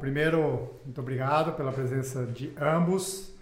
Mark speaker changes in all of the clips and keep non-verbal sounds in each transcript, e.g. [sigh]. Speaker 1: primeiro, muito obrigado pela presença de ambos.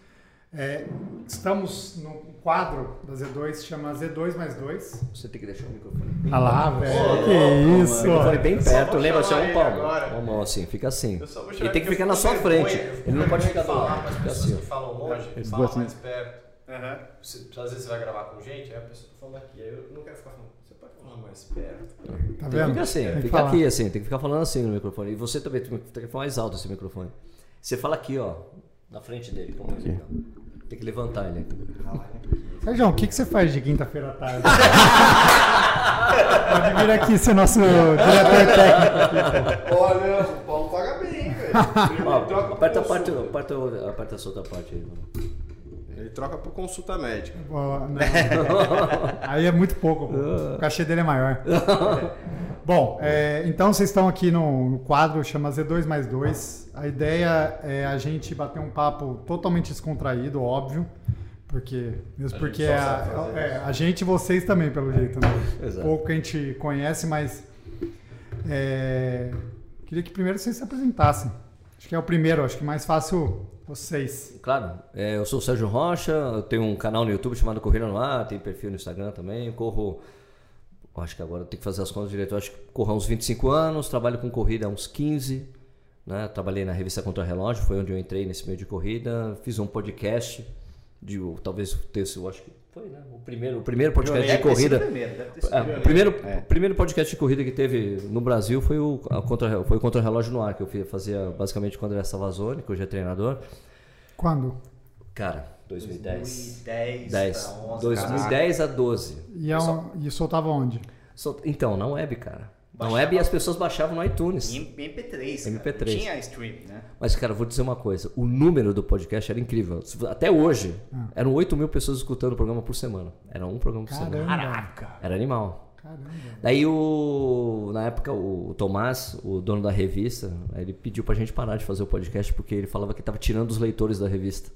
Speaker 1: É, estamos no quadro da Z2, se chama Z2 mais 2.
Speaker 2: Você tem que deixar o microfone bem
Speaker 1: Ah lá, velho, que
Speaker 2: O
Speaker 1: isso.
Speaker 2: microfone bem
Speaker 3: Eu só vou
Speaker 2: perto, lembra assim,
Speaker 3: chamar
Speaker 2: é um
Speaker 3: ele
Speaker 2: palmo.
Speaker 3: agora.
Speaker 2: Uma mão assim, fica assim.
Speaker 3: Eu só vou
Speaker 2: Ele
Speaker 3: chamar
Speaker 2: tem que
Speaker 3: porque
Speaker 2: ficar
Speaker 3: eu
Speaker 2: na
Speaker 3: fico
Speaker 2: sua
Speaker 3: com
Speaker 2: frente.
Speaker 3: vergonha.
Speaker 2: Ele não pode ficar do
Speaker 3: falar
Speaker 2: lado.
Speaker 3: para
Speaker 4: é
Speaker 3: as
Speaker 2: Fica
Speaker 3: pessoas
Speaker 2: assim.
Speaker 3: que falam longe,
Speaker 4: Eles
Speaker 3: fala
Speaker 4: gostam
Speaker 3: mais
Speaker 4: de-
Speaker 3: perto.
Speaker 1: Aham.
Speaker 3: Você- às vezes você vai gravar com gente, aí a pessoa tá falando aqui, aí eu não quero ficar falando, você pode falar mais perto.
Speaker 1: Tá
Speaker 2: Tem que
Speaker 1: vendo?
Speaker 2: ficar assim,
Speaker 1: Tem que
Speaker 2: fica
Speaker 1: falar.
Speaker 2: aqui assim, tem que ficar falando assim no microfone. E você também tem que ficar mais alto esse microfone. Você fala aqui, ó, na frente dele, como ele tá. Tem que levantar ele.
Speaker 1: Sérgio, o que, que você faz de quinta-feira à [laughs] tarde? Pode vir aqui ser nosso diretor técnico.
Speaker 4: [laughs] Olha, o Paulo paga bem,
Speaker 3: [laughs]
Speaker 4: velho. Ele
Speaker 2: Ó,
Speaker 4: troca
Speaker 2: aperta a
Speaker 4: por
Speaker 2: parte,
Speaker 4: consulta.
Speaker 2: aperta, o- aperta essa outra parte aí. mano.
Speaker 4: Ele troca por consulta médica.
Speaker 1: Pô, não. [laughs] Aí é muito pouco. pô. O cachê dele é maior. Bom, é, então vocês estão aqui no, no quadro chama Z2 mais 2. A ideia é a gente bater um papo totalmente descontraído, óbvio. Porque, mesmo
Speaker 3: A gente
Speaker 1: porque
Speaker 3: só
Speaker 1: é a,
Speaker 3: sabe fazer
Speaker 1: é, a gente e vocês também, pelo jeito, né?
Speaker 2: Exato.
Speaker 1: Pouco que a gente conhece, mas é, queria que primeiro vocês se apresentassem. Acho que é o primeiro, acho que mais fácil vocês.
Speaker 2: Claro, é, eu sou o Sérgio Rocha, eu tenho um canal no YouTube chamado Corrida no Ar, tem perfil no Instagram também, corro, eu acho que agora eu tenho que fazer as contas direito, eu acho que corro há uns 25 anos, trabalho com corrida há uns 15, né? trabalhei na revista Contra Relógio, foi onde eu entrei nesse meio de corrida, fiz um podcast, de, talvez o terceiro, eu acho que foi né? o, primeiro, o primeiro podcast de corrida, é, o primeiro, o primeiro podcast de corrida que teve no Brasil foi o a contra, foi o Contra Relógio no Ar, que eu fi- fazia basicamente com o André Savazone, que hoje é treinador,
Speaker 1: Quando?
Speaker 2: Cara, 2010.
Speaker 3: 10,
Speaker 5: Tá,
Speaker 2: 10. 2010 a 12.
Speaker 1: E, é um- e soltava onde?
Speaker 2: Sol- Então, na web, cara. Na
Speaker 5: Baixava.
Speaker 2: web é, as pessoas baixavam no iTunes.
Speaker 5: Em MP3. cara.
Speaker 2: MP3.
Speaker 5: Não tinha stream, né?
Speaker 2: Mas, cara, vou dizer uma coisa. O número do podcast era incrível. Se vo- Até hoje, eram 8 mil pessoas escutando o programa por semana. Era um programa por semana.
Speaker 1: Caramba.
Speaker 2: Era animal.
Speaker 1: Caramba.
Speaker 2: Daí, o, na época, o, o Tomás, o dono da revista, ele pediu pra gente parar de fazer o podcast porque ele falava que tava tirando os leitores da revista.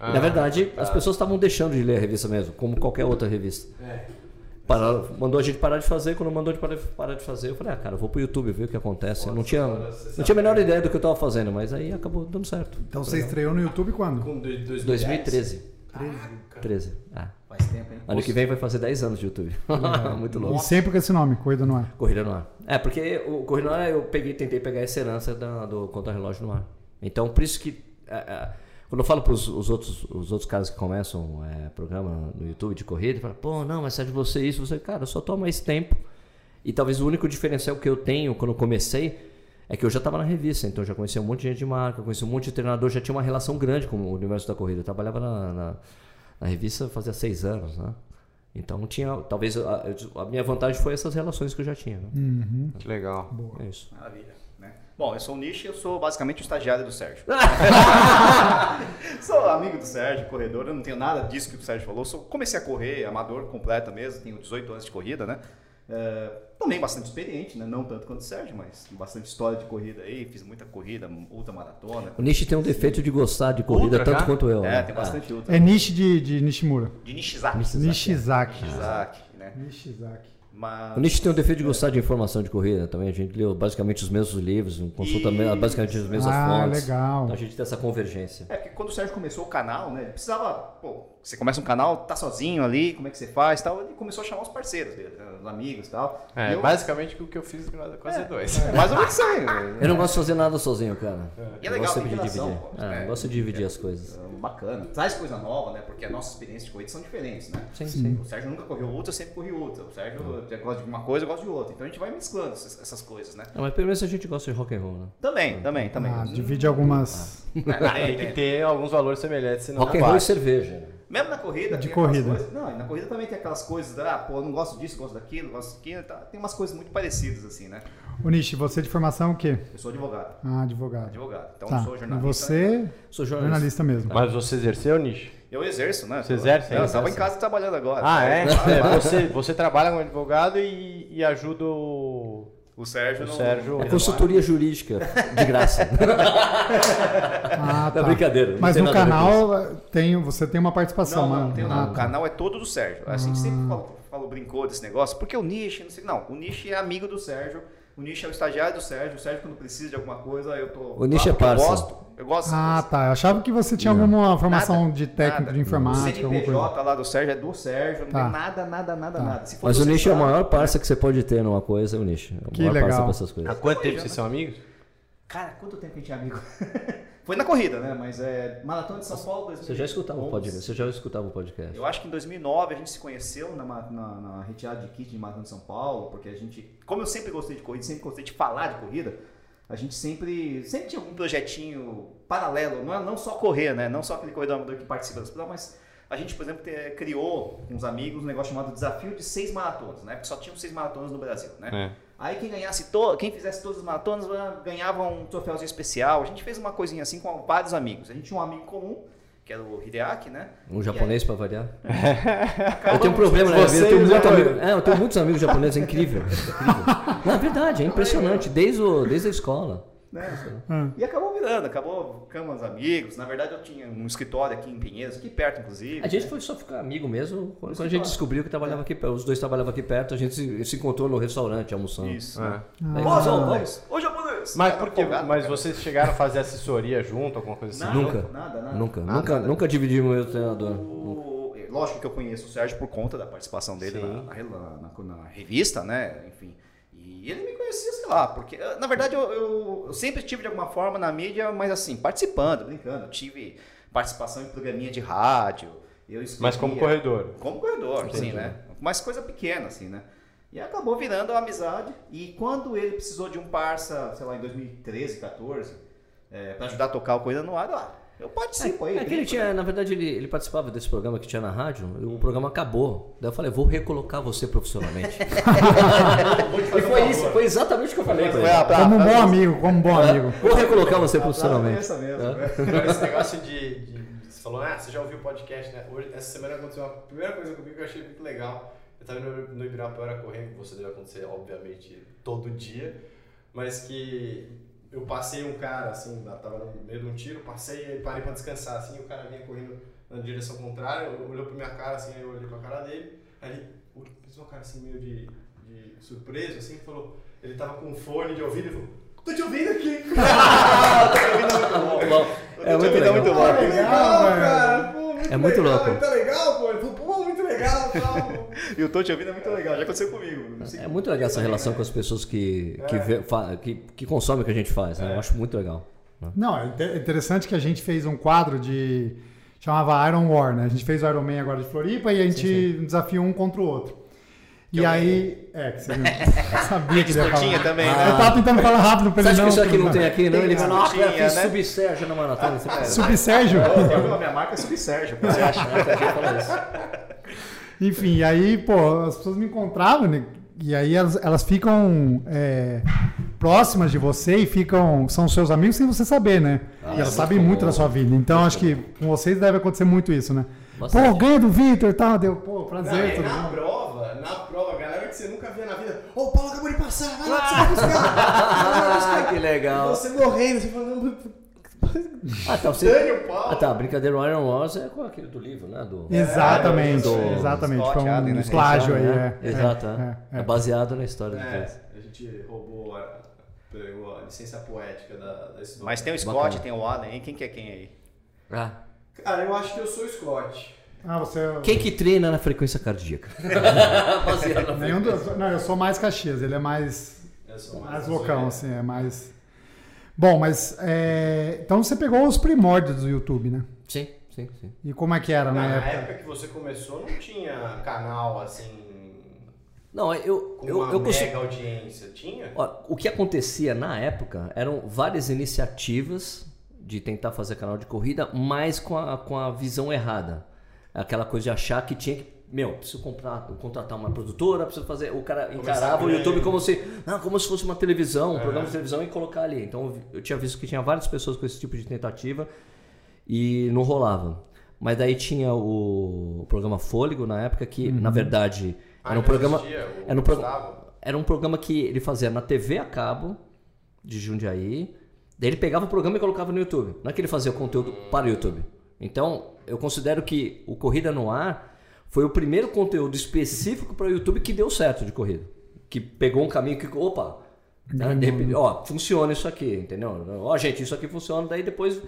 Speaker 2: E, na verdade, as pessoas estavam deixando de ler a revista mesmo, como qualquer outra revista. Parar- mandou a gente parar de fazer, quando mandou a gente parar, parar de fazer, eu falei, ah, cara, eu vou pro YouTube ver o que acontece. Eu não tinha, não tinha a menor ideia do que eu tava fazendo, mas aí acabou dando certo.
Speaker 1: Então você estreou no YouTube quando?
Speaker 3: Com dois-
Speaker 2: 2013. 13. Ah.
Speaker 5: Faz tempo, hein?
Speaker 2: Ano que vem vai fazer 10 anos de YouTube. [laughs] Muito
Speaker 1: E
Speaker 2: louco.
Speaker 1: sempre com esse nome, Corrida no Ar.
Speaker 2: Corrida no ar. É, porque o Corrida no ar eu peguei, tentei pegar essa herança da- do contra-relógio no ar. Então, por isso que. é, é, quando eu falo para os outros, os outros caras que começam é, programa no YouTube de corrida, fala, pô, não, mas é de você isso, você, cara, eu só toma esse tempo. E talvez o único diferencial que eu tenho quando eu comecei é que eu já estava na revista, então eu já conhecia um monte de gente de marca, conhecia um monte de treinador, já tinha uma relação grande com o universo da corrida. Eu trabalhava na, na, na revista fazia seis anos, né? Então tinha, talvez a, a minha vantagem foi essas relações que eu já tinha. Né?
Speaker 1: Hum.
Speaker 4: Que legal.
Speaker 2: É isso.
Speaker 5: Maravilha. Né? Bom, eu sou o Nish e eu sou basicamente o estagiário do
Speaker 2: [laughs]
Speaker 5: Sérgio. sou amigo do Sérgio, corredor, eu não tenho nada disso que o Sérgio falou. Sou, comecei a correr amador completa mesmo, tenho 18 anos de corrida, né? É, também bastante experiente, né? Não tanto quanto o Sérgio, mas bastante história de corrida aí. Fiz muita corrida, outra maratona.
Speaker 2: O Nishi tem um defeito de gostar de corrida
Speaker 4: Ultra,
Speaker 2: tanto
Speaker 4: já?
Speaker 2: quanto eu.
Speaker 5: É,
Speaker 2: né?
Speaker 5: tem bastante outra.
Speaker 1: É Nishi de, de Nishimura.
Speaker 5: De Nishizaki.
Speaker 1: Nishizaki.
Speaker 5: Nishizaki, né?
Speaker 1: Nishizaki.
Speaker 2: Ah.
Speaker 5: Mas...
Speaker 2: O Nishi tem um defeito de gostar de informação de corrida também. A gente leu basicamente os mesmos livros, um consulta
Speaker 5: Isso.
Speaker 2: basicamente as mesmas
Speaker 1: Ah,
Speaker 2: fontes.
Speaker 1: legal.
Speaker 2: Então a gente tem essa convergência.
Speaker 5: É, porque quando o Sérgio começou o canal, né? Ele precisava. Pô, você começa um canal, tá sozinho ali, como é que você faz e tal. Ele começou a chamar os parceiros dele, né, os amigos e tal.
Speaker 4: É,
Speaker 5: e eu,
Speaker 4: basicamente o que eu fiz com a quase [laughs] dois.
Speaker 5: é mais ou menos
Speaker 2: [laughs]
Speaker 5: isso.
Speaker 2: Eu não gosto de fazer nada sozinho, cara.
Speaker 5: E é
Speaker 2: eu
Speaker 5: legal,
Speaker 2: gosto
Speaker 5: tem
Speaker 2: sempre de
Speaker 5: relação,
Speaker 2: dividir.
Speaker 5: pô.
Speaker 2: Ah,
Speaker 5: É.
Speaker 2: eu gosto de dividir as coisas.
Speaker 5: Então, Bacana, traz coisa nova, né? Porque a nossa experiência de corrida são diferentes, né?
Speaker 2: Sim, sim.
Speaker 5: O Sérgio nunca correu outra, eu sempre corri outra. O Sérgio gosta de uma coisa, eu gosto de outra. Então a gente vai mesclando essas, essas coisas, né?
Speaker 2: Não, mas pelo menos a gente gosta de rock and roll, né?
Speaker 5: Também, também, também.
Speaker 1: Ah, divide algumas.
Speaker 5: É,
Speaker 4: Tem
Speaker 5: tem-
Speaker 4: que ter alguns valores semelhantes, senão
Speaker 2: rock and
Speaker 4: não
Speaker 3: é
Speaker 2: roll e
Speaker 4: bate.
Speaker 2: cerveja. né?
Speaker 5: Mesmo na corrida.
Speaker 1: De
Speaker 5: tem aquelas
Speaker 1: corrida.
Speaker 5: coisas- não, e na corrida também tem aquelas coisas, ah, pô, eu não gosto disso, gosto daquilo, gosto daquilo. Tá, tem umas coisas muito parecidas, assim, né?
Speaker 1: O Nishi, você de formação o quê?
Speaker 5: Eu sou advogado.
Speaker 1: Ah, advogado.
Speaker 5: Advogado. Então eu
Speaker 1: Tá.
Speaker 5: sou
Speaker 1: E
Speaker 5: jornalista. né?
Speaker 1: você,
Speaker 2: Sou jornalista.
Speaker 1: jornalista mesmo.
Speaker 4: Mas você exerceu, Nish?
Speaker 5: Eu exerço, né?
Speaker 4: Você exerce
Speaker 5: Eu
Speaker 4: ainda?
Speaker 5: estava em casa trabalhando agora.
Speaker 4: Ah, é? É, você, você trabalha como advogado e, e ajuda o,
Speaker 5: O Sérgio
Speaker 4: o
Speaker 5: não.
Speaker 4: Sérgio.
Speaker 2: É consultoria jurídica, de graça.
Speaker 1: Ah,
Speaker 2: É brincadeira, não
Speaker 1: Mas
Speaker 2: tem
Speaker 1: no
Speaker 2: nada a ver com
Speaker 1: canal tem, você tem uma participação,
Speaker 5: Não, não,
Speaker 1: mano.
Speaker 5: não tenho nada.
Speaker 1: Ah,
Speaker 5: O canal é todo do Sérgio. A gente sempre falou, falou, brincou desse negócio, porque o Nish, não sei. Não, o Nish é amigo do Sérgio. O nicho é o estagiário do Sérgio. O Sérgio, quando precisa de alguma coisa, eu tô.
Speaker 2: O nicho é
Speaker 5: porque Eu
Speaker 2: parça.
Speaker 5: gosto. Eu gosto.
Speaker 1: Ah,
Speaker 5: dessa
Speaker 1: tá. Eu achava que você tinha
Speaker 2: Não.
Speaker 1: alguma formação
Speaker 5: Nada,
Speaker 1: de técnico
Speaker 5: nada.
Speaker 1: de
Speaker 5: coisa. O
Speaker 1: informática, alguma coisa.
Speaker 5: CNPJ lá do Sérgio é do Sérgio. Não
Speaker 1: Tá.
Speaker 5: tem nada, nada, nada, nada. Se for
Speaker 2: Mas
Speaker 5: do
Speaker 2: o nicho é a
Speaker 5: César,
Speaker 2: maior parça que você pode ter numa coisa, é o nicho. É a
Speaker 1: Que
Speaker 2: maior parça
Speaker 1: legal.
Speaker 2: pra essas coisas.
Speaker 4: Há quanto tempo vocês são amigos?
Speaker 5: Cara, quanto tempo a gente é amigo? [laughs] Foi na corrida, né? Mas é Maratona de São Paulo 2011.
Speaker 2: Você já escutava o podcast? Você já escutava o podcast?
Speaker 5: Eu acho que em 2009 a gente se conheceu na, ma- na, na retirada de kit de Maratona de São Paulo, porque a gente, como eu sempre gostei de corrida, sempre gostei de falar de corrida, a gente sempre, sempre tinha algum projetinho paralelo, não, é- não só correr, né? Não só aquele corredor amador que participa das provas, mas a gente, por exemplo, te- criou com uns amigos um negócio chamado Desafio de Seis Maratonas, né? Porque só tinham seis maratonas no Brasil, né?
Speaker 2: É.
Speaker 4: É.
Speaker 5: Aí quem ganhasse to- quem fizesse todas as maratonas ah, ganhava um troféuzinho especial. A gente fez uma coisinha assim com vários amigos. A gente tinha um amigo comum, que era o Hideaki, né?
Speaker 2: Um japonês pra variar? [laughs] Eu
Speaker 5: Acabamos-
Speaker 2: tenho um problema na minha vida,
Speaker 4: Você
Speaker 2: eu tenho,
Speaker 4: e o
Speaker 2: muito
Speaker 4: japonês.
Speaker 2: amigo- é, eu tenho muitos amigos japoneses, é incrível. é incrível. Não, é verdade, é impressionante, desde, o- desde a escola.
Speaker 5: né?
Speaker 4: Ah.
Speaker 5: E acabou virando, acabou ficando amigos. Na verdade, eu tinha um escritório aqui em Pinheiros, aqui perto, inclusive.
Speaker 2: A gente foi só ficar amigo mesmo quando, quando a gente descobriu que trabalhava aqui perto. Os dois trabalhavam aqui perto, a gente se, se encontrou no restaurante almoçando.
Speaker 5: Isso.
Speaker 4: É.
Speaker 2: Daí,
Speaker 1: Ah,
Speaker 5: Ô,
Speaker 2: Ah.
Speaker 5: japonês! Ô, japonês!
Speaker 4: Mas
Speaker 5: Cara,
Speaker 4: por quê?
Speaker 5: folgado,
Speaker 4: Mas
Speaker 5: cara.
Speaker 4: vocês chegaram a fazer assessoria junto, alguma coisa
Speaker 5: Nada,
Speaker 4: assim?
Speaker 2: Nunca.
Speaker 5: Nada, nada.
Speaker 2: Nunca,
Speaker 5: Nada,
Speaker 2: nunca,
Speaker 5: nada.
Speaker 2: nunca dividi o meu treinador.
Speaker 5: O- é, Lógico que eu conheço o Sérgio por conta da participação dele na, na- na- na revista, né? Enfim. E ele me conhecia, sei lá, porque. eh, Na verdade, eu, eu- eu sempre estive de alguma forma na mídia, mas assim, participando, brincando. Eu tive participação em programinha de rádio. Eu
Speaker 4: Mas como
Speaker 5: escrevia.
Speaker 4: corredor.
Speaker 5: Como corredor, assim,
Speaker 4: Entendi.
Speaker 5: né? Mas coisa pequena, assim, né? E acabou virando uma amizade. E quando ele precisou de um parça, sei lá, em 2013, 14, é, pra ajudar a tocar o Corrida no Ar, eu, ah, eu participo aí.
Speaker 2: É que ele tinha, na verdade, ele, ele participava desse programa que tinha na rádio, e o programa acabou. Daí eu falei, vou recolocar você [laughs] profissionalmente. e
Speaker 4: um
Speaker 2: foi isso, foi exatamente o que eu falei pra
Speaker 4: Foi
Speaker 2: ele.
Speaker 4: a-
Speaker 5: Tá
Speaker 4: pra-
Speaker 1: Como um
Speaker 4: pra-
Speaker 1: bom amigo, como um bom amigo.
Speaker 2: Vou recolocar você
Speaker 5: profissionalmente.
Speaker 2: profissionalmente.
Speaker 5: Essa mesmo,
Speaker 2: É.
Speaker 5: né?
Speaker 3: Esse negócio de, de- Você falou, ah, você já ouviu o podcast, né? Hoje, essa semana aconteceu uma primeira coisa comigo que eu achei muito legal. Eu tava no, no Ibirapuera correndo, que você deve acontecer, obviamente, todo dia. Mas que eu passei um cara, assim, eu tava no meio de um tiro, passei e parei pra descansar, assim, e o cara vinha correndo na direção contrária, olhou pra minha cara, assim, aí eu olhei pra cara dele, aí ele olhou- fez uma cara, assim, meio de, de surpreso, assim, e falou... Ele tava com um fone de ouvido e falou, tô te ouvindo aqui! [laughs]
Speaker 2: Muito bom. É muito
Speaker 5: Então,
Speaker 2: legal.
Speaker 5: muito
Speaker 3: Pô,
Speaker 5: bom.
Speaker 1: legal,
Speaker 3: Tá legal,
Speaker 1: velho.
Speaker 3: cara. Pô, muito
Speaker 2: É muito
Speaker 3: legal,
Speaker 2: louco.
Speaker 3: Tá legal, pô. Ele falou, pô, muito legal,
Speaker 2: [laughs]
Speaker 3: tal.
Speaker 5: E o Tô Te Ouvindo é muito legal, já aconteceu comigo. Não sei né?
Speaker 2: É muito legal essa relação com as pessoas que, que, vê- fa- que, que consomem o que a gente faz, né? Eu acho muito legal.
Speaker 1: Não, é inte- é interessante que a gente fez um quadro de. chamava Iron War, né? A gente fez o Iron Man agora de Floripa e a gente desafia um contra o outro. E aí. É, que você [laughs] não sabia que ele ia
Speaker 5: Escotinha
Speaker 1: falar.
Speaker 5: também,
Speaker 1: Ah, Eu tava tentando falar rápido pra
Speaker 2: Você
Speaker 1: ele
Speaker 2: acha
Speaker 1: não.
Speaker 2: que isso aqui não tem é aqui, não?
Speaker 5: Tem
Speaker 2: Ele vai, nossa,
Speaker 5: tinha,
Speaker 2: eu fiz
Speaker 5: né?
Speaker 2: subsérgio na maratona. É, Você fala, [laughs]
Speaker 1: Subsérgio?
Speaker 5: Eu, a minha marca é Subsérgio. Você acha?
Speaker 2: é
Speaker 1: Enfim, e aí, pô, as pessoas me encontravam, né? E aí elas, elas ficam é, próximas de você e ficam. são seus amigos sem você saber, né? e elas
Speaker 2: muito
Speaker 1: sabem muito
Speaker 2: bom.
Speaker 1: da sua vida. Então acho que com vocês deve acontecer muito isso, né?
Speaker 2: Bastante.
Speaker 1: Pô, ganha do Vitor e tal, deu, pô,
Speaker 3: Não,
Speaker 2: né?
Speaker 1: prazer,
Speaker 3: e
Speaker 1: tudo
Speaker 3: na
Speaker 1: bom.
Speaker 3: prova, na prova, a galera que você nunca via na vida. Ô, o Paulo acabou de passar, vai lá que você vai buscar. Vai lá
Speaker 2: Ah,
Speaker 3: buscar.
Speaker 2: que legal. [laughs]
Speaker 3: Você morrendo, você falando.
Speaker 2: Ah, tá,
Speaker 3: Dane
Speaker 2: você...
Speaker 3: o pau.
Speaker 2: ah, tá, brincadeira do Iron Wars é com aquele do livro, né?
Speaker 1: É,
Speaker 2: Do...
Speaker 1: Exatamente,
Speaker 2: do-
Speaker 1: exatamente.
Speaker 5: Scott
Speaker 1: Foi um
Speaker 5: Adler, né?
Speaker 1: plágio aí,
Speaker 2: né?
Speaker 1: é.
Speaker 2: Exato,
Speaker 1: é,
Speaker 2: né?
Speaker 1: é,
Speaker 2: é,
Speaker 1: é.
Speaker 2: baseado na história do texto.
Speaker 3: É, a gente roubou a, pegou a licença poética da, da história.
Speaker 5: Mas tem o Scott, tem o Allen, hein? Quem que é quem aí?
Speaker 2: Ah,
Speaker 3: Cara, eu acho que eu sou o Scott.
Speaker 1: Ah, você.
Speaker 2: Quem que treina na frequência cardíaca? [laughs] baseado na
Speaker 1: Nenhum dos- Não, eu sou mais Caxias, ele é mais.
Speaker 3: Eu sou
Speaker 1: Mais loucão, assim, é mais. Bom, mas. é, Então você pegou os primórdios do YouTube, né?
Speaker 2: Sim, sim, sim.
Speaker 1: E como é que era na,
Speaker 3: Na
Speaker 1: época?
Speaker 3: época que você começou, não tinha canal assim.
Speaker 2: Não, eu,
Speaker 3: com
Speaker 2: eu,
Speaker 3: uma
Speaker 2: eu
Speaker 3: mega
Speaker 2: consigo.
Speaker 3: audiência. Tinha?
Speaker 2: Ó, O que acontecia na época eram várias iniciativas de tentar fazer canal de corrida, mas com a, com a visão errada. Aquela coisa de achar que tinha que. Meu, preciso comprar, contratar uma produtora, preciso fazer. O cara encarava o
Speaker 3: grande.
Speaker 2: YouTube como se. Não, como se fosse uma televisão,
Speaker 3: É.
Speaker 2: um programa de televisão e colocar ali. Então eu vi- eu tinha visto que tinha várias pessoas com esse tipo de tentativa e não rolava. Mas daí tinha o programa Fôlego na época que, na verdade,
Speaker 3: Uhum. Ah,
Speaker 2: era um
Speaker 3: já
Speaker 2: programa.
Speaker 3: existia o
Speaker 2: Era um, pro-
Speaker 3: Gustavo?
Speaker 2: era um programa que ele fazia na TV a cabo de Jundiaí. Daí ele pegava o programa e colocava no YouTube. Não é que ele fazia o conteúdo para o YouTube. Então, eu considero que o Corrida no Ar foi o primeiro conteúdo específico para o YouTube que deu certo de corrida. Que pegou um caminho que, opa, Né? De repente, ó, funciona isso aqui, entendeu? Ó, gente, isso aqui funciona, daí depois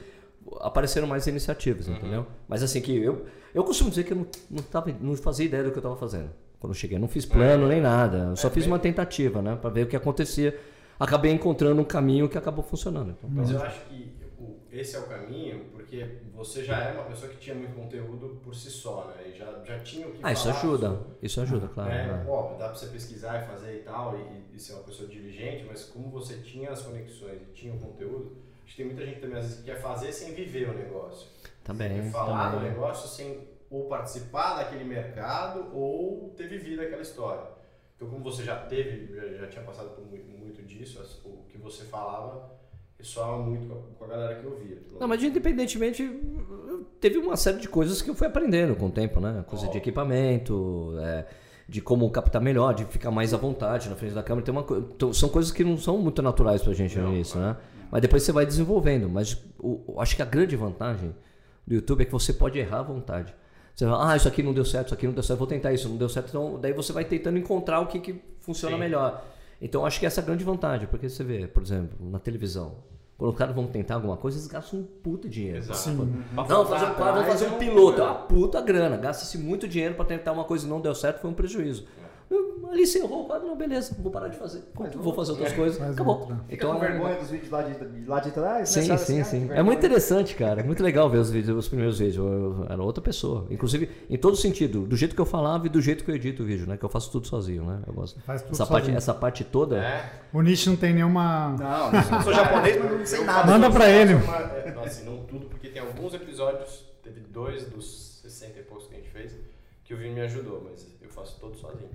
Speaker 2: apareceram mais iniciativas, entendeu? Mas assim que eu, eu costumo dizer que eu não, não, tava, não fazia ideia do que eu estava fazendo quando eu cheguei. Não fiz plano nem nada, eu só fiz uma tentativa, né, para ver o que acontecia. Acabei encontrando um caminho que acabou funcionando. Então,
Speaker 3: Mas eu acho que o- esse é o caminho, porque você já é uma pessoa que tinha muito conteúdo por si só, né? E já, já tinha o que
Speaker 2: ah, isso
Speaker 3: falar
Speaker 2: ajuda, isso ajuda, claro.
Speaker 3: né?
Speaker 2: né?
Speaker 3: Pô, dá pra você pesquisar e fazer e tal, e, e ser uma pessoa diligente, mas como você tinha as conexões e tinha o conteúdo, acho que tem muita gente também às vezes que quer fazer sem viver o negócio.
Speaker 2: Também,
Speaker 3: Quer falar né?
Speaker 2: também.
Speaker 3: do negócio sem ou participar daquele mercado ou ter vivido aquela história. Então, como você já teve, já, já tinha passado por muito, muito disso, as- o que você falava ressoava muito com a, com a galera que ouvia.
Speaker 2: Não, mas independentemente, eu- teve uma série de coisas que eu fui aprendendo com o tempo, né? Coisa de equipamento, é, de como captar melhor, de ficar mais à vontade na frente da câmera. Tem uma, co- então, são coisas que não são muito naturais pra gente no início, né? Mas depois você vai desenvolvendo. Mas o- o- acho que a grande vantagem do YouTube é que você pode errar à vontade. Você fala, ah, isso aqui não deu certo, isso aqui não deu certo, vou tentar isso, não deu certo. Então, daí você vai tentando encontrar o que, que funciona melhor. Então, acho que essa é a grande vantagem, porque você vê, por exemplo, na televisão, quando os caras vão tentar alguma coisa, eles gastam um puta dinheiro.
Speaker 5: Uhum.
Speaker 1: Sim.
Speaker 2: Não, fazer um quadro, fazer um piloto. É uma puta grana. Gasta-se muito dinheiro pra tentar uma coisa e não deu certo, foi um prejuízo.
Speaker 5: É.
Speaker 2: Eu- Ali você errou o quadro, não, beleza, vou parar de fazer. Vou fazer outras coisas.
Speaker 1: Faz
Speaker 2: Acabou. Então, é
Speaker 1: outra.
Speaker 5: Fica com vergonha dos vídeos lá de, de lá de trás, né?
Speaker 2: Sim,
Speaker 5: Sabe
Speaker 2: sim,
Speaker 5: assim, ah,
Speaker 2: sim.
Speaker 5: que
Speaker 2: É muito
Speaker 5: vergonha.
Speaker 2: interessante, cara. É muito legal ver os vídeos, os primeiros vídeos. Eu, eu era outra pessoa. Inclusive, em todo sentido, do jeito que eu falava e do jeito que eu edito o vídeo, né? Que eu faço tudo sozinho, né? Eu gosto.
Speaker 1: Faz tudo
Speaker 2: essa, parte,
Speaker 1: sozinho.
Speaker 2: essa parte toda.
Speaker 3: É. Né?
Speaker 1: O Nietzsche não tem nenhuma.
Speaker 5: Não, eu sou japonês, mas não sei nada.
Speaker 1: Manda pra ele.
Speaker 3: Uma- é, não, assim, não tudo, porque tem alguns episódios, teve dois dos 60 e poucos que a gente fez, que o Vini me ajudou, mas eu faço todo sozinho.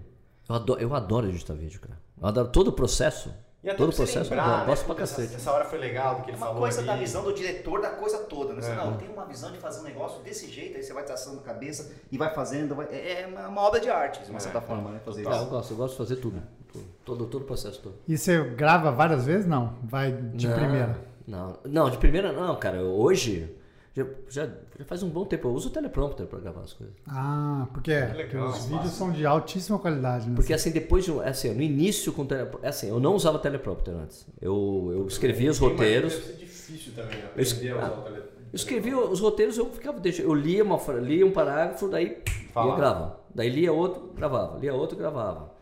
Speaker 2: Eu, adoro, eu adoro editar vídeo, cara. Eu adoro todo o processo.
Speaker 3: E até
Speaker 2: Todo o
Speaker 3: pra você
Speaker 2: processo é
Speaker 3: lembrar,
Speaker 2: eu adoro.
Speaker 3: né,
Speaker 2: Gosto pra
Speaker 3: puta, essa-
Speaker 2: cacete.
Speaker 3: Essa hora foi legal do que
Speaker 5: É
Speaker 3: ele
Speaker 5: uma
Speaker 3: falou.
Speaker 5: coisa da
Speaker 3: ali.
Speaker 5: visão do diretor da coisa toda, né? Você,
Speaker 3: É.
Speaker 5: Não, eu tenho uma visão de fazer um negócio desse jeito, aí você vai traçando a cabeça e vai fazendo. vai- É é uma uma obra de arte, de uma certa forma, né? Fazer
Speaker 2: Ah, eu
Speaker 5: isso.
Speaker 2: gosto, eu gosto de fazer tudo. Tudo. Todo, todo o processo todo.
Speaker 1: E você grava várias vezes? Não. Vai de
Speaker 2: Não,
Speaker 1: primeira.
Speaker 2: Ah, Não, não, de primeira não, cara. Eu- hoje, já, já, já faz um bom tempo, eu uso o teleprompter pra gravar as coisas.
Speaker 1: Ah, porque, é,
Speaker 3: legal,
Speaker 1: porque os
Speaker 3: massa.
Speaker 1: vídeos são de altíssima qualidade, né?
Speaker 2: Porque assim, depois de um- assim, no início com o teleprompter, assim, eu não usava teleprompter antes. Eu, eu escrevia os
Speaker 3: Sim, mas
Speaker 2: roteiros.
Speaker 3: Deve ser difícil também né?
Speaker 2: Eu es-
Speaker 3: aprender a usar o tele-
Speaker 2: Eu escrevia os roteiros, eu ficava deixando. Eu lia, uma, fra- lia um parágrafo, daí ia
Speaker 3: Falava.
Speaker 2: gravava. Daí lia outro, gravava. Lia outro, gravava.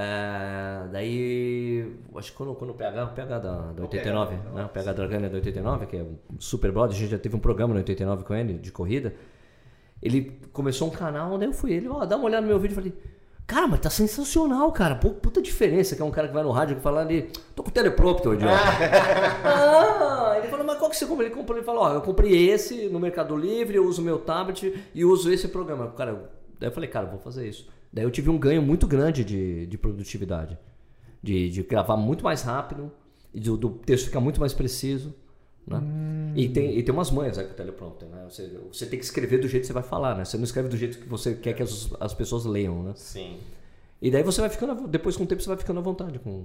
Speaker 2: É, daí, acho que quando, quando o PH, o PH da, da 89, né? O PH Dragana da 89, que é um super brother, a gente já teve um programa na 89 com ele, de corrida. Ele começou um canal, daí eu fui ele, ó, dá uma olhada no meu vídeo e falei, cara, mas tá sensacional, cara. Pô, puta diferença que é um cara que vai no rádio que fala ali, tô com teleprompter, [laughs] idiota. Ah, ele falou, mas qual que você comprou? Ele comprou, ele falou, ó, eu comprei esse no Mercado Livre, eu uso meu tablet e uso esse programa. Cara, eu- daí eu falei, cara, eu vou fazer isso. Daí eu tive um ganho muito grande de, de produtividade. De, de gravar muito mais rápido, e do, do texto ficar muito mais preciso. Né? E, tem, e tem umas manhas aí com o teleprompter, né? Você, você tem que escrever do jeito que você vai falar, né? Você não escreve do jeito que você quer que as, as pessoas leiam, né?
Speaker 3: Sim.
Speaker 2: E daí você vai ficando, à vo- depois com o tempo você vai ficando à vontade com,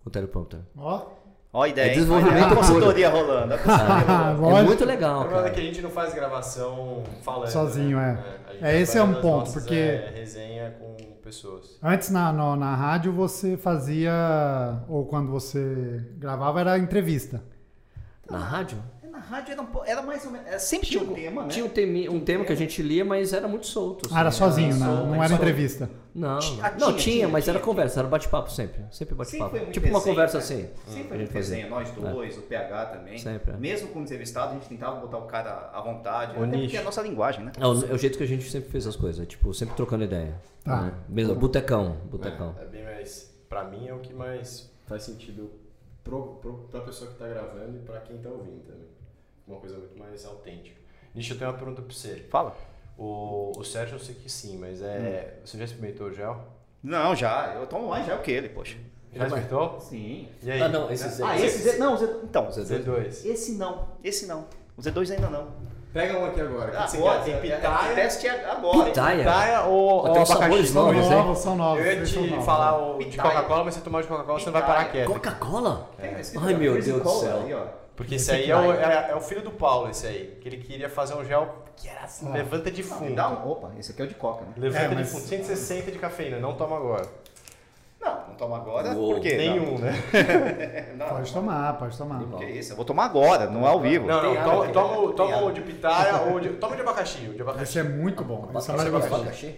Speaker 2: com o teleprompter.
Speaker 1: Ó.
Speaker 5: Ó a ideia.
Speaker 2: É
Speaker 5: hein?
Speaker 2: desenvolvimento
Speaker 5: Olha a
Speaker 2: puro.
Speaker 5: consultoria rolando. a consultoria rolando.
Speaker 2: É
Speaker 1: ah, lógico.
Speaker 2: muito legal,
Speaker 3: O problema é
Speaker 2: cara.
Speaker 3: que a gente não faz gravação falando.
Speaker 1: Sozinho,
Speaker 3: né?
Speaker 1: é.
Speaker 3: a gente
Speaker 1: É, esse é um
Speaker 3: faz as
Speaker 1: ponto,
Speaker 3: nossas,
Speaker 1: porque-
Speaker 3: é, resenha com pessoas.
Speaker 1: Antes na, no- na rádio você fazia, ou quando você gravava, era entrevista.
Speaker 2: Na rádio?
Speaker 5: Na rádio era, um po- era mais ou menos. era- Sempre tinha um tema, né?
Speaker 2: Tinha um, temi- um tema que a gente lia, mas era muito solto.
Speaker 1: Ah, era
Speaker 2: assim.
Speaker 1: sozinho, né?
Speaker 2: solto,
Speaker 1: não
Speaker 2: mas
Speaker 1: era
Speaker 2: solto.
Speaker 1: entrevista.
Speaker 2: Não,
Speaker 5: Tinha-
Speaker 2: não tinha,
Speaker 5: tinha, tinha,
Speaker 2: mas era
Speaker 5: tinha.
Speaker 2: conversa, era bate-papo sempre. Sempre
Speaker 5: Sempre
Speaker 2: bate-papo.
Speaker 5: foi muito
Speaker 2: Tipo uma
Speaker 5: desenho,
Speaker 2: conversa
Speaker 5: né?
Speaker 2: assim.
Speaker 5: Sempre
Speaker 2: a
Speaker 5: foi
Speaker 2: gente
Speaker 5: muito
Speaker 2: fazia.
Speaker 5: desenho, nós dois, o PH também.
Speaker 2: Sempre, é.
Speaker 5: Mesmo como entrevistado, a gente tentava botar o cara à vontade.
Speaker 3: O
Speaker 5: até porque
Speaker 3: nicho.
Speaker 5: é a nossa linguagem, né?
Speaker 2: É o, é o jeito que a gente sempre fez as coisas, tipo, sempre trocando ideia.
Speaker 1: Tá.
Speaker 2: Né? Mesmo, botecão, botecão.
Speaker 3: É, é bem mais. Pra mim é o que mais faz sentido pro, pro, pra pessoa que tá gravando e pra quem tá ouvindo também. Uma coisa muito mais autêntica. Nishi, eu tenho uma pergunta pra você.
Speaker 5: Fala.
Speaker 3: O, o Sérgio eu sei que sim, mas é.
Speaker 2: Hum.
Speaker 3: Você já experimentou o gel?
Speaker 5: Não, já. Eu tomo mais já é o que ele, poxa.
Speaker 3: Já experimentou?
Speaker 5: Sim.
Speaker 3: E aí?
Speaker 2: Ah, não, esse é Z-
Speaker 5: Ah, esse Z. Não, Z, então.
Speaker 3: Z2.
Speaker 5: Esse não. Esse não. O Z2 ainda não.
Speaker 3: Pega um aqui agora. o que
Speaker 5: Ah,
Speaker 3: você
Speaker 5: agora,
Speaker 3: quer? Tem
Speaker 5: é- é-
Speaker 3: pitaia?
Speaker 5: O teste é agora. hein?
Speaker 2: Pitaia?
Speaker 3: Pitaia ou,
Speaker 2: Mas é
Speaker 3: ou
Speaker 2: tem uns
Speaker 3: abacaxi?
Speaker 2: sabores novos,
Speaker 1: né?
Speaker 2: hein?
Speaker 1: são
Speaker 3: Eu
Speaker 1: novos.
Speaker 3: ia
Speaker 1: eles são
Speaker 3: te
Speaker 1: novos. né?
Speaker 3: falar o de
Speaker 5: Pitaia.
Speaker 3: Coca-Cola, mas se você tomar o de Coca-Cola, você não vai
Speaker 5: Pitaia.
Speaker 3: parar quieto.
Speaker 2: Coca-Cola?
Speaker 5: É. Tem, tá escrito
Speaker 2: Ai,
Speaker 5: lá,
Speaker 2: meu
Speaker 5: Freezing
Speaker 2: Deus do
Speaker 5: Cola
Speaker 2: céu.
Speaker 5: aí, ó.
Speaker 3: Porque esse aí é o, é, é o filho do Paulo, esse aí. Que ele queria fazer um gel que era assim, levanta de
Speaker 5: Não, me
Speaker 3: fundo.
Speaker 5: dá um. Opa, esse aqui é o de coca, né?
Speaker 3: Levanta
Speaker 1: É, mas-
Speaker 3: de fundo. 160 de cafeína, não toma agora.
Speaker 5: Não, não tomo agora.
Speaker 2: Uou. um-
Speaker 5: Por quê?
Speaker 4: Nenhum, né?
Speaker 5: Não, não.
Speaker 1: Pode tomar, pode tomar.
Speaker 5: Que isso? Eu vou tomar agora, não é ao vivo.
Speaker 3: Não,
Speaker 5: Tem
Speaker 3: não, toma,
Speaker 5: água,
Speaker 3: toma,
Speaker 5: tem
Speaker 3: o- toma
Speaker 5: água.
Speaker 3: o de pitaia ou de, toma o de abacaxi. O de abacaxi.
Speaker 1: Esse é muito bom. Esse é
Speaker 2: Você gosta de
Speaker 1: maravilhoso.
Speaker 2: abacaxi?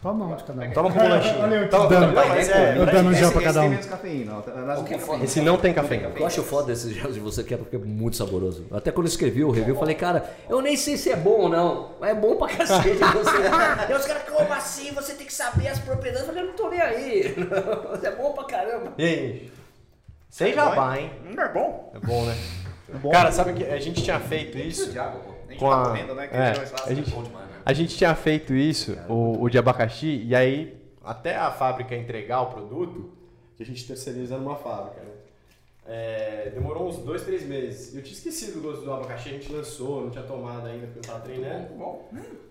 Speaker 1: Toma um de cada um.
Speaker 4: Toma com bolachinha.
Speaker 1: Olha eu te
Speaker 2: Toma com
Speaker 1: dando.
Speaker 3: Não, mas é-
Speaker 1: Eu dando um gel
Speaker 5: Esse-
Speaker 1: pra
Speaker 5: esse
Speaker 1: cada
Speaker 5: tem
Speaker 1: um.
Speaker 5: menos cafeína. ó. Mas
Speaker 2: O
Speaker 5: um
Speaker 2: que é
Speaker 5: pouquinho.
Speaker 2: foda?
Speaker 4: Esse não tem cafeína.
Speaker 2: Eu acho foda esses gelos de você que é porque é muito saboroso. Até quando eu escrevi o review, eu falei, cara, eu nem sei se é bom ou não. mas É bom pra cacete. você. E os caras, como assim? Você tem que saber as propriedades. Eu falei, eu não tô nem aí. [laughs] Mas é bom pra caramba.
Speaker 4: E aí? Sem jabá, hein?
Speaker 5: Hum, é bom.
Speaker 4: É bom, né?
Speaker 5: bom.
Speaker 4: Cara, sabe que a gente tinha feito isso?
Speaker 3: É
Speaker 5: De água, pô. A gente
Speaker 4: Com
Speaker 5: tá
Speaker 4: a-
Speaker 5: comendo, né? Que
Speaker 4: é,
Speaker 5: eles fazem,
Speaker 4: a gente-
Speaker 5: é bom demais, né?
Speaker 4: A gente tinha feito isso, o, o de abacaxi, e aí até a fábrica entregar o produto, que a gente terceiriza numa fábrica, né?
Speaker 3: É, demorou uns dois, três meses. Eu tinha esquecido o gosto do abacaxi, a gente lançou, não tinha tomado ainda porque eu tava treinando.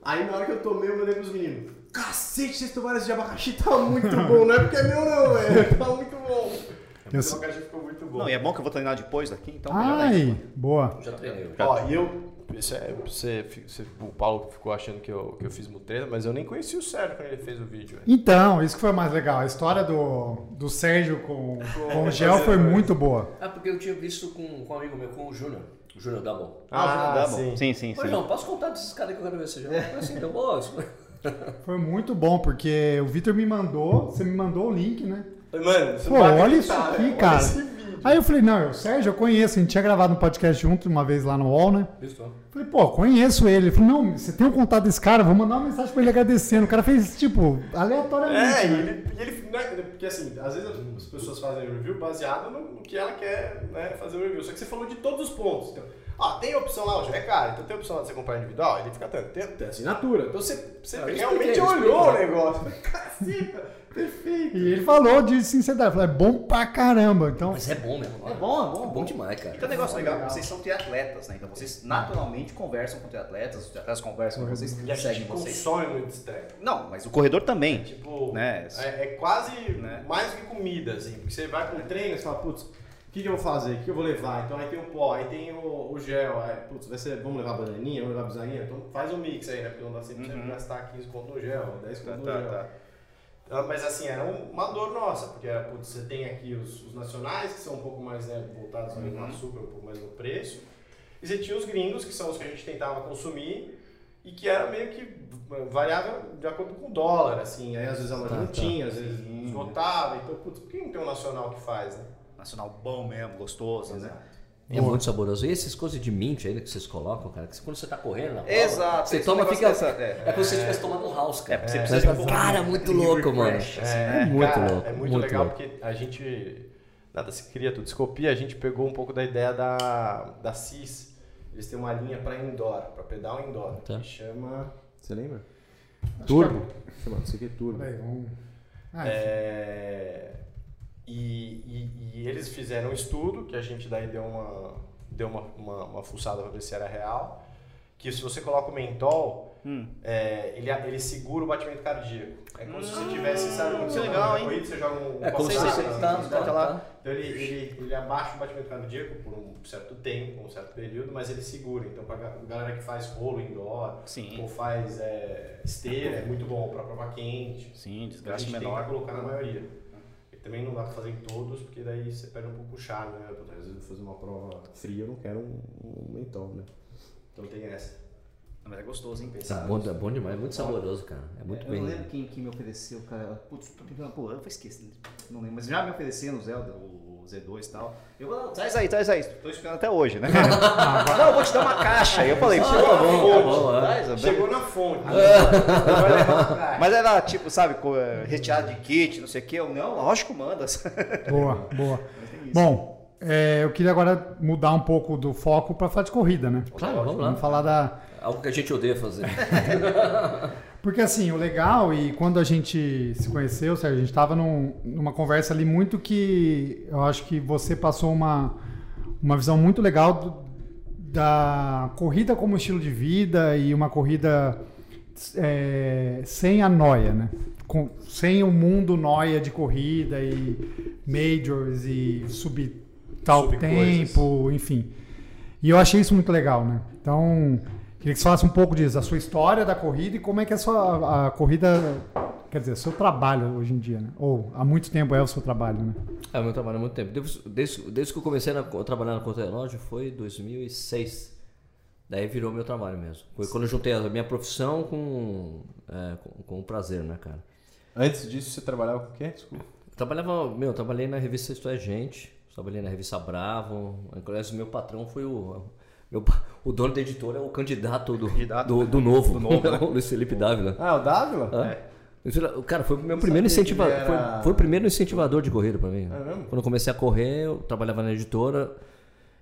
Speaker 3: Aí na hora que eu tomei, eu mandei pros meninos. Cacete, vocês tomaram esse de abacaxi, tá
Speaker 5: [laughs]
Speaker 3: muito bom. Não é porque é meu não, velho. Tá muito bom.
Speaker 1: Eu
Speaker 3: O
Speaker 1: sou-
Speaker 3: abacaxi ficou muito bom.
Speaker 5: Não, e é bom que eu vou treinar depois daqui, então. melhor ainda.
Speaker 1: Ai, boa.
Speaker 2: Já treinei.
Speaker 3: Ó, e eu. Isso é, você, você- o Paulo ficou achando que eu, que eu fiz mutreta, mas eu nem conheci o Sérgio quando ele fez o vídeo. velho.
Speaker 1: Então, isso que foi o mais legal. A história do, do Sérgio com, com o gel foi muito boa.
Speaker 2: Ah, porque eu tinha visto com, com um amigo meu, com o Júnior. O Júnior dá bom.
Speaker 5: Ah, dá bom.
Speaker 4: sim.
Speaker 5: Sim, sim, É.
Speaker 2: Pois
Speaker 5: sim.
Speaker 2: não, posso contar desses caras que eu quero ver esse jogo? Foi assim, deu bom.
Speaker 5: [laughs]
Speaker 1: Foi muito bom, porque o Vitor me mandou, você me mandou o link, né?
Speaker 3: Mano, você
Speaker 1: Pô,
Speaker 3: não vai
Speaker 1: olha isso
Speaker 3: acreditar, velho.
Speaker 1: aqui,
Speaker 3: Olha
Speaker 1: cara.
Speaker 3: esse vídeo.
Speaker 1: Aí eu falei, não, eu, Sérgio, eu conheço, a gente tinha gravado um podcast junto uma vez lá no UOL, né?
Speaker 2: Isso,
Speaker 1: Falei, pô, conheço ele. Ele falou, não, você tem o contato desse cara, vou mandar uma mensagem pra ele agradecendo. O cara fez, tipo,
Speaker 3: É,
Speaker 1: aleatoriamente.
Speaker 3: e
Speaker 1: né?
Speaker 3: ele, e ele né, porque assim, às vezes as pessoas fazem review baseado no, no que ela quer né, fazer o review. Só que você falou de todos os pontos. Então, ó, tem a opção lá, ó, é caro, então tem a opção lá de você comprar individual, ele fica tanto, tem,
Speaker 2: É
Speaker 3: tem assinatura. Então você, você
Speaker 2: Ah, eu
Speaker 3: realmente
Speaker 2: expliquei, eu
Speaker 3: olhou o
Speaker 2: expliquei.
Speaker 3: negócio. [laughs] Caceta, perfeito.
Speaker 1: E ele falou de sinceridade, falou, é bom pra caramba. Então,
Speaker 2: Mas é bom mesmo.
Speaker 5: É bom, é bom.
Speaker 2: bom demais, cara.
Speaker 5: Então, um negócio legal, vocês são triatletas, né? Então vocês naturalmente conversam com triatletas, os triatletas conversam com vocês,
Speaker 3: E a gente
Speaker 5: seguem vocês.
Speaker 3: consome muito estranho.
Speaker 5: Não, mas o corredor também.
Speaker 3: Tipo,
Speaker 5: Né?
Speaker 3: é, é quase
Speaker 5: Né? É.
Speaker 3: mais que comida, assim. Porque você vai com um treino e você fala, putz, o que, que eu vou fazer? O que, que eu vou levar? Então aí tem o pó, aí tem o, o gel, aí, putz, vai ser, vamos levar bananinha, vamos levar bisaninha? Então faz o mix aí, né? Porque não dá sempre pra você gastar 15 conto no gel, 10 conto
Speaker 5: Uhum. Tá,
Speaker 3: no
Speaker 5: tá,
Speaker 3: gel.
Speaker 5: tá.
Speaker 3: Ah, Mas assim, era um- uma dor nossa, porque era, putz, você tem aqui os, os nacionais, que são um pouco mais né, voltados ali
Speaker 2: Uhum.
Speaker 3: no açúcar, um pouco mais no preço. E você tinha os gringos, que são os que a gente tentava consumir, e que era meio que ah, variável de acordo com o dólar, assim. Aí às vezes a loja
Speaker 2: Tá,
Speaker 3: não
Speaker 2: tá.
Speaker 3: tinha, às vezes esgotava. Então, putz, por que não tem um nacional que faz, né?
Speaker 5: Nacional bom mesmo, gostoso, né?
Speaker 2: É muito saboroso. E essas coisas de mint ainda que vocês colocam, cara, que quando você tá correndo na prova,
Speaker 5: Exato,
Speaker 2: você
Speaker 5: esse
Speaker 2: toma,
Speaker 5: negócio
Speaker 2: fica...
Speaker 5: dessa-
Speaker 2: É,
Speaker 5: é.
Speaker 2: como se você estivesse tomando um house, cara.
Speaker 5: É, porque você precisa de um pouco
Speaker 2: Cara,
Speaker 5: de-
Speaker 2: muito
Speaker 5: de
Speaker 2: louco, mano.
Speaker 5: refresh,
Speaker 2: É, muito
Speaker 3: Cara,
Speaker 2: louco.
Speaker 3: É muito, legal porque a gente. Nada se cria, tudo se copia. A gente pegou um pouco da ideia da, da CIS. Eles têm uma linha para indoor, para pedal indoor,
Speaker 2: Tá.
Speaker 3: que chama. Você lembra?
Speaker 1: acho
Speaker 3: Turbo. Sei lá, não sei o que é
Speaker 1: que-
Speaker 3: turbo.
Speaker 1: Peraí, vamos... Ah,
Speaker 3: É, e, e- e eles fizeram um estudo que a gente daí deu uma, deu uma, uma, uma fuçada para ver se era real. Que se você coloca o mentol,
Speaker 2: Hum.
Speaker 3: é, ele, ele segura o batimento cardíaco. É como se você tivesse, sabe, quando
Speaker 5: Ah, que
Speaker 3: você tá
Speaker 5: legal,
Speaker 3: na
Speaker 5: hein?
Speaker 3: corrida, você joga um
Speaker 2: É como se
Speaker 3: passado,
Speaker 2: você
Speaker 3: né?
Speaker 2: tá-
Speaker 3: Você
Speaker 2: tá-
Speaker 3: aquela-
Speaker 2: tá.
Speaker 3: Então ele, ele, ele abaixa o batimento cardíaco por um certo tempo, um certo período, mas ele segura. Então pra ga- galera que faz rolo indoor,
Speaker 5: Sim.
Speaker 3: ou faz é, esteira, é muito bom pra tipo, prova quente.
Speaker 5: Sim,
Speaker 3: A gente
Speaker 5: desgaste
Speaker 3: tem que
Speaker 5: menor.
Speaker 3: colocar na maioria. né? E também não dá pra fazer em todos, porque daí você perde um pouco o charme, né? Pô, Às vezes eu vou fazer uma prova fria, eu não quero um, um mentol, né? Então tem essa.
Speaker 5: Não, Mas é gostoso, hein?
Speaker 2: Tá
Speaker 5: Pensar.
Speaker 2: bom, tá bom demais, muito saboroso, cara. É muito
Speaker 5: Eu
Speaker 2: bem.
Speaker 5: não lembro quem, quem me ofereceu, cara. Putz, tô tentando, pô, eu vou esquecer. Não lembro, mas já me ofereceram o Zelda, o Z2 e tal. Eu vou, "Não, traz aí, traz aí. Tô esperando até hoje, né? [laughs] não, eu vou te dar uma caixa. Eu falei, pô,
Speaker 2: tá bom, tá bom, é.
Speaker 5: traz, eu-
Speaker 3: Chegou na fonte. é [laughs] Vai levar pra trás.
Speaker 5: Mas era tipo, sabe, co- eh, recheado de kit, não sei o que. Eu, não, lógico, manda.
Speaker 1: Boa, boa.
Speaker 5: [laughs]
Speaker 1: Bom, é, eu queria agora mudar um pouco do foco pra falar de corrida, né?
Speaker 2: Claro, vamos lá.
Speaker 1: Vamos falar da,
Speaker 2: É Algo que a gente odeia [laughs] fazer.
Speaker 1: Porque assim, o legal, e quando a gente se conheceu, Sérgio, a gente estava numa conversa ali muito que eu acho que você passou uma, uma visão muito legal do- da corrida como estilo de vida e uma corrida é, sem a noia, né? Com- sem o mundo noia de corrida e majors e subir tal
Speaker 3: Subcoisas.
Speaker 1: tempo, enfim. E eu achei isso muito legal, né? é Então, queria que você falasse um pouco disso, a sua história da corrida e como é que a sua a corrida Quer dizer, seu trabalho hoje em dia, né? Ou há muito tempo é o seu trabalho, né?
Speaker 2: É, o meu trabalho há muito tempo. Desde, desde, desde que eu comecei na- a trabalhar na contra-relógio foi 2006. Daí virou meu trabalho mesmo. Foi quando eu juntei a minha profissão com, é, com, com o prazer, né, cara?
Speaker 4: Antes disso, você trabalhava com o quê? Desculpa.
Speaker 2: Eu Trabalhava, meu, eu trabalhei na revista Isto é Gente, trabalhei na revista Bravo. Inclusive, meu patrão foi o. meu pa- o dono da editora é o candidato do,
Speaker 5: Candidato,
Speaker 2: do,
Speaker 5: né?
Speaker 2: do novo,
Speaker 5: Do novo, né?
Speaker 2: [laughs]
Speaker 5: é.
Speaker 2: o Luiz Felipe Dávila.
Speaker 4: Ah, o Dávila?
Speaker 2: Hã?
Speaker 3: É.
Speaker 2: Eu sei lá, o Cara, foi o meu primeiro
Speaker 4: sabia que ele
Speaker 2: incentivador.
Speaker 4: era-
Speaker 2: Foi, foi o primeiro incentivador de corrida pra
Speaker 5: É
Speaker 2: mim. Quando eu comecei a correr, eu trabalhava na editora.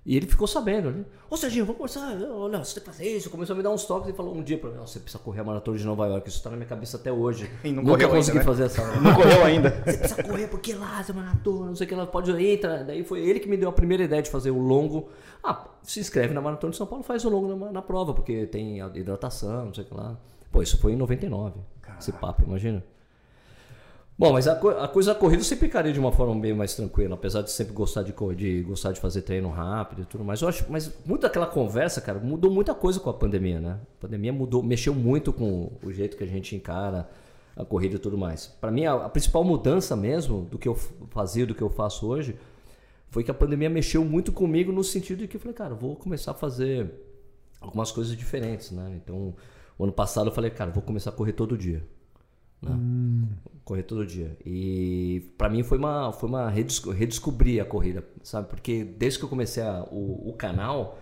Speaker 2: E ele ficou sabendo, né? Ô Serginho, vamos conversar. Olha, você tem que fazer isso. Começou a me dar uns toques e falou um dia pra mim: "Ó, você precisa correr a maratona de Nova York. Isso tá na minha cabeça até hoje.
Speaker 5: [laughs] E não
Speaker 2: Nunca
Speaker 5: correu ainda,
Speaker 2: consegui
Speaker 5: né?
Speaker 2: fazer essa.
Speaker 5: Não correu
Speaker 3: [laughs]
Speaker 5: ainda.
Speaker 2: Você precisa correr porque lá, essa maratona, não sei o que, ela pode entrar. Daí foi ele que me deu a primeira ideia de fazer o longo. Ah, se inscreve na Maratona de São Paulo, faz o longo na, na prova, porque tem a hidratação, não sei o que lá. Pô, isso foi em 99, esse papo, imagina. Bom, mas a, co- a coisa da corrida eu sempre encarei de uma forma bem mais tranquila, apesar de sempre gostar de, cor- de gostar de fazer treino rápido e tudo mais. Eu acho, mas muito daquela conversa, cara, mudou muita coisa com a pandemia, né? A pandemia mudou, mexeu muito com o jeito que a gente encara a corrida e tudo mais. Para mim, a, a principal mudança mesmo do que eu f- fazia, do que eu faço hoje, foi que a pandemia mexeu muito comigo no sentido de que eu falei, cara, eu vou começar a fazer algumas coisas diferentes, né? Então, o ano passado eu falei, cara, eu vou começar a correr todo dia né? Correr todo dia. E pra mim foi uma, foi uma redesco- redescobrir a corrida, sabe? Porque desde que eu comecei a- o, o canal,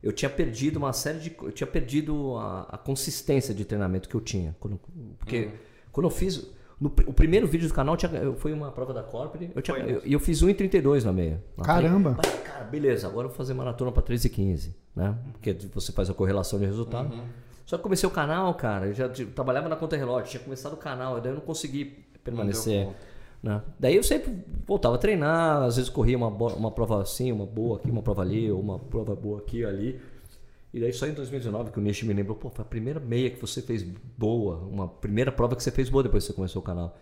Speaker 2: eu tinha perdido uma série de. co- Eu tinha perdido a, a consistência de treinamento que eu tinha. Quando- porque quando eu fiz. no pr- o primeiro vídeo do canal tinha, eu- foi uma prova da Corpore. Eu tinha,
Speaker 5: Foi,
Speaker 2: eu- e eu, fiz 1,32 na meia. Na
Speaker 1: Caramba.
Speaker 2: Falei, cara, beleza, agora eu vou fazer maratona pra 13 e 15, né? Porque você faz a correlação de resultado. Só que comecei o canal, cara, eu já tipo, trabalhava na conta relógio, tinha começado o canal, daí eu não consegui permanecer. né? Daí eu sempre voltava a treinar, às vezes corria uma, bo- uma prova assim, uma boa aqui, uma prova ali, ou uma prova boa aqui ali. E daí só em 2019 que o Nishi me lembrou, pô, foi a primeira meia que você fez boa, uma primeira prova que você fez boa depois que você começou o canal.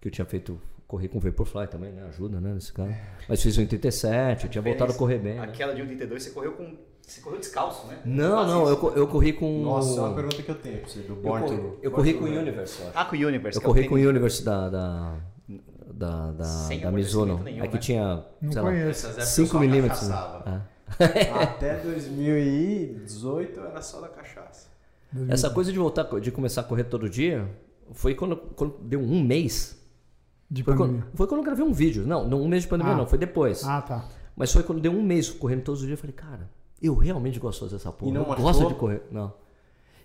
Speaker 2: Que eu tinha feito correr com Vaporfly também, né? Ajuda, né? Nesse cara. Mas fiz um 37, eu tinha voltado a correr bem. né?
Speaker 5: Aquela de 1,32 você correu com. Você correu descalço, né?
Speaker 2: Não,
Speaker 5: Quase
Speaker 2: não,
Speaker 5: isso.
Speaker 2: eu, co- eu corri com.
Speaker 4: Nossa, é uma
Speaker 2: eu,
Speaker 4: pergunta que eu tenho pra você, do Born to
Speaker 2: corri,
Speaker 4: Rule.
Speaker 2: eu corri com o Universe, eu acho.
Speaker 5: Ah, com o Universe.
Speaker 2: Eu
Speaker 5: que é o
Speaker 2: corri com o
Speaker 5: tênis.
Speaker 2: Universe da. da da, da,
Speaker 5: Sem
Speaker 2: da Mizuno.
Speaker 5: amortecimento nenhum,
Speaker 2: É que
Speaker 5: né?
Speaker 2: tinha,
Speaker 1: Não
Speaker 2: sei lá,
Speaker 1: conheço.
Speaker 3: Nessas épocas eu
Speaker 2: 5
Speaker 3: só
Speaker 2: milímetros. né?
Speaker 3: caçava.
Speaker 2: Ah.
Speaker 4: [laughs] Até 2018 era só da cachaça.
Speaker 2: Essa coisa de voltar, de começar a correr todo dia, foi quando, quando deu um mês.
Speaker 1: De
Speaker 2: Foi
Speaker 1: pandemia.
Speaker 2: quando, foi quando eu gravei um vídeo. Não, não um mês de pandemia,
Speaker 1: Ah.
Speaker 2: não, foi depois.
Speaker 1: Ah, tá.
Speaker 2: Mas foi quando deu um mês correndo todos os dias, eu falei, cara, eu realmente gosto de fazer essa porra.
Speaker 4: E não
Speaker 2: eu
Speaker 4: machucou?
Speaker 2: gosto de correr. Não.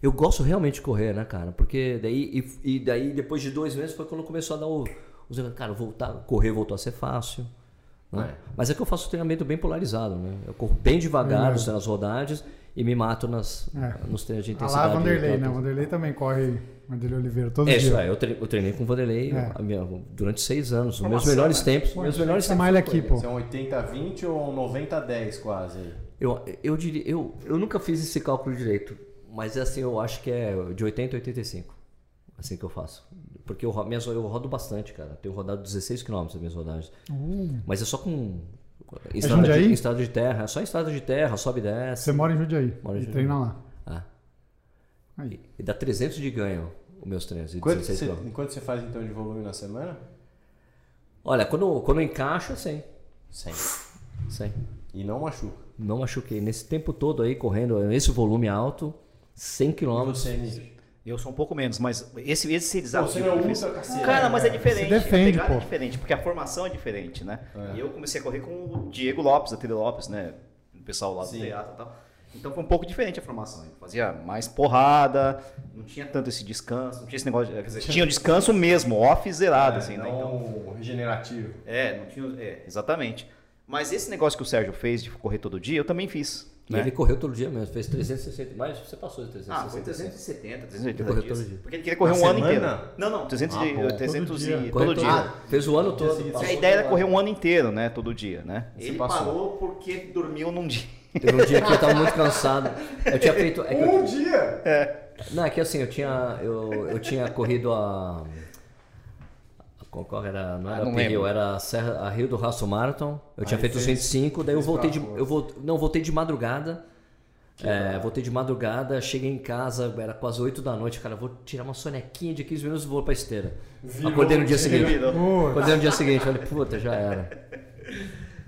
Speaker 2: Eu gosto realmente de correr, né, cara? Porque daí, e, e daí depois de dois meses foi quando começou a dar o. Os, cara, voltar, correr voltou a ser fácil. né? Mas é que eu faço treinamento bem polarizado, né? Eu corro bem devagar nas rodadas e me mato nas,
Speaker 1: É.
Speaker 2: nos treinos de
Speaker 1: Ah lá,
Speaker 2: intensidade.
Speaker 1: Vanderlei, né?
Speaker 2: alta.
Speaker 1: Vanderlei também corre. Vanderlei Oliveira, todo
Speaker 2: É,
Speaker 1: dia.
Speaker 2: isso é. Eu tre- eu treinei com o Vanderlei
Speaker 1: É.
Speaker 2: a minha- durante seis anos. Nos meus
Speaker 5: Formação,
Speaker 2: melhores
Speaker 5: né?
Speaker 2: tempos.
Speaker 1: Pô,
Speaker 2: meus
Speaker 1: tinha que
Speaker 2: melhores
Speaker 1: chamar ele aqui,
Speaker 3: Tipo.
Speaker 1: pô.
Speaker 4: Você é um 80-20 ou um 90-10 quase?
Speaker 2: Eu, eu diria. Eu, eu nunca fiz esse cálculo direito. Mas é assim, eu acho que é de 80 a 85. Assim que eu faço. Porque eu, ro- minhas, eu rodo bastante, cara. Tenho rodado 16 km nas minhas rodagens.
Speaker 1: Uh,
Speaker 2: Mas é só com. Estrada, de,
Speaker 1: Jundiaí?
Speaker 2: estrada de terra. É só estrada de terra, sobe e desce.
Speaker 1: você mora em Jundiaí.
Speaker 2: Moro em
Speaker 1: e
Speaker 2: Jundiaí.
Speaker 1: treina lá.
Speaker 2: Ah,
Speaker 1: Aí.
Speaker 2: e dá 300 de ganho os meus treinos. De
Speaker 4: Quanto
Speaker 2: 16
Speaker 4: você,
Speaker 2: km.
Speaker 4: quanto você faz então de volume na semana?
Speaker 2: Olha, quando, quando eu encaixo, é 100.
Speaker 4: 100.
Speaker 2: 100.
Speaker 4: E não machuca.
Speaker 2: Não machuquei. Nesse tempo todo aí, correndo esse volume alto, 100 km.
Speaker 5: Eu sou um pouco menos, mas esse, esse desafio.
Speaker 4: Você não é
Speaker 5: que eu fiz-
Speaker 4: ultra, cacete.
Speaker 5: Cara, mas é diferente.
Speaker 1: Se defende,
Speaker 5: a pegada
Speaker 1: pô.
Speaker 5: é diferente, porque a formação é diferente, né?
Speaker 4: É.
Speaker 5: E eu comecei a correr com o Diego Lopes, da Tele Lopes, né? O pessoal lá do
Speaker 4: Sim.
Speaker 5: teatro e tal. Então foi um pouco diferente a formação. Eu fazia mais porrada, não tinha tanto esse descanso, não tinha esse negócio. de- Quer dizer, tinha o descanso mesmo, off zerado, assim, né? Então,
Speaker 4: É, Não regenerativo.
Speaker 5: é, não tinha. É, exatamente. Mas esse negócio que o Sérgio fez de correr todo dia, eu também fiz.
Speaker 2: E
Speaker 5: né?
Speaker 2: ele correu todo dia mesmo, fez 360. Mas você passou de
Speaker 5: Ah, foi
Speaker 2: 360.
Speaker 5: 370,
Speaker 2: Ele correu
Speaker 5: 380
Speaker 2: todo
Speaker 5: dias.
Speaker 2: dia.
Speaker 5: Porque ele queria correr
Speaker 4: Na
Speaker 5: um ano inteiro.
Speaker 4: semana?
Speaker 5: Não, não, 300
Speaker 4: Ah,
Speaker 5: de-
Speaker 4: bom.
Speaker 5: 300
Speaker 4: Todo
Speaker 5: e
Speaker 4: dia.
Speaker 2: Correu
Speaker 5: todo dia.
Speaker 2: Ah, Fez o ano todo.
Speaker 4: seguinte,
Speaker 2: passou
Speaker 5: A ideia
Speaker 3: É.
Speaker 5: era
Speaker 2: todo
Speaker 5: correr
Speaker 2: ano.
Speaker 5: um ano inteiro, né? Todo dia, né?
Speaker 4: Você
Speaker 5: ele
Speaker 4: passou.
Speaker 5: parou porque dormiu num [laughs] dia.
Speaker 2: Teve um dia que eu tava muito cansado. Eu tinha feito. é que eu-
Speaker 4: Um dia!
Speaker 2: não, é que assim, eu tinha. Eu, eu tinha corrido a. a- Qual qual era? Não era
Speaker 5: Ah, não
Speaker 2: Rio,
Speaker 5: lembro.
Speaker 2: era a, Serra, a Rio do Raço Marathon. Eu tinha
Speaker 4: Aí
Speaker 2: feito os
Speaker 4: fez-
Speaker 2: 25, daí eu
Speaker 4: fez
Speaker 2: voltei de.
Speaker 4: pra
Speaker 2: Eu volt, não, voltei de madrugada. É, voltei de madrugada, cheguei em casa, era quase 8 da noite, cara, vou tirar uma sonequinha de 15 minutos e vou pra esteira. Acordei
Speaker 5: um
Speaker 2: no dia seguinte. Acordei no dia seguinte, falei, puta, já era.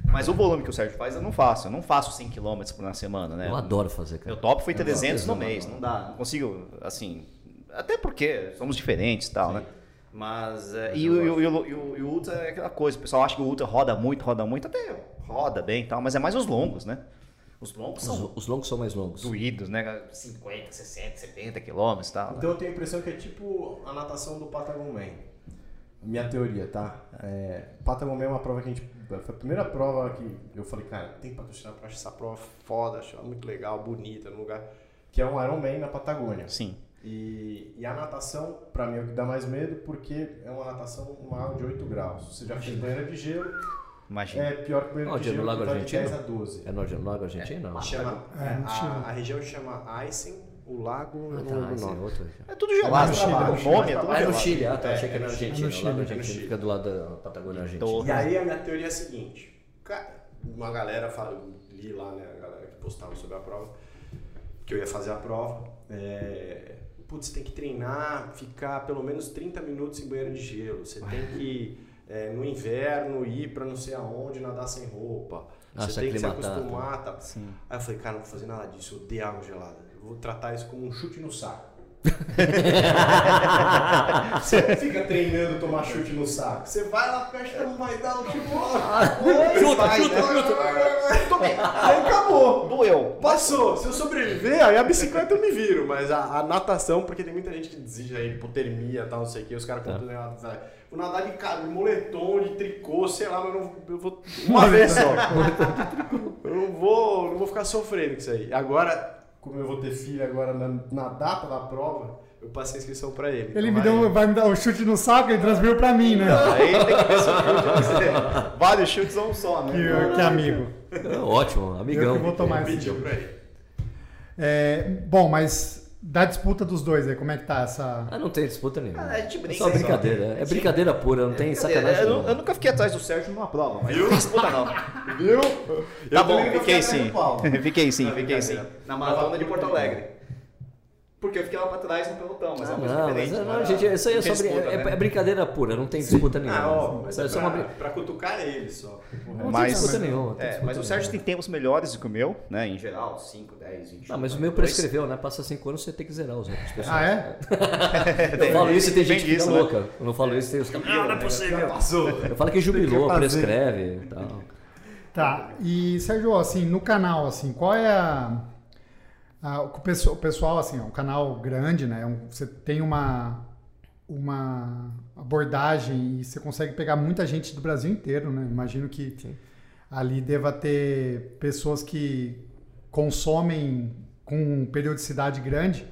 Speaker 5: Mas o volume que o Sérgio faz, eu não faço. Eu não faço 100 km por na semana, né?
Speaker 2: Eu adoro fazer,
Speaker 5: Meu
Speaker 2: cara.
Speaker 5: top
Speaker 4: É
Speaker 5: foi ter
Speaker 2: Eu não
Speaker 5: 300 no
Speaker 2: sei, não,
Speaker 5: mês.
Speaker 2: não.
Speaker 5: Não dá. Não consigo, assim. Até porque somos diferentes e tal, né? Mas. é, e, o, e o- e o- e o- e o Ultra é aquela coisa. O pessoal acha que o Ultra roda muito, roda muito. Até roda bem e tal. Mas é mais os longos, né? Os longos são
Speaker 2: Os, os longos são mais longos.
Speaker 5: doídos, né? 50, 60, 70 quilômetros e tal. né?
Speaker 3: Então eu tenho a impressão que é tipo a natação do Patagon Man. Minha teoria, tá? É, Patagon Man é uma prova que a gente. Foi a primeira prova que eu falei, cara, tem que patrocinar pra achar essa prova foda, acho ela muito legal, bonita, num lugar. Que é um Iron Man na Patagônia.
Speaker 5: Sim.
Speaker 3: E, e a natação, pra mim, é o que dá mais medo, porque é uma natação uma água de 8 graus. Você já fez banheira de gelo,
Speaker 5: Imagina.
Speaker 3: é pior que banheira
Speaker 2: Onde?
Speaker 3: de
Speaker 2: No
Speaker 3: gelo,
Speaker 2: Lago
Speaker 3: que vai
Speaker 2: Argentino?
Speaker 3: de 10 a 12.
Speaker 2: É no lago argentino? Não.
Speaker 3: Chama,
Speaker 1: É,
Speaker 3: é,
Speaker 1: no Chile.
Speaker 3: a, a região chama Icing, o lago, não
Speaker 2: Ah,
Speaker 3: lembro o
Speaker 2: tá, esse é
Speaker 3: nome.
Speaker 2: outro.
Speaker 5: É, tudo
Speaker 3: É
Speaker 5: gelado.
Speaker 3: no Chile,
Speaker 5: né?
Speaker 3: é no
Speaker 5: o
Speaker 3: Chile,
Speaker 5: nome é
Speaker 3: mas
Speaker 5: tudo
Speaker 3: tá
Speaker 2: Ah, é
Speaker 5: gelado.
Speaker 2: no Chile. Ah, tá. achei que era
Speaker 3: É
Speaker 2: na
Speaker 3: no Chile,
Speaker 1: é
Speaker 2: Argentina. O
Speaker 1: no
Speaker 2: lago
Speaker 3: Chile.
Speaker 2: argentino fica do lado da Patagônia Argentina.
Speaker 5: Então,
Speaker 3: E aí a minha teoria é a seguinte, cara, uma galera fala, eu li lá, né, a galera que postava sobre a prova, que eu ia fazer a prova, é, putz, você tem que treinar, ficar pelo menos 30 minutos em banheiro de gelo, você
Speaker 2: [laughs]
Speaker 3: tem que é, no inverno ir pra não sei aonde nadar sem roupa,
Speaker 2: Ah, se
Speaker 3: você tem que se
Speaker 2: aclimatar, tá.
Speaker 3: acostumar, tá? Aí eu falei, cara, não vou fazer nada disso, eu odeio água gelada, eu vou tratar isso como um chute no saco. Você não fica treinando tomar chute no saco. Você vai lá, fecha, não vai dar um chute.
Speaker 2: Chuta,
Speaker 3: Vai,
Speaker 2: chuta,
Speaker 3: né? Tomei. Aí acabou.
Speaker 5: Doeu.
Speaker 3: Passou. Se eu sobreviver, aí a bicicleta eu me viro. Mas a, a natação, porque tem muita gente que desiste aí, hipotermia e tal, não sei o que. Os caras
Speaker 1: Tá.
Speaker 3: contam, né? vai, Vou nadar de, cara, de moletom, de tricô, sei lá, mas eu, não, eu vou uma vez só. Eu não vou, não vou ficar sofrendo com isso aí. Agora, como eu vou ter filho agora na, na data da prova, eu passei a inscrição pra ele.
Speaker 1: Ele
Speaker 3: Então vai-
Speaker 1: me deu, vai me dar o chute no saco, ele transferiu pra mim, né?
Speaker 5: Aí tem que ver se o chute
Speaker 3: [laughs]
Speaker 5: você- Vários chutes ou um só, né?
Speaker 1: Que, que amigo.
Speaker 2: É, Ótimo,
Speaker 1: Eu
Speaker 2: amigão.
Speaker 1: que vou tomar esse
Speaker 3: Pediu
Speaker 1: chute.
Speaker 3: pra ele.
Speaker 1: É, bom, mas da disputa dos dois aí, como é que tá essa.
Speaker 2: Ah, não tem disputa nenhuma.
Speaker 5: Ah, é tipo,
Speaker 2: é
Speaker 5: nem
Speaker 2: só
Speaker 5: sei,
Speaker 2: brincadeira.
Speaker 5: só.
Speaker 2: É brincadeira pura, não tem sacanagem.
Speaker 5: Eu,
Speaker 2: nenhuma.
Speaker 5: eu nunca fiquei atrás do Sérgio numa prova, mas não disputa não.
Speaker 3: Viu?
Speaker 5: Tá
Speaker 3: Eu
Speaker 5: bom,
Speaker 3: também nunca
Speaker 5: fiquei
Speaker 3: atrás
Speaker 5: sim.
Speaker 3: do pau.
Speaker 5: [laughs] fiquei sim,
Speaker 3: Não,
Speaker 5: fiquei sim.
Speaker 3: brincadeira.
Speaker 5: Na maratona de Porto Alegre. Porque eu fiquei lá pra trás no pelotão, mas é
Speaker 2: Ah,
Speaker 5: uma coisa
Speaker 2: não, mas
Speaker 5: diferente.
Speaker 2: é-
Speaker 5: não
Speaker 2: não,
Speaker 5: era-
Speaker 2: gente, isso aí é,
Speaker 5: não
Speaker 2: só
Speaker 5: tinha
Speaker 2: brin-
Speaker 5: disputa,
Speaker 2: é-
Speaker 5: né?
Speaker 2: é brincadeira pura, não tem disputa
Speaker 3: [laughs]
Speaker 2: nenhuma.
Speaker 3: Ah, ó, mas
Speaker 2: é
Speaker 3: é
Speaker 2: só
Speaker 3: pra,
Speaker 2: uma brin-
Speaker 3: pra cutucar ele só.
Speaker 2: Não tem
Speaker 5: Mas-
Speaker 2: disputa nenhuma. não tem
Speaker 5: É,
Speaker 2: disputa
Speaker 5: mas o Sérgio tem tempos melhores do que o meu, né? Em geral, 5, 10, 20.
Speaker 2: Ah, mas o meu prescreveu, né? Passa cinco anos você tem que zerar os outros. pessoal.
Speaker 1: Ah,
Speaker 2: [laughs]
Speaker 1: é?
Speaker 2: Eu falo isso e tem
Speaker 5: Depende
Speaker 2: gente que fica
Speaker 5: disso, né?
Speaker 2: louca. Eu não falo isso e tem os caras. Não, não é possível.
Speaker 3: né? Passou.
Speaker 2: Eu falo que é
Speaker 3: Tem
Speaker 2: jubilou,
Speaker 3: que fazer.
Speaker 2: prescreve e tal.
Speaker 1: Tá. E, Sérgio, assim, no canal, assim, qual é a. a- o, pessoal, o pessoal, assim, é um canal grande, né? É um- você tem uma, uma abordagem e você consegue pegar muita gente do Brasil inteiro, né? Imagino que ali deva ter pessoas que consomem com periodicidade grande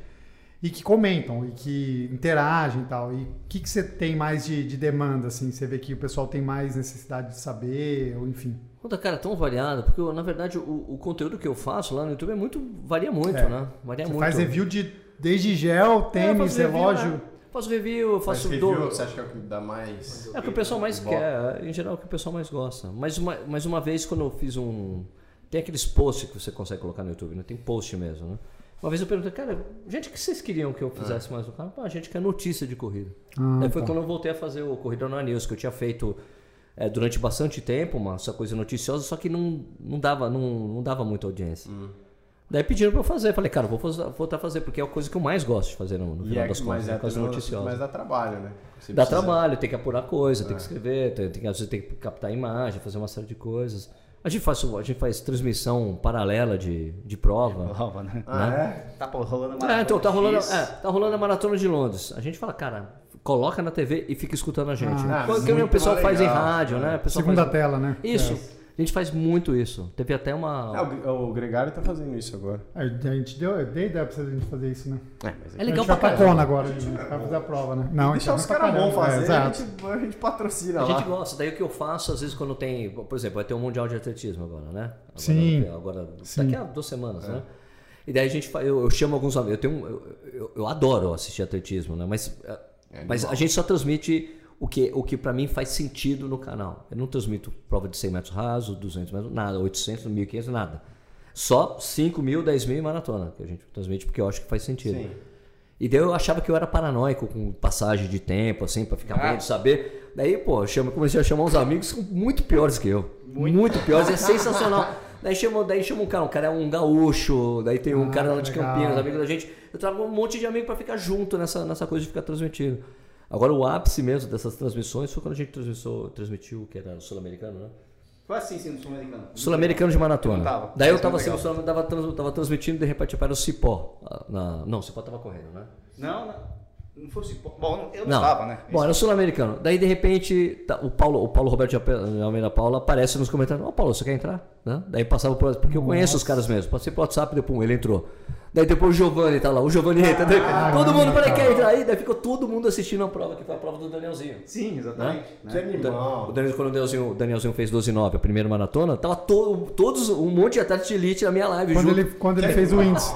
Speaker 1: e que comentam e que interagem e tal. E o que, que você tem mais de, de demanda, assim? Você vê que o pessoal tem mais necessidade de saber, ou enfim.
Speaker 2: Puta, cara, tão variado, porque eu, na verdade o, o conteúdo que eu faço lá no YouTube é muito. varia muito,
Speaker 1: É.
Speaker 2: né? Varia
Speaker 1: Você
Speaker 2: muito.
Speaker 1: faz review de desde gel,
Speaker 2: É, eu faço
Speaker 1: tênis,
Speaker 2: review,
Speaker 1: relógio.
Speaker 2: né? Faço review, eu faço.
Speaker 3: Mas
Speaker 2: dou-
Speaker 3: review, você acha que é o que dá mais.
Speaker 2: É o que o pessoal mais
Speaker 3: Bota.
Speaker 2: quer, é, em geral é o que o pessoal mais gosta. Mas uma, mas uma vez quando eu fiz um. Tem aqueles posts que você consegue colocar no YouTube, né? Tem post mesmo, né? Uma vez eu perguntei, cara, gente, o que vocês queriam
Speaker 3: É.
Speaker 2: que eu fizesse mais no canal? Pô, a gente quer notícia de corrida.
Speaker 1: Ah,
Speaker 2: Daí foi
Speaker 1: tá.
Speaker 2: quando eu voltei a fazer o Corrida na News, que eu tinha feito é, durante bastante tempo, uma, essa coisa noticiosa, só que não, não, dava, não, não dava muita audiência.
Speaker 3: Hum.
Speaker 2: Daí pediram pra eu fazer. Falei, cara, vou fazer- voltar a fazer, porque é a coisa que eu mais gosto de fazer no, no
Speaker 3: E
Speaker 2: final
Speaker 3: é,
Speaker 2: das contas,
Speaker 3: mas,
Speaker 2: é
Speaker 3: é
Speaker 2: a coisa
Speaker 3: tudo-
Speaker 2: noticiosa.
Speaker 3: mas dá trabalho, né? Você precisa-
Speaker 2: Dá
Speaker 3: É.
Speaker 2: trabalho, tem que apurar coisa, tem que escrever, tem, tem que, às vezes tem que captar imagem, fazer uma série de coisas. A gente faz, a gente faz transmissão paralela de, de prova.
Speaker 5: Prova, né?
Speaker 3: Ah, é?
Speaker 5: Tá pô, rolando
Speaker 2: Ah, então, tá rolando,
Speaker 5: X.
Speaker 2: é, tá rolando a maratona de Londres. A gente fala, cara, coloca na TV e fica escutando a gente.
Speaker 1: Ah,
Speaker 2: Qual que é o
Speaker 3: muito
Speaker 2: pessoal
Speaker 3: legal.
Speaker 2: faz em rádio, né? O pessoal
Speaker 1: Segunda
Speaker 2: faz-
Speaker 1: tela, né?
Speaker 2: Isso. A gente faz muito isso. Teve até
Speaker 3: Ah,
Speaker 2: uma.
Speaker 3: o, o Gregário tá fazendo isso agora.
Speaker 1: É. A gente deu, eu dei ideia pra vocês a gente fazer isso, né?
Speaker 2: É legal
Speaker 1: a gente
Speaker 2: pra
Speaker 1: vai pra
Speaker 2: caramba.
Speaker 1: Kona agora, né? vai fazer a prova, né? Não,
Speaker 3: Deixar
Speaker 1: então,
Speaker 3: os
Speaker 1: vai pra
Speaker 3: caras bons
Speaker 1: caramba, é,
Speaker 3: fazer, a,
Speaker 1: exato.
Speaker 3: gente, a gente patrocina
Speaker 2: A
Speaker 3: lá.
Speaker 2: gente gosta. Daí o que eu faço, às vezes, quando tem. Por exemplo, vai ter um Mundial de Atletismo agora, né? Agora-
Speaker 1: Sim.
Speaker 2: Agora,
Speaker 1: Sim.
Speaker 2: daqui a duas semanas, né? E daí a gente fa- eu, eu chamo alguns amigos. Eu, tenho, um- eu, eu, eu adoro assistir atletismo, né? Mas, eh, mas a gente só transmite o que, o que para mim faz sentido no canal. Eu não transmito prova de 100 metros raso, 200 metros, nada, 800, 1500, nada. Só 5 mil, 10 mil e maratona, que a gente transmite porque eu acho que faz sentido.
Speaker 4: Sim.
Speaker 2: E daí eu achava que eu era paranoico com passagem de tempo, assim, pra
Speaker 5: Ah.
Speaker 2: ficar bem, de saber. Daí, pô, eu chamo- comecei a chamar uns amigos que são muito piores que eu. Muito,
Speaker 5: [laughs]
Speaker 2: piores, é sensacional. Daí chama, daí chama um cara, um cara é um gaúcho, daí tem um
Speaker 1: Ah,
Speaker 2: cara lá de
Speaker 1: legal.
Speaker 2: Campinas, amigo da gente. Eu trago um monte de amigo pra ficar junto nessa, nessa coisa de ficar transmitindo. Agora, o ápice mesmo dessas transmissões foi quando a gente transmissou- transmitiu, que era sul-americano, né?
Speaker 5: Foi assim, sim, no Sul-Americano.
Speaker 2: Sul-Americano de maratona.
Speaker 5: Eu tava.
Speaker 2: Daí eu
Speaker 5: Mas
Speaker 2: tava
Speaker 5: foi
Speaker 2: assim,
Speaker 5: legal.
Speaker 2: eu tava, trans- tava transmitindo, de repente aparece o Cipó. ah, na- não, o Cipó tava correndo, né?
Speaker 5: Não, não. Não foi o Cipó. Bom, eu não, estava, né?
Speaker 2: Bom, era o sul-americano. Daí, de repente, tá- o, Paulo, o Paulo Roberto de Alpe- de Almeida Paula aparece nos comentários. Ó, Paulo, você quer entrar? Né? Daí passava por... Porque eu conheço os caras mesmo. Passei pro WhatsApp, depois ele entrou. Daí depois o Giovanni tá lá, o Giovanni entra. daí- todo mundo, peraí, quer entrar aí? Daí ficou todo mundo assistindo a prova, que foi a prova do Danielzinho.
Speaker 5: Sim, exatamente.
Speaker 3: Que
Speaker 2: Né? Então, O
Speaker 3: Né? animal.
Speaker 2: Daniel, quando o Danielzinho, o Danielzinho fez 12,9, a primeira maratona, tava to, todos, um monte de atletas de elite na minha live
Speaker 1: Quando
Speaker 2: junto.
Speaker 1: ele, quando ele fez o índice.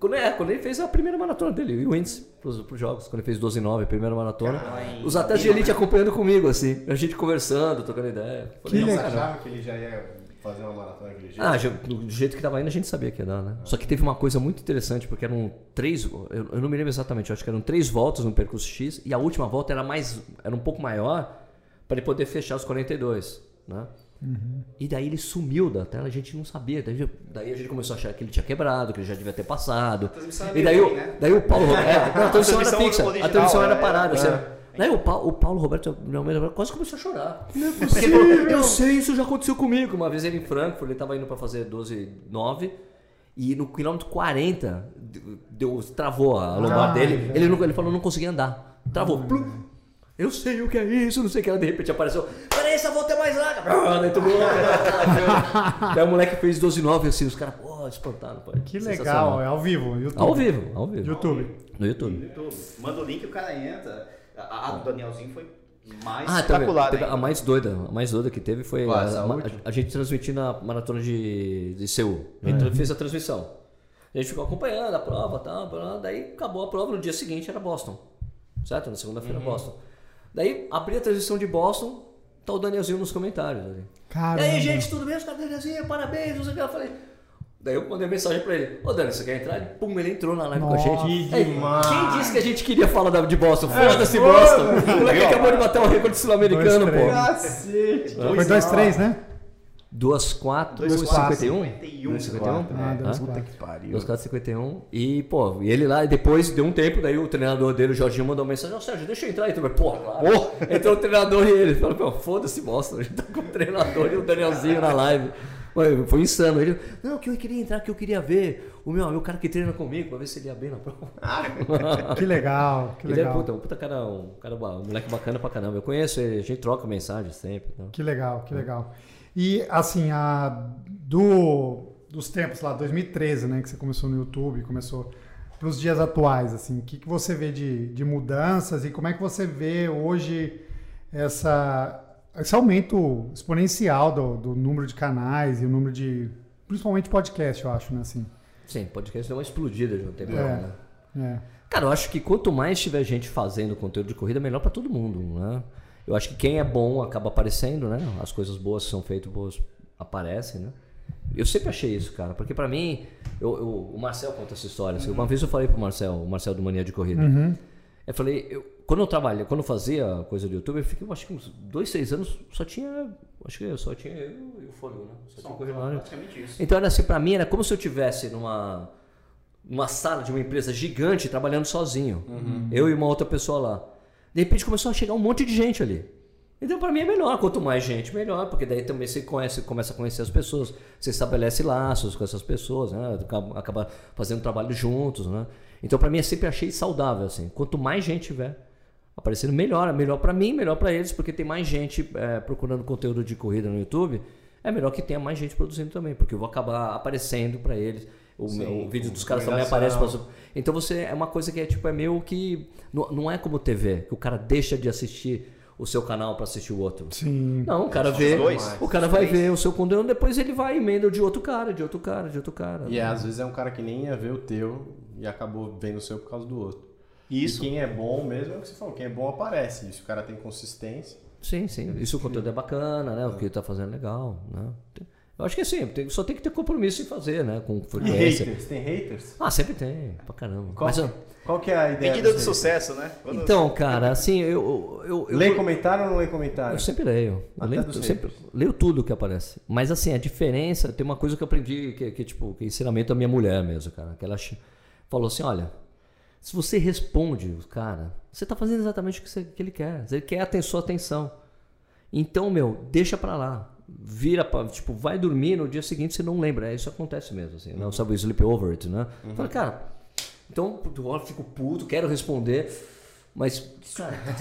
Speaker 2: Quando, é, quando ele fez a primeira maratona dele, e o índice pros, pros jogos, quando ele fez 12 e 9, a primeira maratona. os atletas de elite acompanhando comigo, assim. A gente conversando, trocando ideia.
Speaker 1: Que
Speaker 2: Falei, "Não,
Speaker 1: legal.
Speaker 3: Achava que ele já ia fazer uma maratona daquele jeito.
Speaker 2: ah, já- do jeito que tava indo, a gente sabia que ia dar, né? Só que teve uma coisa muito interessante, porque eram três. Eu, eu não me lembro exatamente, eu acho que eram três voltas no percurso X, e a última volta era mais. era um pouco maior para ele poder fechar os 42, né? E daí ele sumiu da tela, a gente não sabia. Daí, daí a gente começou a achar que ele tinha quebrado, que ele já devia ter passado.
Speaker 5: transmissão era
Speaker 2: E daí,
Speaker 5: meio
Speaker 2: o,
Speaker 5: ruim, né?
Speaker 2: daí o Paulo Roberto. É,
Speaker 5: [laughs]
Speaker 2: não, a transmissão era
Speaker 5: transmissão um
Speaker 2: fixa,
Speaker 5: original,
Speaker 2: a transmissão era
Speaker 5: é,
Speaker 2: parada.
Speaker 5: é.
Speaker 2: assim. Daí o, Pau- o Paulo Roberto de Almeida quase começou a chorar. Não é possível. Eu sei, isso já aconteceu comigo. Uma vez ele em Frankfurt, ele estava indo para fazer 12,9 e no quilômetro 40 deu, travou a lombar
Speaker 1: Ah, Hum.
Speaker 2: dele. Ele, não, ele falou, não conseguia andar. Travou. Plum. Eu sei o que é isso, não sei o que era. De repente apareceu, peraí, essa volta é mais larga. Ah, Daí todo mundo-
Speaker 1: [laughs]
Speaker 2: Daí o moleque fez 12,9 assim, os caras, pô, espantaram. pô.
Speaker 1: Que
Speaker 2: Sensacional.
Speaker 1: legal, é ao vivo. YouTube.
Speaker 2: Ao vivo, ao vivo.
Speaker 1: YouTube.
Speaker 2: No
Speaker 5: No
Speaker 2: YouTube.
Speaker 5: YouTube. Manda o link e o cara entra. A, a do Danielzinho foi mais
Speaker 2: Ah, tá
Speaker 5: espetacular.
Speaker 2: teve,
Speaker 5: hein?
Speaker 2: a mais doida, a mais doida que teve foi
Speaker 4: né? Qual,
Speaker 2: a-
Speaker 4: essa
Speaker 2: a, ma-
Speaker 4: última?
Speaker 2: a gente transmitindo a maratona de, de Seul. A gente fez a transmissão. A gente ficou acompanhando a prova, tal, blá, daí acabou a prova, no dia seguinte era Boston. Certo? Na segunda-feira
Speaker 4: Uhum.
Speaker 2: Boston. Daí abri a transmissão de Boston, tá o Danielzinho nos comentários ali.
Speaker 1: Caramba.
Speaker 2: E aí, gente, tudo bem? Os caras, Danielzinho, parabéns, não sei o que. Eu falei. Daí eu mandei mensagem pra ele. Ô, Dani, você quer entrar? Ele, pum, ele entrou na live com a
Speaker 1: Nossa,
Speaker 2: gente.
Speaker 1: que É,
Speaker 2: Aí,
Speaker 3: demais.
Speaker 2: quem disse que a gente queria falar da- de Boston? Foda-se, Boston. O moleque acabou de bater o recorde sul-americano,
Speaker 1: Dois, três.
Speaker 2: pô.
Speaker 3: Cacete.
Speaker 1: Foi 2-3, né?
Speaker 2: 2,4,
Speaker 1: Dois, quatro.
Speaker 2: 2,51. 2,51?
Speaker 1: Ah,
Speaker 2: É,
Speaker 1: dois,
Speaker 2: tá?
Speaker 1: quatro.
Speaker 4: Que pariu.
Speaker 2: 2,51. E, pô, e ele lá, e depois deu um tempo, daí o treinador dele, o Jorginho, mandou uma mensagem: Ó, Sérgio, deixa eu entrar aí. Tu vai, Porra, claro. [laughs] Entrou o treinador e ele. Falou: Pô, foda-se, bosta. A gente tá com o treinador e o Danielzinho na live. Foi, foi insano. Ele, não, que eu queria entrar, que eu queria ver o meu amigo, o cara que treina comigo, pra ver se ele ia bem na prova.
Speaker 1: Que legal, Ah, que
Speaker 2: ele é
Speaker 1: legal.
Speaker 2: puta, um puta cara, um, cara, um moleque bacana pra caramba. Eu conheço ele, a gente troca mensagem sempre. Então.
Speaker 1: Que legal, que legal. E assim, a do dos tempos lá, 2013, né, que você começou no YouTube, começou para os dias atuais, assim, o que, que você vê de, de mudanças e como é que você vê hoje essa esse aumento exponencial do, do número de canais e o número de principalmente podcast, eu acho, né, assim.
Speaker 2: Sim, podcast deu uma explodida de um tempo. pra
Speaker 1: É.
Speaker 2: cá, né?
Speaker 1: É.
Speaker 2: Cara, eu acho que quanto mais tiver gente fazendo conteúdo de corrida, melhor pra todo mundo, né? Eu acho que quem é bom acaba aparecendo, né? As coisas boas que são feitas, boas aparecem, né? Eu sempre achei isso, cara, porque pra mim, eu- eu- o Marcel conta essa história. assim, uma vez eu falei pro Marcel, o Marcel do Mania de Corrida. Eu falei, eu- quando eu trabalhei, quando eu fazia coisa do YouTube, eu fiquei, eu acho que uns dois, três anos, só tinha, acho que eu só tinha eu e o Fôlego, né? Só
Speaker 5: um
Speaker 2: tinha coisa lá.
Speaker 5: Praticamente isso.
Speaker 2: Então era assim, pra mim era como se eu tivesse numa numa sala de uma empresa gigante trabalhando sozinho. Eu e uma outra pessoa lá. De repente começou a chegar um monte de gente ali. Então pra mim é melhor, quanto mais gente, melhor, porque daí também você conhece, começa a conhecer as pessoas, você estabelece laços com essas pessoas, né? Acaba- Acaba fazendo trabalho juntos, né? Então pra mim eu sempre achei saudável assim. Quanto mais gente tiver, aparecendo melhor, é melhor pra mim, melhor pra eles, porque tem mais gente é, procurando conteúdo de corrida no YouTube. É melhor que tenha mais gente produzindo também, porque eu vou acabar aparecendo pra eles. O, meu- o vídeo dos caras também aparece. pra- Então você é uma coisa que é tipo é meio que não, não é como TV, que o cara deixa de assistir o seu canal pra assistir o outro.
Speaker 1: Sim.
Speaker 2: Não, o cara vê,
Speaker 5: dois,
Speaker 2: o cara vai ver o seu conteúdo, depois ele vai e emenda de outro cara, de outro cara, de outro cara.
Speaker 3: E é, às vezes é um cara que nem ia ver o teu e acabou vendo o seu por causa do outro.
Speaker 5: Isso.
Speaker 3: E quem é bom mesmo é o que você falou, quem é bom aparece. E se o cara tem consistência.
Speaker 2: Sim, sim. Isso o conteúdo é bacana, né? O que ele tá fazendo é legal, né? Tem- eu Eu acho que assim, tem- só tem que ter compromisso em fazer, né? Com
Speaker 4: E
Speaker 2: frequência.
Speaker 4: haters? Tem haters?
Speaker 2: Ah, sempre tem, pra caramba.
Speaker 4: Qual,
Speaker 2: Mas, eu-
Speaker 4: qual que é a ideia?
Speaker 5: Medida do
Speaker 4: dos haters?
Speaker 5: sucesso, né? Quando-
Speaker 2: assim. então, cara, assim, eu. eu, eu, eu
Speaker 4: Lê comentário ou não lê comentário?
Speaker 2: Eu sempre leio. Eu
Speaker 4: Até
Speaker 2: leio,
Speaker 4: dos
Speaker 2: eu sempre leio tudo que aparece. Mas assim, a diferença, tem uma coisa que eu aprendi, que, que tipo, que é ensinamento da minha mulher mesmo, cara. Que ela ch- falou assim, olha, se você responde o cara, você tá fazendo exatamente o que, você- que ele quer. Ele quer a sua atenção. Então, meu, deixa pra lá. Vira, pra, tipo, vai dormir, no dia seguinte você não lembra. É, Isso acontece mesmo, assim. Não sabe o sleep over it, né?
Speaker 4: Uhum.
Speaker 2: Fala, cara, então, puto, eu fico puto, quero responder, mas... Cara, ah,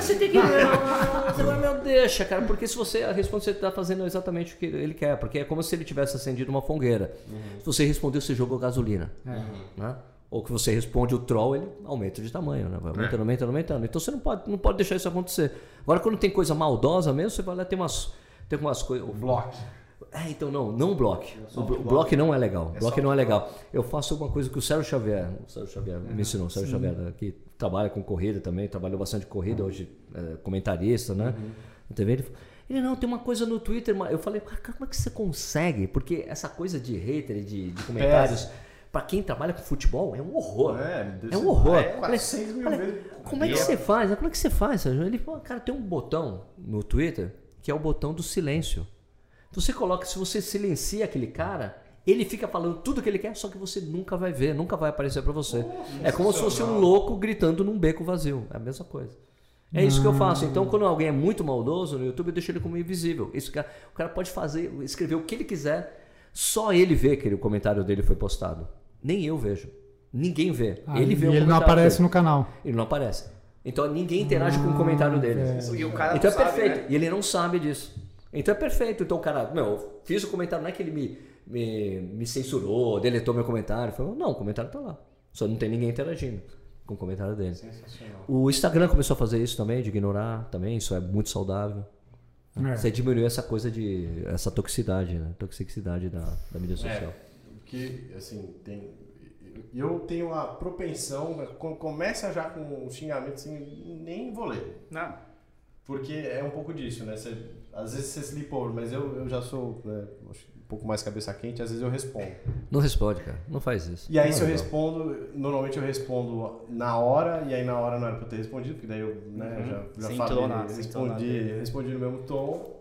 Speaker 2: você tem que... Você vai, meu, deixa, cara, porque se você responde, você tá fazendo exatamente o que ele quer, porque é como se ele tivesse acendido uma fogueira. Se você respondeu, você jogou gasolina, né? Ou que você responde o troll, ele aumenta de tamanho, né? Vai aumentando, aumentando, aumentando. Então você não pode, não pode deixar isso acontecer. Agora, quando tem coisa maldosa mesmo, você vai lá, tem umas, tem umas coisas... O bloco. É, então não, não bloque. O blo- o bloque não é legal. O bloque não é legal. Eu faço uma coisa que o Sérgio Xavier, o Sérgio Xavier me ensinou, o Sérgio Xavier, né, que trabalha com corrida também, trabalhou bastante corrida, hoje é comentarista, né? Na TV, ele, falou, ele, não, tem uma coisa no Twitter, mas eu falei, "Cara, como é que você consegue? Porque essa coisa de hater, e de, de comentários, pra quem trabalha com futebol, é um horror. É, um horror.
Speaker 5: é
Speaker 2: Eu falei,
Speaker 5: 400 mil
Speaker 2: Olha,
Speaker 5: vezes.
Speaker 2: Como é que você faz? Como é que você faz, Sérgio? Ele falou, cara, tem um botão no Twitter que é o botão do silêncio. Você coloca, se você silencia aquele cara, ele fica falando tudo que ele quer, só que você nunca vai ver, nunca vai aparecer pra você. é como se fosse um louco gritando num beco vazio. É a mesma coisa. É isso que eu faço.
Speaker 1: Ah.
Speaker 2: Então, quando alguém é muito maldoso no YouTube, eu deixo ele como invisível. Esse cara, o cara pode fazer, escrever o que ele quiser, só ele vê que ele- o comentário dele foi postado. Nem eu vejo. Ninguém vê.
Speaker 1: Ah,
Speaker 2: ele vê
Speaker 1: e
Speaker 2: o
Speaker 1: ele não
Speaker 2: comentário
Speaker 1: aparece
Speaker 2: dele
Speaker 1: no canal.
Speaker 2: ele não aparece. Então ninguém interage com o comentário dele.
Speaker 5: E o cara
Speaker 2: Então é
Speaker 5: não sabe,
Speaker 2: perfeito.
Speaker 5: né?
Speaker 2: E ele não sabe disso. Então é perfeito. Então o cara, meu, eu fiz o comentário, não é que ele me, me, me censurou, deletou meu comentário. Falou, não, o comentário tá lá. Só não tem ninguém interagindo com o comentário dele. O Instagram começou a fazer isso também, de ignorar também, isso é muito saudável.
Speaker 1: É.
Speaker 2: Você diminuiu essa coisa de. essa toxicidade, né? Toxicidade da, da
Speaker 5: É.
Speaker 2: mídia social.
Speaker 3: Porque, assim, tem. Eu tenho a propensão, quando começa já com um xingamento, assim, nem vou ler.
Speaker 5: Não.
Speaker 3: Porque é um pouco disso, né? Você- às vezes você se lipa, mas eu, eu já sou né, acho que um pouco mais cabeça quente, às vezes eu respondo.
Speaker 2: Não responde, cara. Não faz isso.
Speaker 3: E aí,
Speaker 2: Não
Speaker 3: se
Speaker 2: é
Speaker 3: eu
Speaker 2: legal.
Speaker 3: respondo, normalmente eu respondo na hora, e aí na hora não era pra eu ter respondido, porque daí eu né, já, já
Speaker 5: Uhum. Sem
Speaker 3: falei,
Speaker 5: entonar, né? sem
Speaker 3: respondi,
Speaker 5: entonar.
Speaker 3: respondi no mesmo tom.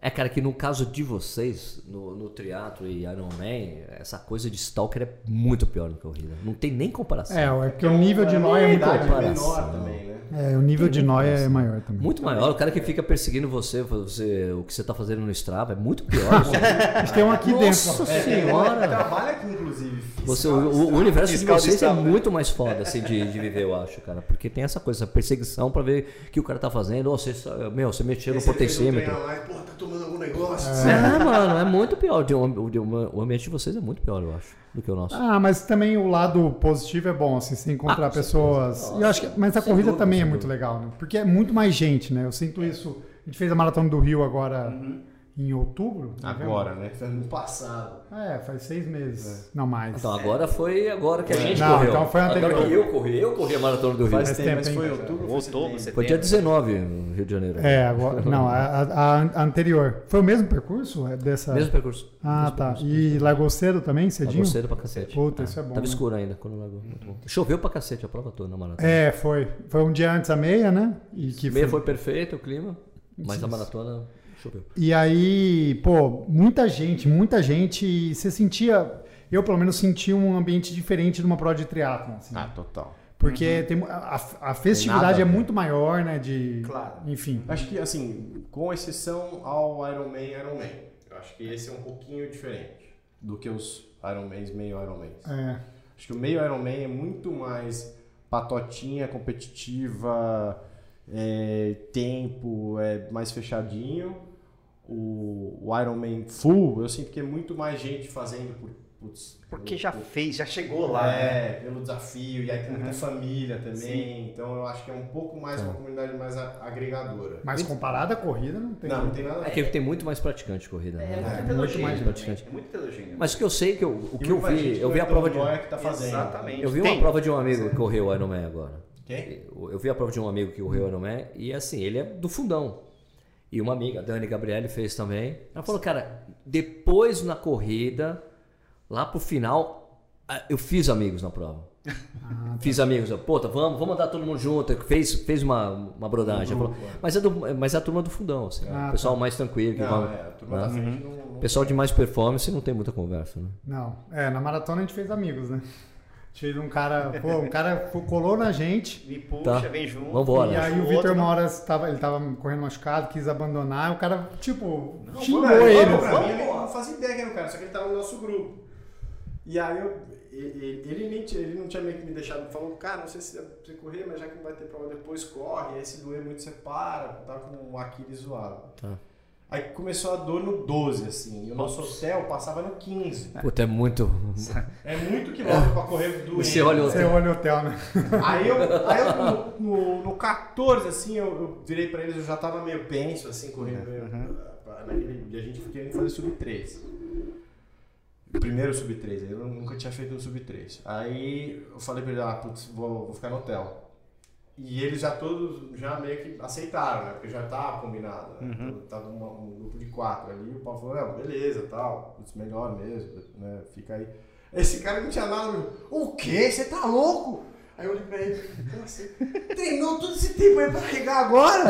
Speaker 2: É, cara, que no caso de vocês, no, no teatro e Iron Man, essa coisa de Stalker é muito pior do que o Hero. Não tem nem comparação.
Speaker 1: É, é porque o nível de
Speaker 2: Então,
Speaker 1: nóia é muito
Speaker 3: idade
Speaker 1: alto.
Speaker 2: comparação.
Speaker 3: menor também, né?
Speaker 1: É, o nível de nóia é maior também.
Speaker 2: Muito maior, o cara que fica perseguindo você, você- o que você tá fazendo no Strava, é
Speaker 5: [laughs]
Speaker 2: muito pior.
Speaker 1: A gente tem um aqui
Speaker 2: Nossa
Speaker 1: dentro. ó.
Speaker 2: senhora!
Speaker 3: É, Trabalha aqui, inclusive. fiscal.
Speaker 2: Você, o, o universo de
Speaker 5: Fiscal de
Speaker 2: vocês é
Speaker 5: Strava, né?
Speaker 2: muito mais foda assim, de, de viver, eu acho, cara. Porque tem essa coisa, essa perseguição pra ver o que o cara tá fazendo. Ô, você, meu, você mexeu no
Speaker 3: Esse ele
Speaker 2: potencímetro.
Speaker 3: não treina mais, Porra, tá tomando algum negócio.
Speaker 2: É, mano, é muito pior. De um- de um- o ambiente de vocês é muito pior, eu acho, do que o nosso.
Speaker 1: Ah, mas também o lado positivo é bom, assim, você encontrar
Speaker 2: Ah, com
Speaker 1: pessoas. E eu acho que, mas a corrida
Speaker 2: dúvida,
Speaker 1: também é
Speaker 2: sem
Speaker 1: muito legal, né? Porque é muito mais gente, né? Eu sinto isso. A gente fez a maratona do Rio agora
Speaker 2: Uhum.
Speaker 1: em outubro.
Speaker 3: Agora, né? Foi no passado.
Speaker 1: É, faz seis meses. Não mais.
Speaker 2: Então agora foi agora que a gente
Speaker 1: Não,
Speaker 2: correu.
Speaker 1: então foi anterior.
Speaker 2: Agora que eu corri, eu corri a maratona do Rio. É.
Speaker 3: Faz,
Speaker 1: Faz
Speaker 3: tempo,
Speaker 1: tempo,
Speaker 3: mas
Speaker 1: hein,
Speaker 3: foi em
Speaker 1: cara?
Speaker 3: outubro. foi
Speaker 5: Outubro,
Speaker 3: setembro.
Speaker 2: Foi dia 19 no Rio de Janeiro.
Speaker 1: É, agora. Não, a, a- a anterior. Foi o mesmo percurso? É Dessa...
Speaker 2: Mesmo percurso.
Speaker 1: Ah, tá. E largou cedo também, cedinho?
Speaker 2: Largou cedo pra cacete. Ah,
Speaker 1: Puta, isso é bom,
Speaker 2: Tava
Speaker 1: né?
Speaker 2: escuro ainda quando largou. Muito bom. Choveu pra cacete a prova toda na maratona.
Speaker 1: É, foi. Foi um dia antes a meia, né? E que
Speaker 2: Meia foi perfeito o clima, mas a maratona choveu.
Speaker 1: E aí, pô, muita gente, muita gente. e Você sentia. Eu, pelo menos, senti um ambiente diferente de uma prova de triatlon. assim.
Speaker 3: Ah, total.
Speaker 1: Porque tem, a, a festividade
Speaker 3: Tem nada,
Speaker 1: é
Speaker 3: né?
Speaker 1: muito maior, né? De,
Speaker 5: Claro.
Speaker 1: Enfim.
Speaker 3: Acho que, assim, com exceção ao Iron Man, Iron Man. Eu acho que esse é um pouquinho diferente do que os Iron Mans, meio Iron Mans.
Speaker 1: É,
Speaker 3: Acho que o meio Iron Man é muito mais patotinha, competitiva, é, tempo, é mais fechadinho. O, o Iron Man full, eu sinto que é muito mais gente fazendo por. Putz,
Speaker 5: Porque
Speaker 3: por-
Speaker 5: já
Speaker 3: por-
Speaker 5: fez, já chegou lá. né?
Speaker 3: É, pelo desafio, e aí tem
Speaker 1: Uhum.
Speaker 3: muita família também. Então eu acho que é um pouco mais uma comunidade mais a- agregadora.
Speaker 1: Tá. mas comparada à corrida, não tem.
Speaker 3: Não, não tem nada a
Speaker 2: É
Speaker 3: ver.
Speaker 2: que tem muito mais praticante de corrida.
Speaker 5: É,
Speaker 2: né?
Speaker 5: muito heterogêneo.
Speaker 2: mais praticante.
Speaker 5: É muito heterogêneo.
Speaker 2: Mas o que eu sei, é que eu, o
Speaker 3: E
Speaker 2: que eu
Speaker 3: muita gente
Speaker 2: vi, eu vi
Speaker 3: não é
Speaker 2: a
Speaker 3: tão
Speaker 2: prova de. um,
Speaker 3: nóia que tá fazendo.
Speaker 5: Exatamente.
Speaker 2: Eu vi
Speaker 5: Tem.
Speaker 2: uma prova de um amigo que correu o Ironman agora.
Speaker 3: Quem?
Speaker 2: Eu eu vi a prova de um amigo que correu o Ironman e assim, ele é do fundão. E uma amiga, a Dani Gabriele, fez também. Ela falou, cara, depois na corrida, lá pro final, ah, eu fiz amigos na prova. Fiz amigos, eu, pô, tá, vamos, vamos andar todo mundo junto. Fez, fez uma, uma brodagem. Ela falou, mas, é do- mas é a turma do fundão, assim,
Speaker 1: Ah,
Speaker 2: o pessoal mais tranquilo. que
Speaker 3: Não,
Speaker 2: vai-
Speaker 3: é, a turma
Speaker 2: né?
Speaker 3: da frente não. não-
Speaker 2: O pessoal de mais performance não tem muita conversa, né?
Speaker 1: Não, é, na maratona a gente fez amigos, né? Tive um cara, pô, um cara fo- colou na gente.
Speaker 5: Me puxa,
Speaker 2: Tá.
Speaker 5: vem junto.
Speaker 2: Vambora.
Speaker 1: E
Speaker 2: Olha,
Speaker 1: aí o
Speaker 5: outro
Speaker 1: Vitor
Speaker 5: não-
Speaker 1: uma hora tava, ele tava correndo machucado, quis abandonar, o cara, tipo, xingou
Speaker 3: Mano, ele
Speaker 1: ele. assim.
Speaker 3: falou pra mim, ele não fazia ideia que era o cara, só que ele tava no nosso grupo. E aí eu, ele, ele, nem tinha- ele não tinha meio que me deixado, falou, cara, não sei se você correr, mas já que não vai ter prova depois, corre, aí se doer muito você para, tava com um Aquiles zoado.
Speaker 2: Tá.
Speaker 3: Aí começou a dor no 12, assim, e o nosso hotel passava no 15.
Speaker 2: Puta, é muito.
Speaker 3: É muito quilômetro pra correr doente.
Speaker 2: Você olha o-
Speaker 1: Você olha o hotel, né?
Speaker 3: Aí eu, aí eu no, no, no 14, assim, eu, eu virei pra eles, eu já tava meio penso, assim, correndo. meio- naquele- E a gente queria fazer sub 3. Primeiro sub 3, eu nunca tinha feito um sub 3. Aí eu falei pra eles, ah, putz, vou, vou ficar no hotel. E eles já todos já meio que aceitaram, né? Porque já tá combinado. Né? Então, Tava uma- um grupo de quatro ali, o Paulo falou, não, beleza, tal, putz, melhor mesmo, né? Fica aí. Esse cara não tinha nada, meu. O quê? Você tá louco? Aí eu olhei pra ele, "Como assim? treinou todo esse tempo aí pra chegar agora?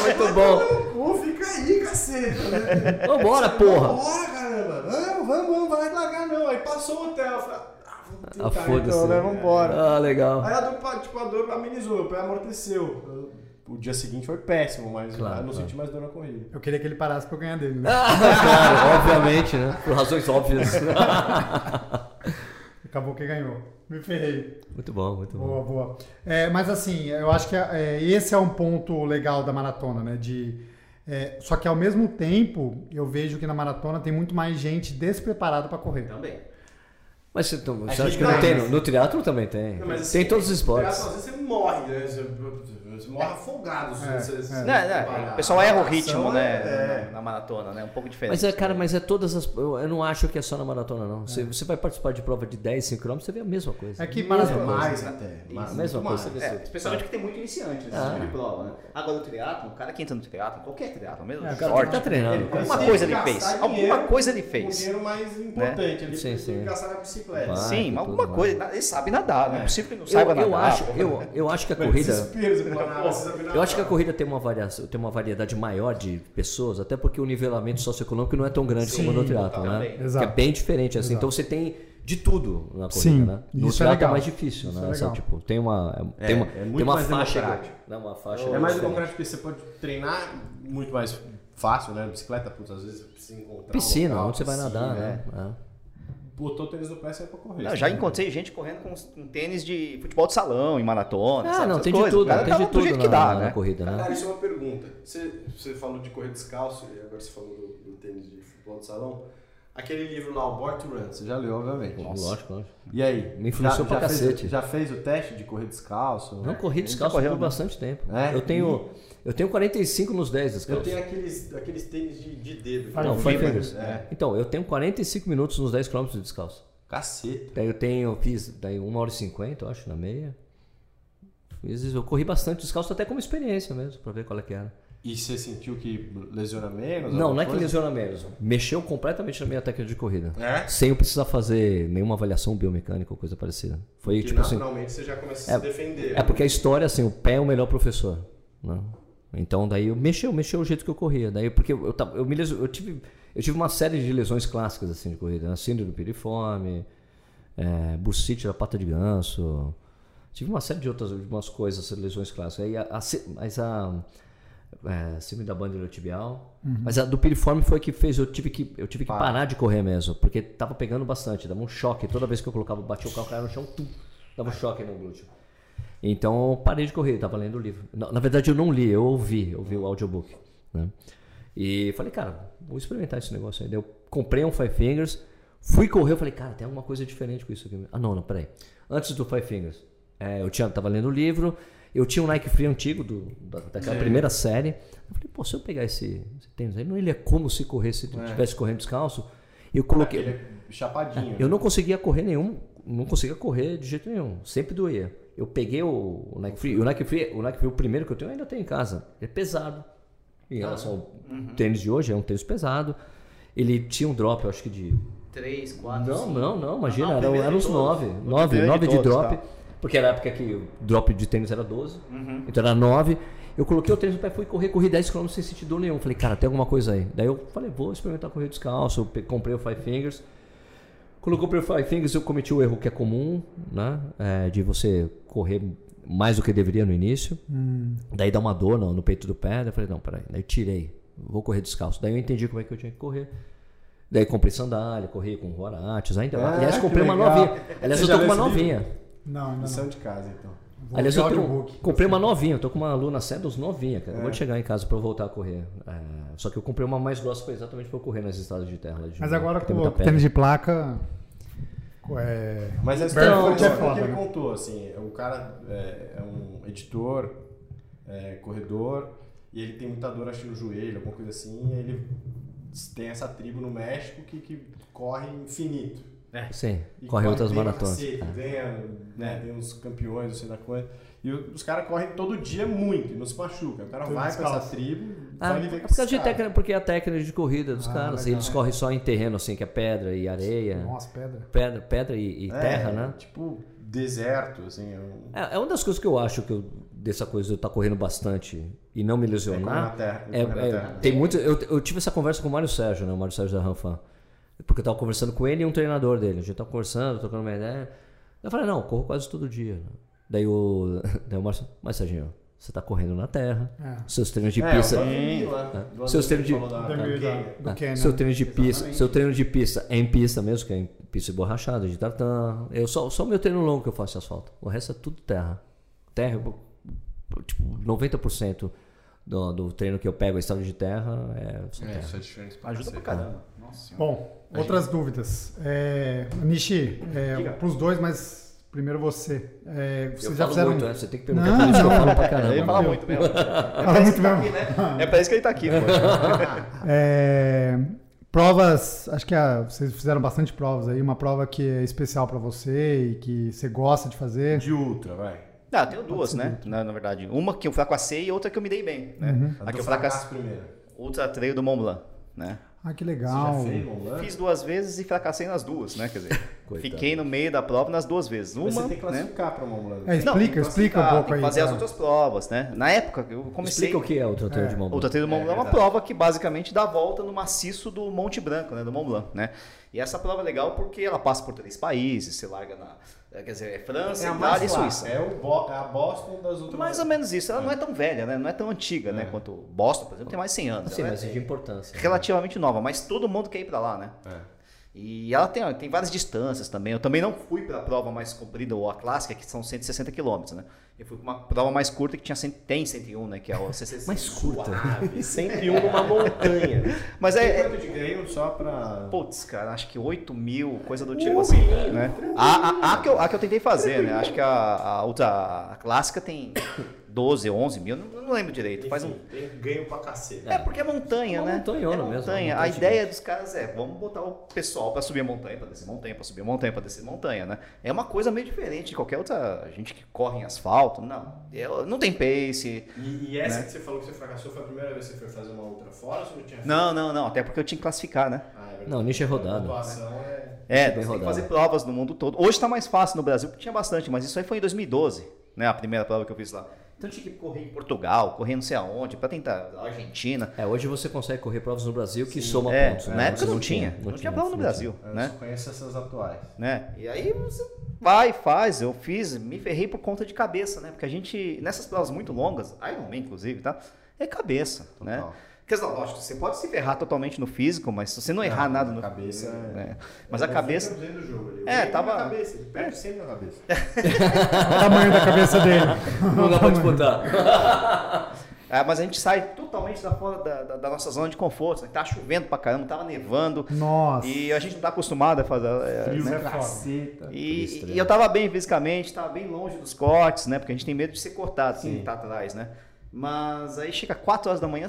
Speaker 2: Muito [laughs] bom.
Speaker 3: Pô, fica aí, cacete, né?
Speaker 2: Vambora, porra!
Speaker 3: Bora, caramba! Vamos, vamos, vamos, vai largar não. Aí passou o hotel. Eu falei, ah, vamos tentar.
Speaker 2: Ah, foda-se.
Speaker 3: então, né? Vambora.
Speaker 2: Ah, legal.
Speaker 3: Aí a dor, pa- tipo, a dor amenizou, meu pé amorteceu. Eu- O dia seguinte foi péssimo, mas
Speaker 2: Claro,
Speaker 3: eu não
Speaker 2: claro.
Speaker 3: senti mais dor na corrida.
Speaker 1: Eu queria que ele parasse pra eu ganhar dele, né?
Speaker 2: Claro, [laughs] obviamente, né? Por razões óbvias.
Speaker 1: Acabou que ganhou. Me ferrei.
Speaker 2: [laughs] Muito bom, muito Tá bom.
Speaker 1: Boa, boa. É, mas assim, eu acho que é, esse é um ponto legal da maratona, né? De, é, só que ao mesmo tempo, eu vejo que na maratona tem muito mais gente despreparada para correr.
Speaker 2: Tá.
Speaker 5: Também.
Speaker 2: Mas você, então, você
Speaker 3: gente
Speaker 2: acha que
Speaker 3: tá-
Speaker 2: não tem? No, no triatlo também tem.
Speaker 3: Não, mas assim,
Speaker 2: tem todos os
Speaker 3: Às
Speaker 2: esportes.
Speaker 3: vezes você morre, né? Você, você morre afogado. se
Speaker 1: É,
Speaker 3: você-
Speaker 1: é.
Speaker 3: se
Speaker 1: Não,
Speaker 5: Não,
Speaker 3: você parar.
Speaker 5: não, o pessoal erra o ritmo,
Speaker 3: Ação
Speaker 5: né?
Speaker 3: é-
Speaker 5: Na, na maratona, né? Um pouco diferente.
Speaker 2: Mas é, cara, mas é todas as. Eu, eu não acho que é só na maratona, não. Você, você vai participar de prova de 10, 5 km, você vê a mesma coisa.
Speaker 1: É que
Speaker 3: É,
Speaker 1: maratona.
Speaker 3: mais até.
Speaker 2: a
Speaker 3: mais,
Speaker 2: mesma
Speaker 3: muito
Speaker 2: coisa. Você
Speaker 3: mais.
Speaker 2: vê
Speaker 5: É,
Speaker 2: tudo.
Speaker 5: especialmente que tem muito iniciante nesse
Speaker 2: Ah.
Speaker 5: tipo de prova, né? Agora o triatlon, o cara que entra no triatlon, qualquer triatlon mesmo,
Speaker 1: É, o cara
Speaker 2: Cara, tem que
Speaker 5: sorte.
Speaker 2: tá treinando.
Speaker 5: Alguma
Speaker 3: Tem
Speaker 5: coisa
Speaker 3: que
Speaker 5: ele
Speaker 3: gastar
Speaker 5: fez.
Speaker 3: dinheiro
Speaker 5: Alguma coisa ele
Speaker 3: O
Speaker 5: fez. Ah,
Speaker 3: dinheiro mais importante. Ele
Speaker 2: Sim,
Speaker 3: tem
Speaker 2: sim.
Speaker 3: que gastar na bicicleta.
Speaker 2: Vai.
Speaker 5: Sim,
Speaker 2: tudo
Speaker 5: alguma
Speaker 2: mais.
Speaker 5: coisa. Ele sabe nadar, não é possível que ele não
Speaker 2: Eu,
Speaker 5: saiba nadar.
Speaker 2: eu, acho,
Speaker 5: pô.
Speaker 2: eu, eu acho que a
Speaker 3: Mas
Speaker 2: corrida.
Speaker 3: desespero, você fala, "Ah, precisa virar
Speaker 2: Eu acho que a
Speaker 3: pra-
Speaker 2: corrida tem uma, variação, tem uma variedade maior de pessoas, até porque o nivelamento socioeconômico não é tão grande como no triatlo,
Speaker 5: também.
Speaker 2: né? Que
Speaker 1: Exato.
Speaker 2: é bem diferente, assim. Então você tem de tudo na corrida,
Speaker 1: Sim,
Speaker 2: né? No
Speaker 1: isso é
Speaker 2: triatlo
Speaker 1: legal.
Speaker 2: mais difícil,
Speaker 1: Isso
Speaker 2: né?
Speaker 1: é
Speaker 2: Assim,
Speaker 1: legal.
Speaker 2: tipo, tem uma,
Speaker 5: É,
Speaker 2: tem uma,
Speaker 5: é
Speaker 2: tem
Speaker 3: muito
Speaker 2: uma
Speaker 3: mais
Speaker 2: faixa.
Speaker 3: democrático.
Speaker 2: né? Uma faixa
Speaker 3: É mais
Speaker 2: diferente.
Speaker 3: democrático porque você pode treinar muito mais fácil, né? Bicicleta, putz, às vezes você precisa encontrar. um
Speaker 2: Piscina,
Speaker 3: local,
Speaker 2: onde você vai
Speaker 3: piscina,
Speaker 2: nadar,
Speaker 3: é.
Speaker 2: né?
Speaker 3: Botou o tênis no pé, saiu pra correr.
Speaker 5: Não, já encontrei gente correndo com, com tênis de futebol de salão, em maratona.
Speaker 2: É. Ah,
Speaker 5: sabe,
Speaker 2: não,
Speaker 5: essas
Speaker 2: tem de
Speaker 5: coisas. O
Speaker 2: tudo,
Speaker 5: cara
Speaker 2: tem de
Speaker 5: tava do
Speaker 2: tudo
Speaker 5: jeito
Speaker 2: na,
Speaker 5: que dá,
Speaker 2: na
Speaker 5: né?
Speaker 2: corrida, né?
Speaker 3: Cara, isso é uma pergunta. Você, você falou de correr descalço e agora você falou do, do tênis de futebol de salão. Aquele livro lá, o Born to Run, você já leu, obviamente.
Speaker 2: Lógico, lógico.
Speaker 3: E aí?
Speaker 2: Me influenciou
Speaker 3: já,
Speaker 2: pra
Speaker 3: já
Speaker 2: cacete.
Speaker 3: Fez, já fez o teste de correr descalço?
Speaker 2: Não corri descalço
Speaker 5: correu,
Speaker 2: por
Speaker 5: né?
Speaker 2: bastante tempo.
Speaker 3: tá É?
Speaker 2: Eu tenho eu tenho 45 nos 10
Speaker 3: Eu
Speaker 2: descalço.
Speaker 3: tenho aqueles, aqueles tênis de, de dedo.
Speaker 1: Faz
Speaker 2: Não,
Speaker 1: um
Speaker 2: foi
Speaker 1: fibra,
Speaker 2: feliz.
Speaker 3: é.
Speaker 2: Então, eu tenho 45 minutos nos 10 km descalço.
Speaker 3: Caceta.
Speaker 2: Daí eu tenho, eu fiz daí 1 hora e 50, eu acho, na meia. Fiz isso, eu corri bastante descalço, até como experiência mesmo, pra ver qual é que era.
Speaker 3: E você sentiu que lesiona menos?
Speaker 2: Não,
Speaker 3: alguma
Speaker 2: não é que
Speaker 3: coisa?
Speaker 2: lesiona menos. Mexeu completamente na minha técnica de corrida.
Speaker 3: É?
Speaker 2: Sem eu precisar fazer nenhuma avaliação biomecânica ou coisa parecida. Foi
Speaker 3: Que
Speaker 2: tipo assim.
Speaker 3: naturalmente você já começa a
Speaker 2: é-
Speaker 3: se defender. né?
Speaker 2: É porque a história, assim, o pé é o melhor professor. Né? Então daí eu mexeu, mexeu o jeito que eu corria. Daí, porque eu, tava- eu, me leso- eu, tive, eu tive uma série de lesões clássicas assim, de corrida. Né? Síndrome piriforme, é, bursite da pata de ganso. Tive uma série de outras de umas coisas, essas lesões clássicas. Aí a, a, sí- mas a é, síndrome da bandeirotibial, tibial. Mas a do piriforme foi a que fez, eu tive que, eu tive que parar de correr mesmo, porque tava pegando bastante, dava um choque. Toda vez que eu colocava, batia o calcanhar no chão, tum, dava um choque no glúteo. Então eu parei de correr, estava lendo o livro. Na, na verdade eu não li, eu ouvi, eu ouvi o audiobook. Né? E falei, cara, vou experimentar esse negócio aí. Daí eu comprei um Five Fingers, fui correr, eu falei, cara, tem alguma coisa diferente com isso aqui. Ah, não, não, peraí. Antes do Five Fingers, é, eu tinha, tava lendo o livro, eu tinha um Nike Free antigo, do, da, daquela primeira série. Eu falei, pô, se eu pegar esse, esse tênis aí, não, ele é como se corresse, tivesse correndo descalço. Eu coloquei.
Speaker 3: Ele é chapadinho.
Speaker 2: Eu não conseguia correr nenhum, não conseguia correr de jeito nenhum, sempre doía. Eu peguei o, o Nike Free, o Nike Free, o Nike Free, o primeiro que eu tenho, eu ainda tenho em casa. Ele é pesado. em relação ao tênis de hoje, é um tênis pesado. Ele tinha um drop, eu acho que de.
Speaker 6: 3, 4,
Speaker 2: Não, não, não, imagina,
Speaker 5: Ah,
Speaker 2: era, um-
Speaker 5: primeiro
Speaker 2: era
Speaker 5: de
Speaker 2: uns
Speaker 5: todos.
Speaker 2: 9.
Speaker 5: O
Speaker 2: 9,
Speaker 5: primeiro de
Speaker 2: 9 de
Speaker 5: todos,
Speaker 2: drop.
Speaker 5: tá.
Speaker 2: Porque era a época que o drop de tênis era 12,
Speaker 5: Uhum.
Speaker 2: então era 9. Eu coloquei o tênis no pé, fui correr, corri 10 km sem sentido nenhum. Falei, cara, tem alguma coisa aí. Daí eu falei, vou experimentar correr descalço. Pe- Comprei o Five Fingers. Colocou o Five Fingers, eu cometi o erro que é comum, né? É, de você correr mais do que deveria no início. Daí dá uma dor no, no peito do pé. Daí eu falei, não, peraí. Daí eu tirei, vou correr descalço. Daí eu entendi como é que eu tinha que correr. Daí comprei sandália, corri com Horates ainda.
Speaker 3: Ah,
Speaker 2: Aliás,
Speaker 3: que
Speaker 2: comprei uma
Speaker 3: legal.
Speaker 2: novinha. Aliás,
Speaker 3: Você
Speaker 2: eu
Speaker 3: já
Speaker 2: tô
Speaker 3: leu
Speaker 2: com uma
Speaker 3: esse livro?
Speaker 2: novinha.
Speaker 1: Não, ainda
Speaker 3: Lição
Speaker 1: não.
Speaker 3: de casa, então.
Speaker 1: Vou
Speaker 2: é- Aliás,
Speaker 1: ver
Speaker 2: eu tenho-
Speaker 1: audiobook.
Speaker 2: comprei uma novinha, eu tô com uma Luna Sandals novinha, cara.
Speaker 3: É.
Speaker 2: Acabou de chegar em casa pra eu voltar a correr. É, só que eu comprei uma mais grossa pra- exatamente pra eu correr nas estradas de terra. lá de
Speaker 1: Mas
Speaker 2: Jundiaí,
Speaker 1: agora
Speaker 2: que tem
Speaker 1: com o
Speaker 2: muita tá pedra.
Speaker 1: tênis de placa. é,
Speaker 3: Mas a
Speaker 1: história
Speaker 3: história foi tipo
Speaker 1: Então, foi tipo
Speaker 3: o que
Speaker 1: foda,
Speaker 3: ele
Speaker 1: né?
Speaker 3: contou, assim, o cara é, é um editor, é, corredor, e ele tem muita dor, acho, no joelho, alguma coisa assim, e ele tem essa tribo no México que, que corre infinito.
Speaker 2: Sim,
Speaker 3: E
Speaker 2: corre outras
Speaker 3: bem pra
Speaker 2: maratonas. É.
Speaker 3: cacete, Ganha, né, tem uns campeões, não sei da coisa. E o- os caras correm todo dia muito, e não se machuca. O cara
Speaker 1: Tudo
Speaker 3: vai pra essa
Speaker 1: descalço.
Speaker 3: tribo,
Speaker 2: Ah,
Speaker 3: vai viver
Speaker 2: por
Speaker 3: com
Speaker 2: causa
Speaker 3: esses
Speaker 2: de
Speaker 3: caras.
Speaker 2: técnica, porque é a técnica de corrida dos
Speaker 1: Ah,
Speaker 2: caras, assim,
Speaker 1: legal.
Speaker 2: eles correm só em terreno, assim, que é pedra e areia.
Speaker 1: Nossa, pedra.
Speaker 2: Pedra, pedra e, e
Speaker 3: É,
Speaker 2: terra, né?
Speaker 3: Tipo, deserto, assim. é um-
Speaker 2: É, é uma das coisas que eu acho que eu- dessa coisa de eu estar correndo bastante e não me
Speaker 3: é correr na
Speaker 2: lesionar.
Speaker 3: terra.
Speaker 2: É,
Speaker 3: correr na
Speaker 2: é,
Speaker 3: terra.
Speaker 2: tem muito, eu, eu tive essa conversa com o Mário Sérgio, né? O Mário Sérgio da Ranfan. Porque eu tava conversando com ele e um treinador dele. A gente tava conversando, trocando uma ideia. Eu falei, não, eu corro quase todo dia. Daí o, [laughs] daí o Márcio, mas Serginho, você tá correndo na terra.
Speaker 1: É.
Speaker 2: Seus treinos de
Speaker 3: É,
Speaker 2: pista.
Speaker 3: eu vi lá, do
Speaker 2: Seus
Speaker 3: André
Speaker 2: treinos de-
Speaker 3: falou da-
Speaker 1: Do,
Speaker 3: da-
Speaker 1: do, né? do Kenner.
Speaker 2: Tá. Ah, Seu treino de pista, seu treino de pista é em pista mesmo, que é em pista borrachada, de tartan. Eu só só o meu treino longo que eu faço de asfalto. O resto é tudo terra. Terra, eu- tipo, 90% do, do treino que eu pego, a estrada de terra, é só terra.
Speaker 7: Isso é diferente pra
Speaker 5: Ajuda pra
Speaker 7: cacete.
Speaker 5: [laughs] caramba. Nossa senhora.
Speaker 1: Bom, outras dúvidas. É, Nishi, é, pros dois, mas primeiro você. É, vocês
Speaker 2: eu
Speaker 1: já
Speaker 2: falo
Speaker 1: fizeram.
Speaker 2: muito, né? Você tem que perguntar
Speaker 1: Não,
Speaker 2: pra mim se eu
Speaker 1: não.
Speaker 2: falo pra caramba.
Speaker 5: Ele fala muito mesmo.
Speaker 1: [laughs] Fala muito mesmo.
Speaker 5: É pra isso que ele tá aqui, né? [laughs]
Speaker 1: É, provas, acho que a- vocês fizeram bastante provas aí. Uma prova que é especial pra você e que você gosta de fazer.
Speaker 3: De ultra, vai.
Speaker 5: Ah, tenho duas, né? Na, na verdade. Uma que eu fracasei e outra que eu me dei bem,
Speaker 2: Uhum.
Speaker 5: né? A que eu fracassei.
Speaker 3: Então primeiro.
Speaker 5: Ultra Trail do Mont Blanc, né?
Speaker 1: Ah, que
Speaker 3: Já
Speaker 1: legal.
Speaker 3: fez, vamos lá?
Speaker 5: Fiz duas vezes e fracassei nas duas, né? Quer dizer,
Speaker 2: [laughs] Coitado.
Speaker 5: fiquei no meio da prova nas duas vezes. Uma,
Speaker 3: Mas você tem que um
Speaker 5: né?
Speaker 3: classificar pra Mont Blanc.
Speaker 1: É,
Speaker 5: tem
Speaker 1: explica,
Speaker 5: que
Speaker 1: explica um
Speaker 5: classificar,
Speaker 1: pouco
Speaker 5: tem que
Speaker 1: aí.
Speaker 5: fazer as
Speaker 1: tá?
Speaker 5: outras provas, né? Na época, eu comecei...
Speaker 2: Explica o que é o trator de mão.
Speaker 5: O Tatuí do Mont Blanc é, uma prova que basicamente dá a volta no maciço do Monte Branco, né? Do Mont Blanc, né? E essa prova é legal porque ela passa por três países, você larga na... Quer dizer, é França, Itália e
Speaker 3: lá,
Speaker 5: Suíça.
Speaker 3: É, o Bo- é a Boston das ultra.
Speaker 5: Mais ou menos isso. Ela não é tão velha, né? Não é tão antiga, né? Quanto Boston, por exemplo, tem mais de 100 anos.
Speaker 2: Sim,
Speaker 5: Ela é
Speaker 2: mas é de importância.
Speaker 5: relativamente nova, mas todo mundo quer ir pra lá, né?
Speaker 2: É.
Speaker 5: E ela tem, tem várias distâncias também. Eu também não fui pra prova mais comprida ou a clássica, que são 160 quilômetros, né? Eu fui pra uma prova mais curta que tinha, cem- tem 101, né? Que é
Speaker 2: [laughs]
Speaker 5: o CCC.
Speaker 2: Mais curta. [laughs]
Speaker 3: Sempre um numa montanha.
Speaker 5: Mas é, é-
Speaker 3: Quanto de ganho só pra.
Speaker 5: Putz, cara, acho que 8 mil, coisa do tipo assim, né? A, a- a que eu, a que eu tentei fazer, né? Acho que a, a outra, a clássica tem 12, 11 mil, não, não lembro direito. Faz um,
Speaker 3: Tem ganho pra cacete.
Speaker 5: É, porque é montanha,
Speaker 2: Uma
Speaker 5: né?
Speaker 2: montanhona
Speaker 5: é
Speaker 2: mesmo,
Speaker 5: montanha.
Speaker 2: uma
Speaker 5: a
Speaker 2: montanha
Speaker 5: ideia dos caras é, vamos botar o pessoal pra subir a montanha, pra descer montanha, pra subir montanha, pra descer montanha, né? É uma coisa meio diferente de qualquer outra gente que corre em asfalto. Não, Eu- não tem pace.
Speaker 3: E, e essa
Speaker 5: Né?
Speaker 3: que você falou que você fracassou foi a primeira vez que você foi fazer uma ultra fora ou você tinha feito?
Speaker 5: Não, não, não. Até porque eu tinha que classificar, né?
Speaker 3: Ah, é verdade.
Speaker 2: Não, nicho é
Speaker 3: A
Speaker 2: rodado.
Speaker 3: pontuação é.
Speaker 5: É,
Speaker 2: Bem
Speaker 5: você tem
Speaker 2: rodado.
Speaker 5: que fazer provas no mundo todo. Hoje tá mais fácil no Brasil, porque tinha bastante, mas isso aí foi em 2012, né? A primeira prova que eu fiz lá. Então eu tinha que correr em Portugal, correr não sei aonde, pra tentar Argentina.
Speaker 2: É, hoje você consegue correr provas no Brasil que soma
Speaker 5: é,
Speaker 2: pontos. né?
Speaker 5: na época
Speaker 2: Antes
Speaker 5: não tinha. Não tinha prova no
Speaker 2: não É,
Speaker 5: Brasil,
Speaker 3: Eu
Speaker 5: né?
Speaker 3: só conheço essas atuais.
Speaker 5: né? E aí você vai, faz, eu fiz, me ferrei por conta de cabeça, né? Porque a gente, nessas provas muito longas, Ironman inclusive, tá? É cabeça, né?
Speaker 3: Total.
Speaker 5: Quer dizer, lógico, você pode se ferrar totalmente no físico, mas se você não errar nada no
Speaker 3: cabeça é-
Speaker 5: né? Mas a cabeça,
Speaker 3: Do jogo, ali. Eu
Speaker 5: É,
Speaker 3: ganhei
Speaker 5: tava- É.
Speaker 3: na cabeça, ele perde sempre na cabeça.
Speaker 1: O tamanho da cabeça dele.
Speaker 2: Não dá pra disputar. [laughs]
Speaker 5: Ah, mas a gente sai totalmente da, fora da, da- da nossa zona de conforto, né? Tá chovendo pra caramba, tava nevando.
Speaker 1: Nossa.
Speaker 5: E a gente não tá acostumado a fazer. é, né?
Speaker 4: Tá
Speaker 3: caceta.
Speaker 5: E,
Speaker 4: né?
Speaker 5: e eu tava bem fisicamente, tava bem longe dos cortes, né? Porque a gente tem medo de ser cortado, assim, tá atrás, né? Mas aí chega 4 horas da manhã,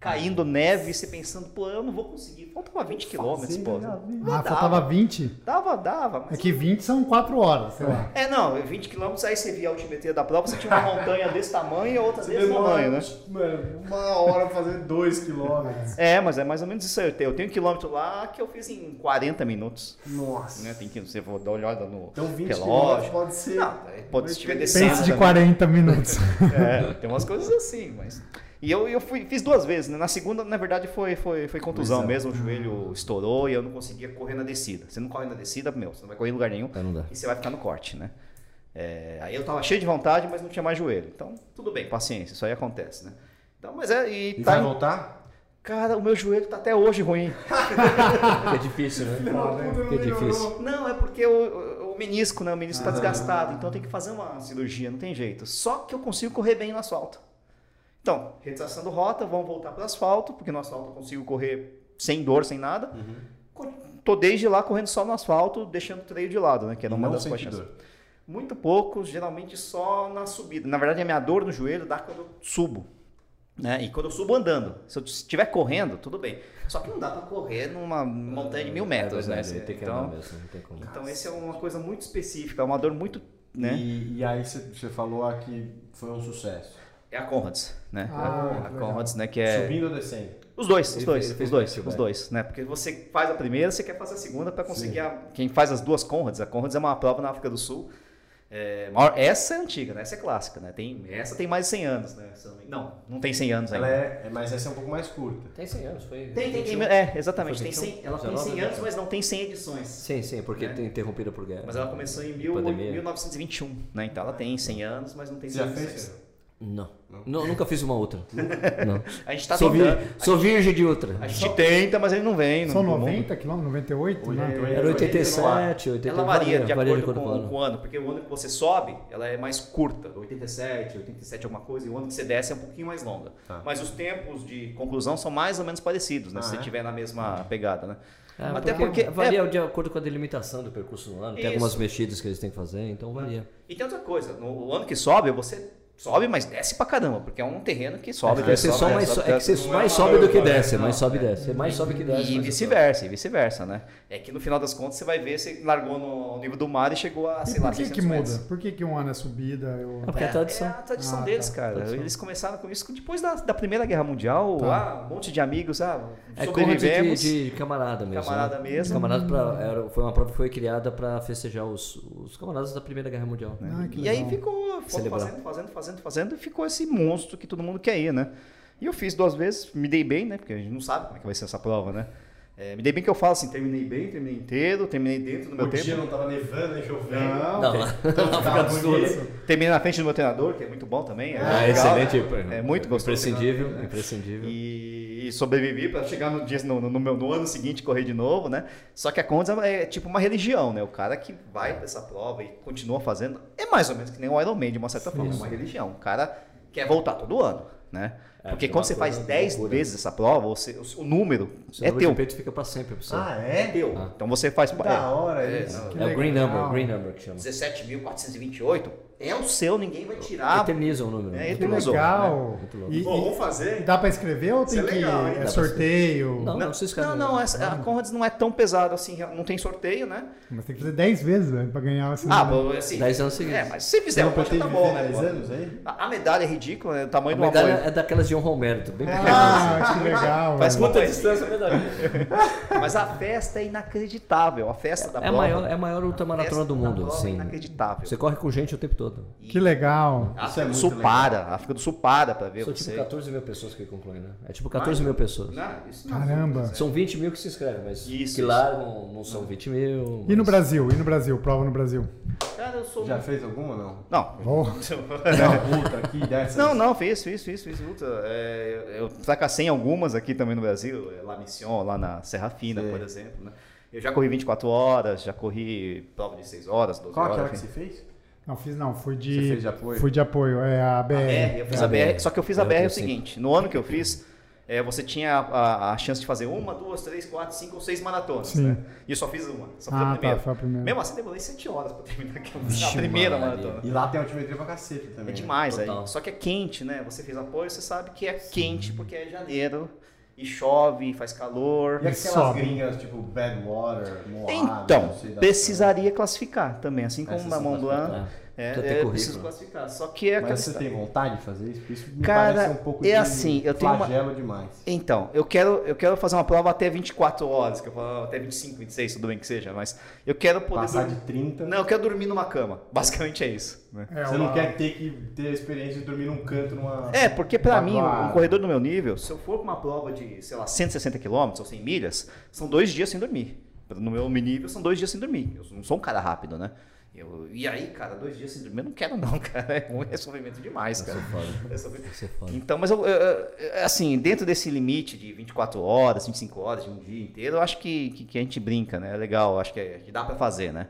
Speaker 5: caindo neve, e você pensando, pô, eu não vou conseguir. Faltava 20 quilômetros, pô.
Speaker 4: né?
Speaker 5: Não
Speaker 1: Ah,
Speaker 5: dava.
Speaker 1: faltava 20?
Speaker 5: Dava, dava. Mas...
Speaker 1: É que 20 são 4 horas, sei lá.
Speaker 5: É, não, 20 quilômetros, aí você via a altimetria da prova, você tinha
Speaker 4: [laughs]
Speaker 5: uma montanha desse tamanho e outra
Speaker 4: Você
Speaker 5: desse tamanho, né?
Speaker 3: tipo,
Speaker 4: mano, uma hora pra fazer dois quilômetros.
Speaker 5: É, mas é mais ou menos isso aí. Eu tenho, eu tenho um quilômetro lá que eu fiz em 40 minutos.
Speaker 4: Nossa.
Speaker 5: Né? Tem que, você vou dar uma olhada no
Speaker 4: Então 20 quilômetros
Speaker 5: relógio.
Speaker 4: pode ser.
Speaker 5: Não, pode se tiver descendo.
Speaker 1: Pense de
Speaker 5: também.
Speaker 1: 40 minutos.
Speaker 5: É, tem umas coisas assim, mas. E eu, eu fui, fiz duas vezes, né? Na segunda, na verdade, foi, foi, foi contusão
Speaker 4: é.
Speaker 5: mesmo, o joelho estourou e eu não conseguia correr na descida. Você não corre na descida, meu, você não vai correr em lugar nenhum
Speaker 4: É.
Speaker 2: Aí É, não dá.
Speaker 5: e você vai ficar no corte, né? É, aí eu tava cheio de vontade, mas não tinha mais joelho. Então, tudo bem, paciência, isso aí acontece, né? Então, mas é. E
Speaker 4: E
Speaker 5: tá,
Speaker 4: vai voltar?
Speaker 5: cara, o meu joelho tá até hoje ruim.
Speaker 2: É difícil, né?
Speaker 4: Não,
Speaker 2: Que difícil. Ah.
Speaker 5: Não, é porque o, o- o menisco, né? O menisco tá desgastado, então tem que fazer uma cirurgia, não tem jeito. Só que eu consigo correr bem no asfalto. Então, retraçando rota, vamos voltar para asfalto, porque no asfalto eu consigo correr sem dor, sem nada.
Speaker 2: Uhum.
Speaker 5: Co- Tô desde lá correndo só no asfalto, deixando o treino de lado, né? Que era uma
Speaker 4: não
Speaker 5: das
Speaker 4: sente
Speaker 5: paixões.
Speaker 4: dor.
Speaker 5: Muito pouco, geralmente só na subida. Na verdade, a minha dor no joelho dá quando eu subo. Né? E quando eu subo andando. Se eu estiver correndo, tudo bem. Só que não dá para correr numa montanha de mil metros,
Speaker 2: é
Speaker 5: né?
Speaker 2: verdade,
Speaker 5: Você-
Speaker 2: Tem que
Speaker 5: então-
Speaker 2: andar mesmo, não tem como.
Speaker 5: então essa é uma coisa muito específica, é uma dor muito, né?
Speaker 4: E, e aí você você falou ah, que foi um sucesso.
Speaker 5: É a Conrads, né?
Speaker 1: Ah,
Speaker 5: a
Speaker 1: legal.
Speaker 5: Conrads, né, que é
Speaker 4: Subindo ou descendo?
Speaker 5: os dois, os
Speaker 2: Ele
Speaker 5: dois,
Speaker 2: fez- fez
Speaker 5: os dois,
Speaker 2: muito
Speaker 5: os
Speaker 2: bem.
Speaker 5: dois, né? Porque você faz a primeira, você quer fazer a segunda para conseguir a... quem faz as duas Conrads, a Conrads é uma prova na África do Sul. é, maior- essa é antiga, né? Essa é clássica, né? Tem essa tem mais de 100 anos, né? Se eu não me- Não, não tem 100 anos ainda.
Speaker 4: Ela é, é- mas essa é um pouco mais curta.
Speaker 2: Tem 100 anos, foi.
Speaker 5: Tem, tem, tem,
Speaker 2: 21.
Speaker 5: é, exatamente, tem
Speaker 2: 21,
Speaker 5: 100, ela tem
Speaker 2: 19,
Speaker 5: 100 anos,
Speaker 2: né?
Speaker 5: mas não tem 100 edições.
Speaker 2: Sim, sim, porque
Speaker 5: Né?
Speaker 2: tem interrompida por guerra.
Speaker 5: Mas ela começou em mil-
Speaker 2: Pandemia.
Speaker 5: 1921, né? Então ela tem 100 anos, mas não tem
Speaker 4: Você
Speaker 5: 100
Speaker 4: já
Speaker 5: edições.
Speaker 4: fez?
Speaker 2: Não. Não, Nunca fiz uma outra. Não.
Speaker 5: A gente tá
Speaker 2: sou, vir-
Speaker 5: tentando.
Speaker 2: sou virgem de outra.
Speaker 5: A gente tenta, mas ele não vem. não-
Speaker 1: São
Speaker 5: não-
Speaker 1: 90 quilômetros? 98? né?
Speaker 2: Era 87, 88.
Speaker 5: Ela varia de acordo
Speaker 2: quando
Speaker 5: com,
Speaker 2: fala.
Speaker 5: com o ano, porque o ano que você sobe, ela é mais curta, 87, 87 alguma coisa, e o ano que você desce é um pouquinho mais longa.
Speaker 4: Tá.
Speaker 5: Mas os tempos de conclusão são mais ou menos parecidos, né?
Speaker 4: Ah,
Speaker 5: se você
Speaker 4: é?
Speaker 5: tiver na mesma pegada, né?
Speaker 2: Ah,
Speaker 5: Até porque, é,
Speaker 2: varia de acordo com a delimitação do percurso do ano. Tem
Speaker 5: Isso.
Speaker 2: algumas mexidas que eles têm que fazer, então varia.
Speaker 5: E tem outra coisa, no o ano que sobe, você sobe, mas desce pra caramba, porque é um terreno que sobe,
Speaker 2: é, que
Speaker 5: desce, sobe,
Speaker 2: você só
Speaker 5: desce,
Speaker 2: mais, so-
Speaker 5: sobe,
Speaker 2: é que
Speaker 5: desce.
Speaker 2: você
Speaker 3: não é
Speaker 2: mais
Speaker 3: uma
Speaker 2: sobe do que
Speaker 3: coisa,
Speaker 2: desce,
Speaker 3: não,
Speaker 2: mais sobe e
Speaker 3: é.
Speaker 2: desce. Você mais sobe que desce.
Speaker 5: E
Speaker 2: mais sobe.
Speaker 5: vice-versa, e vice-versa, né? É que no final das contas você vai ver, você largou no nível do mar e chegou a,
Speaker 1: E
Speaker 5: sei lá,
Speaker 1: por que,
Speaker 5: 600
Speaker 1: que
Speaker 5: metros.
Speaker 1: muda? Por que, que um ano é subida? Eu...
Speaker 2: É porque é tradição.
Speaker 5: É a tradição
Speaker 1: Ah,
Speaker 5: deles,
Speaker 1: tá.
Speaker 5: cara.
Speaker 2: Tradição.
Speaker 5: Eles começaram com isso depois da, da Primeira Guerra Mundial. Ah, um monte de amigos, ah,
Speaker 2: É corrida de,
Speaker 5: sobrevivemos.
Speaker 2: de camarada mesmo.
Speaker 5: Camarada
Speaker 2: né?
Speaker 5: mesmo.
Speaker 2: Camarada pra, era- foi uma prova que foi criada para festejar os, os camaradas da Primeira Guerra Mundial.
Speaker 1: Ah, que
Speaker 5: É. E aí
Speaker 1: legal.
Speaker 5: ficou foram
Speaker 2: Celebrar.
Speaker 5: fazendo, fazendo, fazendo, fazendo, e ficou esse monstro que todo mundo quer ir, né? E eu fiz duas vezes, me dei bem, né? Porque a gente não sabe como é que vai ser essa prova, né? É, me dei bem que eu falo assim, terminei bem, terminei inteiro, terminei dentro do meu
Speaker 4: O
Speaker 5: tempo.
Speaker 4: dia não tava nevando nem chovendo.
Speaker 2: Não,
Speaker 4: Então
Speaker 2: fica
Speaker 4: tava
Speaker 2: absurdo.
Speaker 4: bonito.
Speaker 5: Terminei na frente do meu treinador, que é muito bom também. É,
Speaker 2: Ah,
Speaker 5: legal.
Speaker 2: excelente.
Speaker 5: É muito gostoso.
Speaker 2: Imprescindível, imprescindível.
Speaker 5: e, e sobrevivi para chegar no, dia, no, no meu- no ano seguinte correr de novo, né? Só que a Condes é tipo uma religião, né? O cara que vai para essa prova e continua fazendo é mais ou menos que nem o Iron Man de uma certa forma, é uma religião. O cara quer voltar todo ano, né?
Speaker 2: É,
Speaker 5: Porque
Speaker 2: tem
Speaker 5: quando
Speaker 2: uma
Speaker 5: você faz
Speaker 2: coisa
Speaker 5: 10
Speaker 2: loucura. né?
Speaker 5: vezes essa prova, você- o, o número é
Speaker 2: O
Speaker 5: teu.
Speaker 2: peito fica para sempre, pessoal.
Speaker 4: Ah, é?
Speaker 5: Teu. Então você faz
Speaker 4: Da
Speaker 5: é,
Speaker 4: hora isso.
Speaker 1: Que
Speaker 2: é o Green
Speaker 1: legal.
Speaker 2: Number, Green Number que chama.
Speaker 5: 17.428 é o seu, ninguém vai tirar.
Speaker 2: Eterniza o número.
Speaker 5: É,
Speaker 1: Que
Speaker 5: eterniza. Muito
Speaker 1: legal.
Speaker 2: Muito louco.
Speaker 1: E,
Speaker 3: Bom, vamos
Speaker 1: e
Speaker 3: fazer?
Speaker 1: dá pra escrever ou tem
Speaker 3: Isso é legal, hein?
Speaker 1: que.
Speaker 3: Dá
Speaker 1: É
Speaker 3: pra
Speaker 1: sorteio?
Speaker 2: Não, não, vocês
Speaker 5: Não, não, essa- a Conrads não é tão pesada assim, não tem sorteio, né?
Speaker 1: Mas tem que fazer 10 vezes, velho, pra ganhar essa.
Speaker 5: Ah, bom, assim.
Speaker 2: 10 anos seguintes.
Speaker 5: É, mas se
Speaker 4: Você
Speaker 5: fizer,
Speaker 4: não
Speaker 5: eu acho que
Speaker 4: pretende
Speaker 5: tá bom,
Speaker 4: viver
Speaker 5: né?
Speaker 4: 10
Speaker 5: pô?
Speaker 4: anos aí?
Speaker 5: A a medalha é ridícula, né? O
Speaker 2: A
Speaker 5: tamanho do
Speaker 2: medalha
Speaker 5: apoio.
Speaker 2: é daquelas de honra ao mérito, bem pequenas. [laughs]
Speaker 1: Ah, que legal.
Speaker 5: Faz
Speaker 1: velho.
Speaker 5: muita
Speaker 2: distância a medalha.
Speaker 5: Mas a festa é inacreditável. A festa da
Speaker 2: É a
Speaker 5: prova.
Speaker 2: maior, é a maior ultramaratona
Speaker 5: Festa
Speaker 2: do
Speaker 5: da
Speaker 2: mundo,
Speaker 5: prova é
Speaker 2: sim.
Speaker 5: inacreditável. Tá
Speaker 2: Você corre com gente o tempo todo.
Speaker 1: Que legal.
Speaker 4: Isso é
Speaker 5: A África do
Speaker 4: muito
Speaker 5: Sul
Speaker 4: legal.
Speaker 5: para. A África do Sul para pra ver
Speaker 2: São
Speaker 5: você.
Speaker 2: tipo 14 mil pessoas que concluem, né? É tipo 14 mil pessoas.
Speaker 5: Não, isso não. é.
Speaker 1: Caramba.
Speaker 2: São 20 mil que se inscrevem, mas
Speaker 5: Isso,
Speaker 2: que
Speaker 5: isso.
Speaker 2: largam não são 20 mil.
Speaker 1: E no
Speaker 2: mas-
Speaker 1: Brasil? E no Brasil? Prova no Brasil.
Speaker 5: Cara, eu sou. um-
Speaker 4: Já fez alguma ou
Speaker 5: [laughs]
Speaker 4: não?
Speaker 5: Não.
Speaker 1: Oh,
Speaker 5: [laughs]
Speaker 4: Não, puta, aqui dessas.
Speaker 5: Não, não, fiz, fiz, fiz, fiz. Puta, é, eu- eu fracassei em algumas aqui também no Brasil, é, lá Mission, lá na Serra Fina,
Speaker 4: Sei.
Speaker 5: por exemplo, né? Eu já corri 24 horas, já corri prova de 6 horas, 12
Speaker 4: Qual que
Speaker 5: horas.
Speaker 4: era que
Speaker 5: enfim.
Speaker 4: você fez?
Speaker 1: Não, fiz não. Fui de.
Speaker 4: Você fez de apoio?
Speaker 1: Fui de apoio. É a Ah, BR.
Speaker 5: BR, eu fiz a
Speaker 2: É.
Speaker 5: Br, só que eu fiz a
Speaker 2: É,
Speaker 5: BR é
Speaker 2: eu
Speaker 5: o
Speaker 2: sei.
Speaker 5: seguinte, no ano que eu fiz, é, você tinha a, a- a chance de fazer uma, duas, três, quatro, cinco ou seis maratonas.
Speaker 1: Sim.
Speaker 5: Né? E eu só fiz uma. Só fiz a
Speaker 1: Ah, tá,
Speaker 5: primeira.
Speaker 1: foi a primeira.
Speaker 5: Mesmo assim, demorei sete horas pra terminar aquela
Speaker 2: Vixe,
Speaker 5: a primeira
Speaker 2: Maria.
Speaker 5: maratona.
Speaker 4: E lá tem altimetria pra cacete
Speaker 5: É
Speaker 4: também. né?
Speaker 5: demais
Speaker 2: Total.
Speaker 5: aí. Só que é quente, né? Você fez apoio, você sabe que é quente porque é janeiro e chove, faz calor.
Speaker 4: E aquelas
Speaker 1: Sobe.
Speaker 4: gringas tipo Badwater, Moab,
Speaker 5: Então,
Speaker 4: não sei das
Speaker 5: precisaria classificar também, assim como
Speaker 4: Essas
Speaker 5: na
Speaker 4: são
Speaker 5: Mont Blanc.
Speaker 2: classificar.
Speaker 5: É,
Speaker 2: Precisa ter
Speaker 5: é
Speaker 2: currículo.
Speaker 5: preciso classificar. Só que é
Speaker 4: quantas. Mas você
Speaker 5: questão-
Speaker 4: tem vontade de fazer isso? Porque Isso me
Speaker 5: Cara,
Speaker 4: parece um pouco
Speaker 5: é
Speaker 4: de
Speaker 5: assim, eu tenho uma-
Speaker 4: flagelo demais.
Speaker 5: Então, eu quero, eu quero fazer uma prova até 24 horas, que eu falo "Ah, até 25, 26, tudo bem que seja, mas eu quero poder.
Speaker 4: Passar de
Speaker 5: dormir-
Speaker 4: 30.
Speaker 5: Não, eu quero dormir numa cama. Basicamente é isso. né?
Speaker 1: É,
Speaker 4: você
Speaker 1: o-
Speaker 4: não quer ter que ter a experiência de dormir num canto numa.
Speaker 5: É, porque pra
Speaker 4: Tá
Speaker 5: mim,
Speaker 4: claro.
Speaker 5: um corredor do meu nível, se eu for pra uma prova de, sei lá, 160 km ou 100 milhas, são dois dias sem dormir. No meu nível, são dois dias sem dormir. Eu não sou um cara rápido, né? Eu- e aí, cara, dois dias sem dormir, eu não quero não, [laughs] cara. É, ruim, é sofrimento demais, cara. [laughs] É sofrimento.
Speaker 2: Você é foda.
Speaker 5: Então, mas eu, eu- eu- assim, dentro desse limite de 24 horas, 25 horas, de um dia inteiro, eu acho que, que, que a gente brinca, né? É legal, eu acho que, é- que dá pra fazer, né?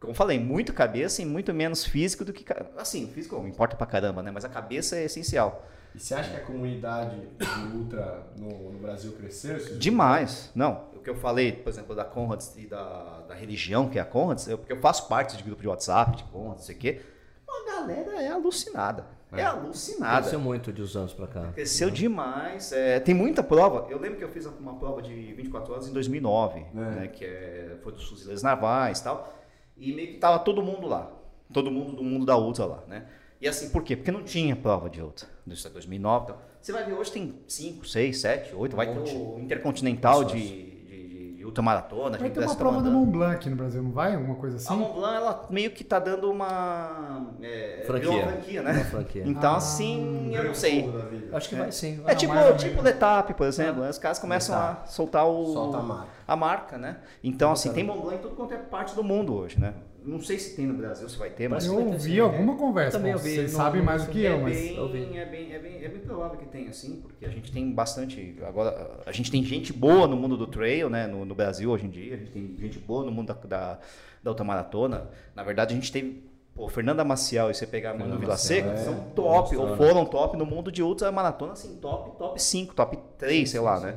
Speaker 5: Como eu falei, muito cabeça e muito menos físico do que. ca- Assim, o físico importa pra caramba, né? Mas a cabeça é essencial.
Speaker 4: E você acha que a comunidade de ultra no, no Brasil cresceu? esses
Speaker 5: Demais. Não, o que eu falei, por exemplo, da Conrads e da, da religião que é a Conrads, eu, porque eu faço parte de grupo de WhatsApp, de Conrads, não sei o quê. A galera é alucinada. É, alucinada.
Speaker 2: Cresceu muito de uns anos pra cá.
Speaker 5: Cresceu demais. é, tem muita prova. Eu lembro que eu fiz uma prova de 24 horas em 2009, né, que é, foi dos fuzileiros navais e tal. E meio que tava todo mundo lá. Todo mundo do mundo da outra lá, né? E assim, por quê? Porque não tinha prova de outra. Isso é 2009 e tal. Você vai ver, hoje tem 5, 6, 7, 8. Vai ter o Intercontinental de, de, de, de ultramaratona.
Speaker 1: Vai
Speaker 5: de
Speaker 1: ter uma
Speaker 5: Brasil
Speaker 1: prova da
Speaker 5: Ultramatona.
Speaker 1: Mont Blanc aqui no Brasil, não vai? Alguma coisa assim?
Speaker 5: A Mont Blanc, ela meio que tá dando uma... É,
Speaker 2: Franquia.
Speaker 5: virou Uma franquia,
Speaker 2: Uma
Speaker 5: né?
Speaker 2: franquia.
Speaker 5: Então,
Speaker 1: Ah,
Speaker 5: assim, eu não
Speaker 4: Ao
Speaker 5: sei.
Speaker 4: longo da vida?
Speaker 2: Acho que vai sim.
Speaker 5: É
Speaker 1: não,
Speaker 5: tipo,
Speaker 1: mais ou
Speaker 5: tipo
Speaker 1: menos. É.
Speaker 5: Letap, por exemplo. né? Os caras começam a soltar o
Speaker 4: Solta a marca.
Speaker 5: a marca, né? Então, assim, tem Mont Blanc em tudo quanto é parte do mundo hoje, né? Não sei se tem no Brasil, se vai ter, mas
Speaker 1: Eu
Speaker 2: Parece
Speaker 1: ouvi alguma conversa.
Speaker 2: Também
Speaker 1: bom,
Speaker 2: ouvi,
Speaker 1: Vocês
Speaker 2: não-
Speaker 1: sabem
Speaker 2: não
Speaker 1: mais do
Speaker 2: sei.
Speaker 1: que
Speaker 5: é
Speaker 1: eu, mas.
Speaker 5: bem,
Speaker 2: eu vi.
Speaker 5: é, bem, é, bem, é bem provável que tenha, sim, porque a gente tem bastante. Agora, a gente tem gente boa no mundo do trail, né? No, no Brasil hoje em dia, a gente tem gente boa no mundo da, da, da ultramaratona. Na verdade, a gente teve. Pô, Fernanda Maciel e você pegar a Manu
Speaker 2: Fernanda
Speaker 5: Vila
Speaker 2: Maciel,
Speaker 5: Seca,
Speaker 4: é.
Speaker 5: são top, ou
Speaker 2: Nossa,
Speaker 5: foram top no mundo de ultramaratona, assim, top, top 5, top 3, sei lá, né?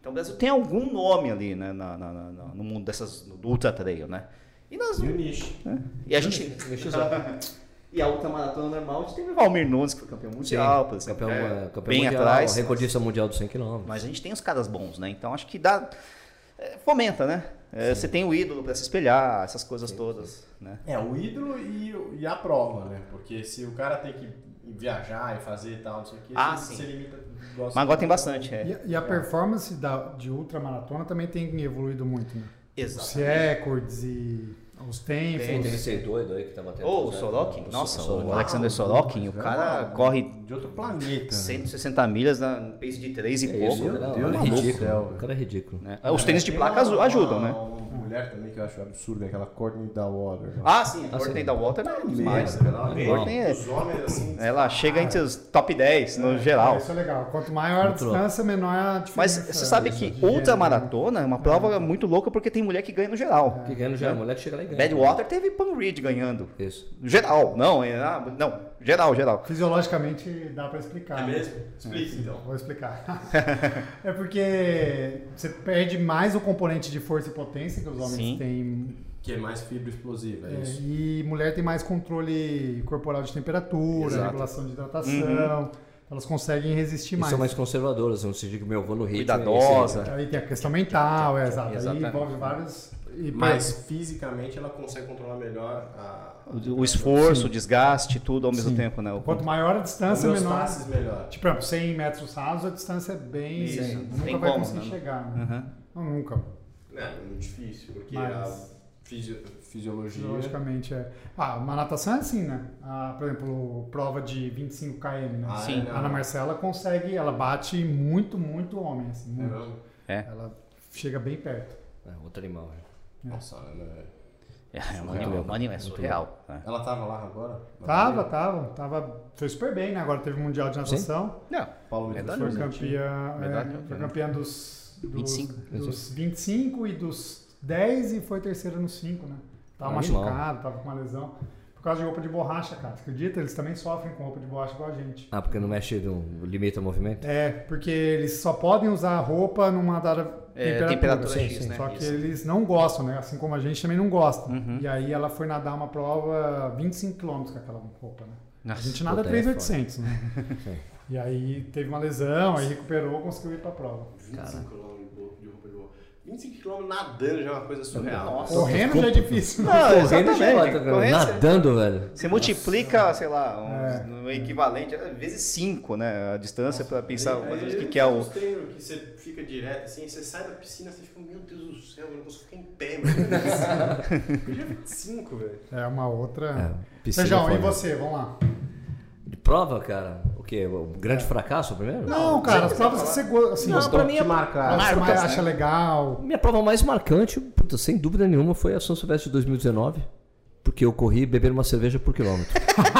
Speaker 5: Então o Brasil tem algum nome ali, né, na- na- na- na- no mundo dessas, do ultra trail, né? E nós
Speaker 4: E o nicho.
Speaker 5: e a gente. [laughs] e a outra maratona normal, a gente teve o Valmir Nunes, que foi campeão mundial, por exemplo.
Speaker 2: Campeão,
Speaker 5: é,
Speaker 2: eh, campeão
Speaker 5: bem
Speaker 2: mundial,
Speaker 5: atrás.
Speaker 2: recordista mundial dos 100 km.
Speaker 5: Mas a gente tem os caras bons, né? Então acho que dá. é, Fomenta, né? É, você tem o ídolo pra se espelhar, essas coisas todas, né?
Speaker 4: É, o ídolo e, o- e a prova, né? Porque se o cara tem que viajar e fazer e tal, não sei o que,
Speaker 5: Ah,
Speaker 4: você,
Speaker 5: sim.
Speaker 4: você limita.
Speaker 5: Mas agora tem bastante, é.
Speaker 1: E, e a performance da, de ultramaratona também tem evoluído muito, né? Os
Speaker 5: Exato.
Speaker 1: recordes e os tempos. É,
Speaker 2: Tem, tem esse doido aí que tava tendo.
Speaker 5: Ou o
Speaker 2: né?
Speaker 5: Sorokin,
Speaker 2: O
Speaker 5: nossa,
Speaker 2: So-
Speaker 5: o
Speaker 4: Ah,
Speaker 5: Alexander Sorokin, o cara corre
Speaker 4: é De outro planeta. né?
Speaker 5: 160 milhas na no pace de 3 e
Speaker 2: É isso,
Speaker 5: pouco.
Speaker 2: o cara,
Speaker 4: Meu
Speaker 2: o
Speaker 4: Deus
Speaker 2: cara é
Speaker 4: do
Speaker 2: ridículo.
Speaker 4: céu,
Speaker 2: o cara é ridículo.
Speaker 5: né? Os tênis de placa azu- ajudam, né?
Speaker 4: Uma mulher também que eu acho absurda, aquela Courtney da Water.
Speaker 5: Ah, sim, a
Speaker 2: Ah,
Speaker 5: Courtney
Speaker 2: sim.
Speaker 5: da Walter é demais.
Speaker 4: pela
Speaker 5: A
Speaker 4: vez.
Speaker 5: Courtney é
Speaker 4: Os homens assim.
Speaker 5: Ela chega entre os top 10 no geral.
Speaker 1: Isso é legal. Quanto maior a
Speaker 2: Muito louco.
Speaker 1: distância, menor a diferença.
Speaker 5: Mas você sabe
Speaker 1: de né?
Speaker 5: que
Speaker 1: gênero, né?
Speaker 5: ultramaratona é uma prova muito louca porque tem mulher que ganha no geral.
Speaker 2: Que ganha no geral, moleque chega lá e ganha.
Speaker 5: É. Badwater teve Pan Reed ganhando.
Speaker 2: Isso.
Speaker 5: Geral, não, é- ah, não, geral, geral.
Speaker 1: né? Fisiologicamente dá pra explicar.
Speaker 3: É
Speaker 1: né?
Speaker 3: mesmo? Explica então.
Speaker 1: Vou explicar. [laughs] é porque você perde mais o componente de força e potência que os homens
Speaker 5: Sim.
Speaker 1: têm.
Speaker 4: Que é mais fibra explosiva, é
Speaker 1: é,
Speaker 4: isso.
Speaker 1: e mulher tem mais controle corporal de temperatura,
Speaker 5: Exato. Uhum.
Speaker 1: regulação de hidratação. Elas conseguem resistir
Speaker 2: E
Speaker 1: mais.
Speaker 5: é
Speaker 2: são mais conservadoras, não se diga que meu avô no ritmo. é esse aí.
Speaker 5: Cuidadosa.
Speaker 1: Aí tem a questão mental, é exato. Aí
Speaker 5: Exatamente.
Speaker 1: envolve vários. E
Speaker 4: Mas fisicamente ela consegue controlar melhor a.
Speaker 5: O o esforço, o desgaste, tudo ao mesmo
Speaker 1: Sim.
Speaker 5: tempo, né? O-
Speaker 1: Quanto maior a distância, menor.
Speaker 4: Homeostasis melhor.
Speaker 1: Tipo, por exemplo, 100 metros rasos, a distância é bem.
Speaker 5: Isso,
Speaker 1: Sim,
Speaker 5: não
Speaker 1: nunca
Speaker 5: tem
Speaker 1: vai
Speaker 5: como,
Speaker 1: conseguir
Speaker 5: né?
Speaker 1: chegar. Né?
Speaker 5: Aham.
Speaker 1: Não, nunca.
Speaker 4: Não, é muito difícil, porque
Speaker 1: Mas-
Speaker 4: a fisio- fisiologia.
Speaker 1: Logicamente é. Ah, uma natação é assim, né? Ah, por exemplo, prova de 25 km, né?
Speaker 4: Ah,
Speaker 5: Sim.
Speaker 4: é, não.
Speaker 1: A Ana Marcela consegue, ela bate muito, muito homem, assim.
Speaker 4: É,
Speaker 1: muito.
Speaker 4: não?
Speaker 1: Ela chega bem perto.
Speaker 2: É, outro animal. né?
Speaker 4: Nossa, Ana.
Speaker 5: É, um anime, um anime, é surreal. né?
Speaker 4: Ela tava lá agora?
Speaker 1: Tava, tava, tava. Foi super bem, né? Agora teve o Mundial de Natação.
Speaker 5: Não,
Speaker 4: Paulo me
Speaker 5: Medalha,
Speaker 1: Foi
Speaker 5: né?
Speaker 1: campeã.
Speaker 5: Medalha,
Speaker 1: é, foi
Speaker 5: né?
Speaker 1: campeã dos, dos,
Speaker 5: 25.
Speaker 1: dos 25 e dos 10 e foi terceira no 5, né? Tava
Speaker 2: Animal.
Speaker 1: machucado, tava com uma lesão. Por causa de roupa de borracha, cara. Acredita? Eles também sofrem com roupa de borracha igual a gente.
Speaker 2: Ah, porque não mexe, não limita o movimento?
Speaker 1: É, porque eles só podem usar a roupa numa dada
Speaker 5: É,
Speaker 1: temperatura.
Speaker 5: temperatura
Speaker 1: sim,
Speaker 5: X,
Speaker 1: sim.
Speaker 5: né?
Speaker 1: Só que
Speaker 5: Isso.
Speaker 1: eles não gostam, né? Assim como a gente também não gosta.
Speaker 5: Uhum.
Speaker 1: E aí ela foi nadar uma prova 25 km com aquela roupa, né?
Speaker 5: Nossa,
Speaker 1: a gente nada
Speaker 2: puta, é foda.
Speaker 1: 3,800, né? [laughs] E aí teve uma lesão, aí recuperou, conseguiu ir pra prova.
Speaker 3: 25 km de bo- de roupa de boa. 25 km nadando já é uma coisa surreal.
Speaker 5: Nossa.
Speaker 1: Correndo já é difícil. né?
Speaker 5: Não,
Speaker 2: Correndo já é outra coisa.
Speaker 5: Ah, Correndo, você-
Speaker 2: Nadando, velho.
Speaker 5: Você multiplica, sei lá, um,
Speaker 1: É.
Speaker 5: no equivalente, às vezes 5, né? A distância pra pensar
Speaker 3: Aí-
Speaker 5: mais ou
Speaker 3: aí
Speaker 5: menos o que,
Speaker 3: eu
Speaker 5: que é o.
Speaker 3: fiz uns treinos que você fica direto, assim, você sai da piscina, você fica, meu Deus do céu, eu não consigo ficar em pé, mano. Eu já 25, velho.
Speaker 1: É uma outra.
Speaker 2: É, piscina
Speaker 1: Sejão, e
Speaker 2: foda.
Speaker 1: você? Vamos lá.
Speaker 2: De prova, cara? O quê? O
Speaker 5: É.
Speaker 2: grande fracasso primeiro?
Speaker 1: Não, cara, as provas que você gosta. Assim,
Speaker 2: Não,
Speaker 1: as
Speaker 2: pra
Speaker 1: provas
Speaker 2: mim
Speaker 1: que
Speaker 2: é-
Speaker 1: te marcaram,
Speaker 5: marcas,
Speaker 1: que você mais
Speaker 5: né?
Speaker 1: acha legal.
Speaker 2: Minha prova mais marcante, puta, sem dúvida nenhuma, foi a São Silvestre de 2019. Porque eu corri beber uma cerveja por quilômetro.
Speaker 5: [laughs]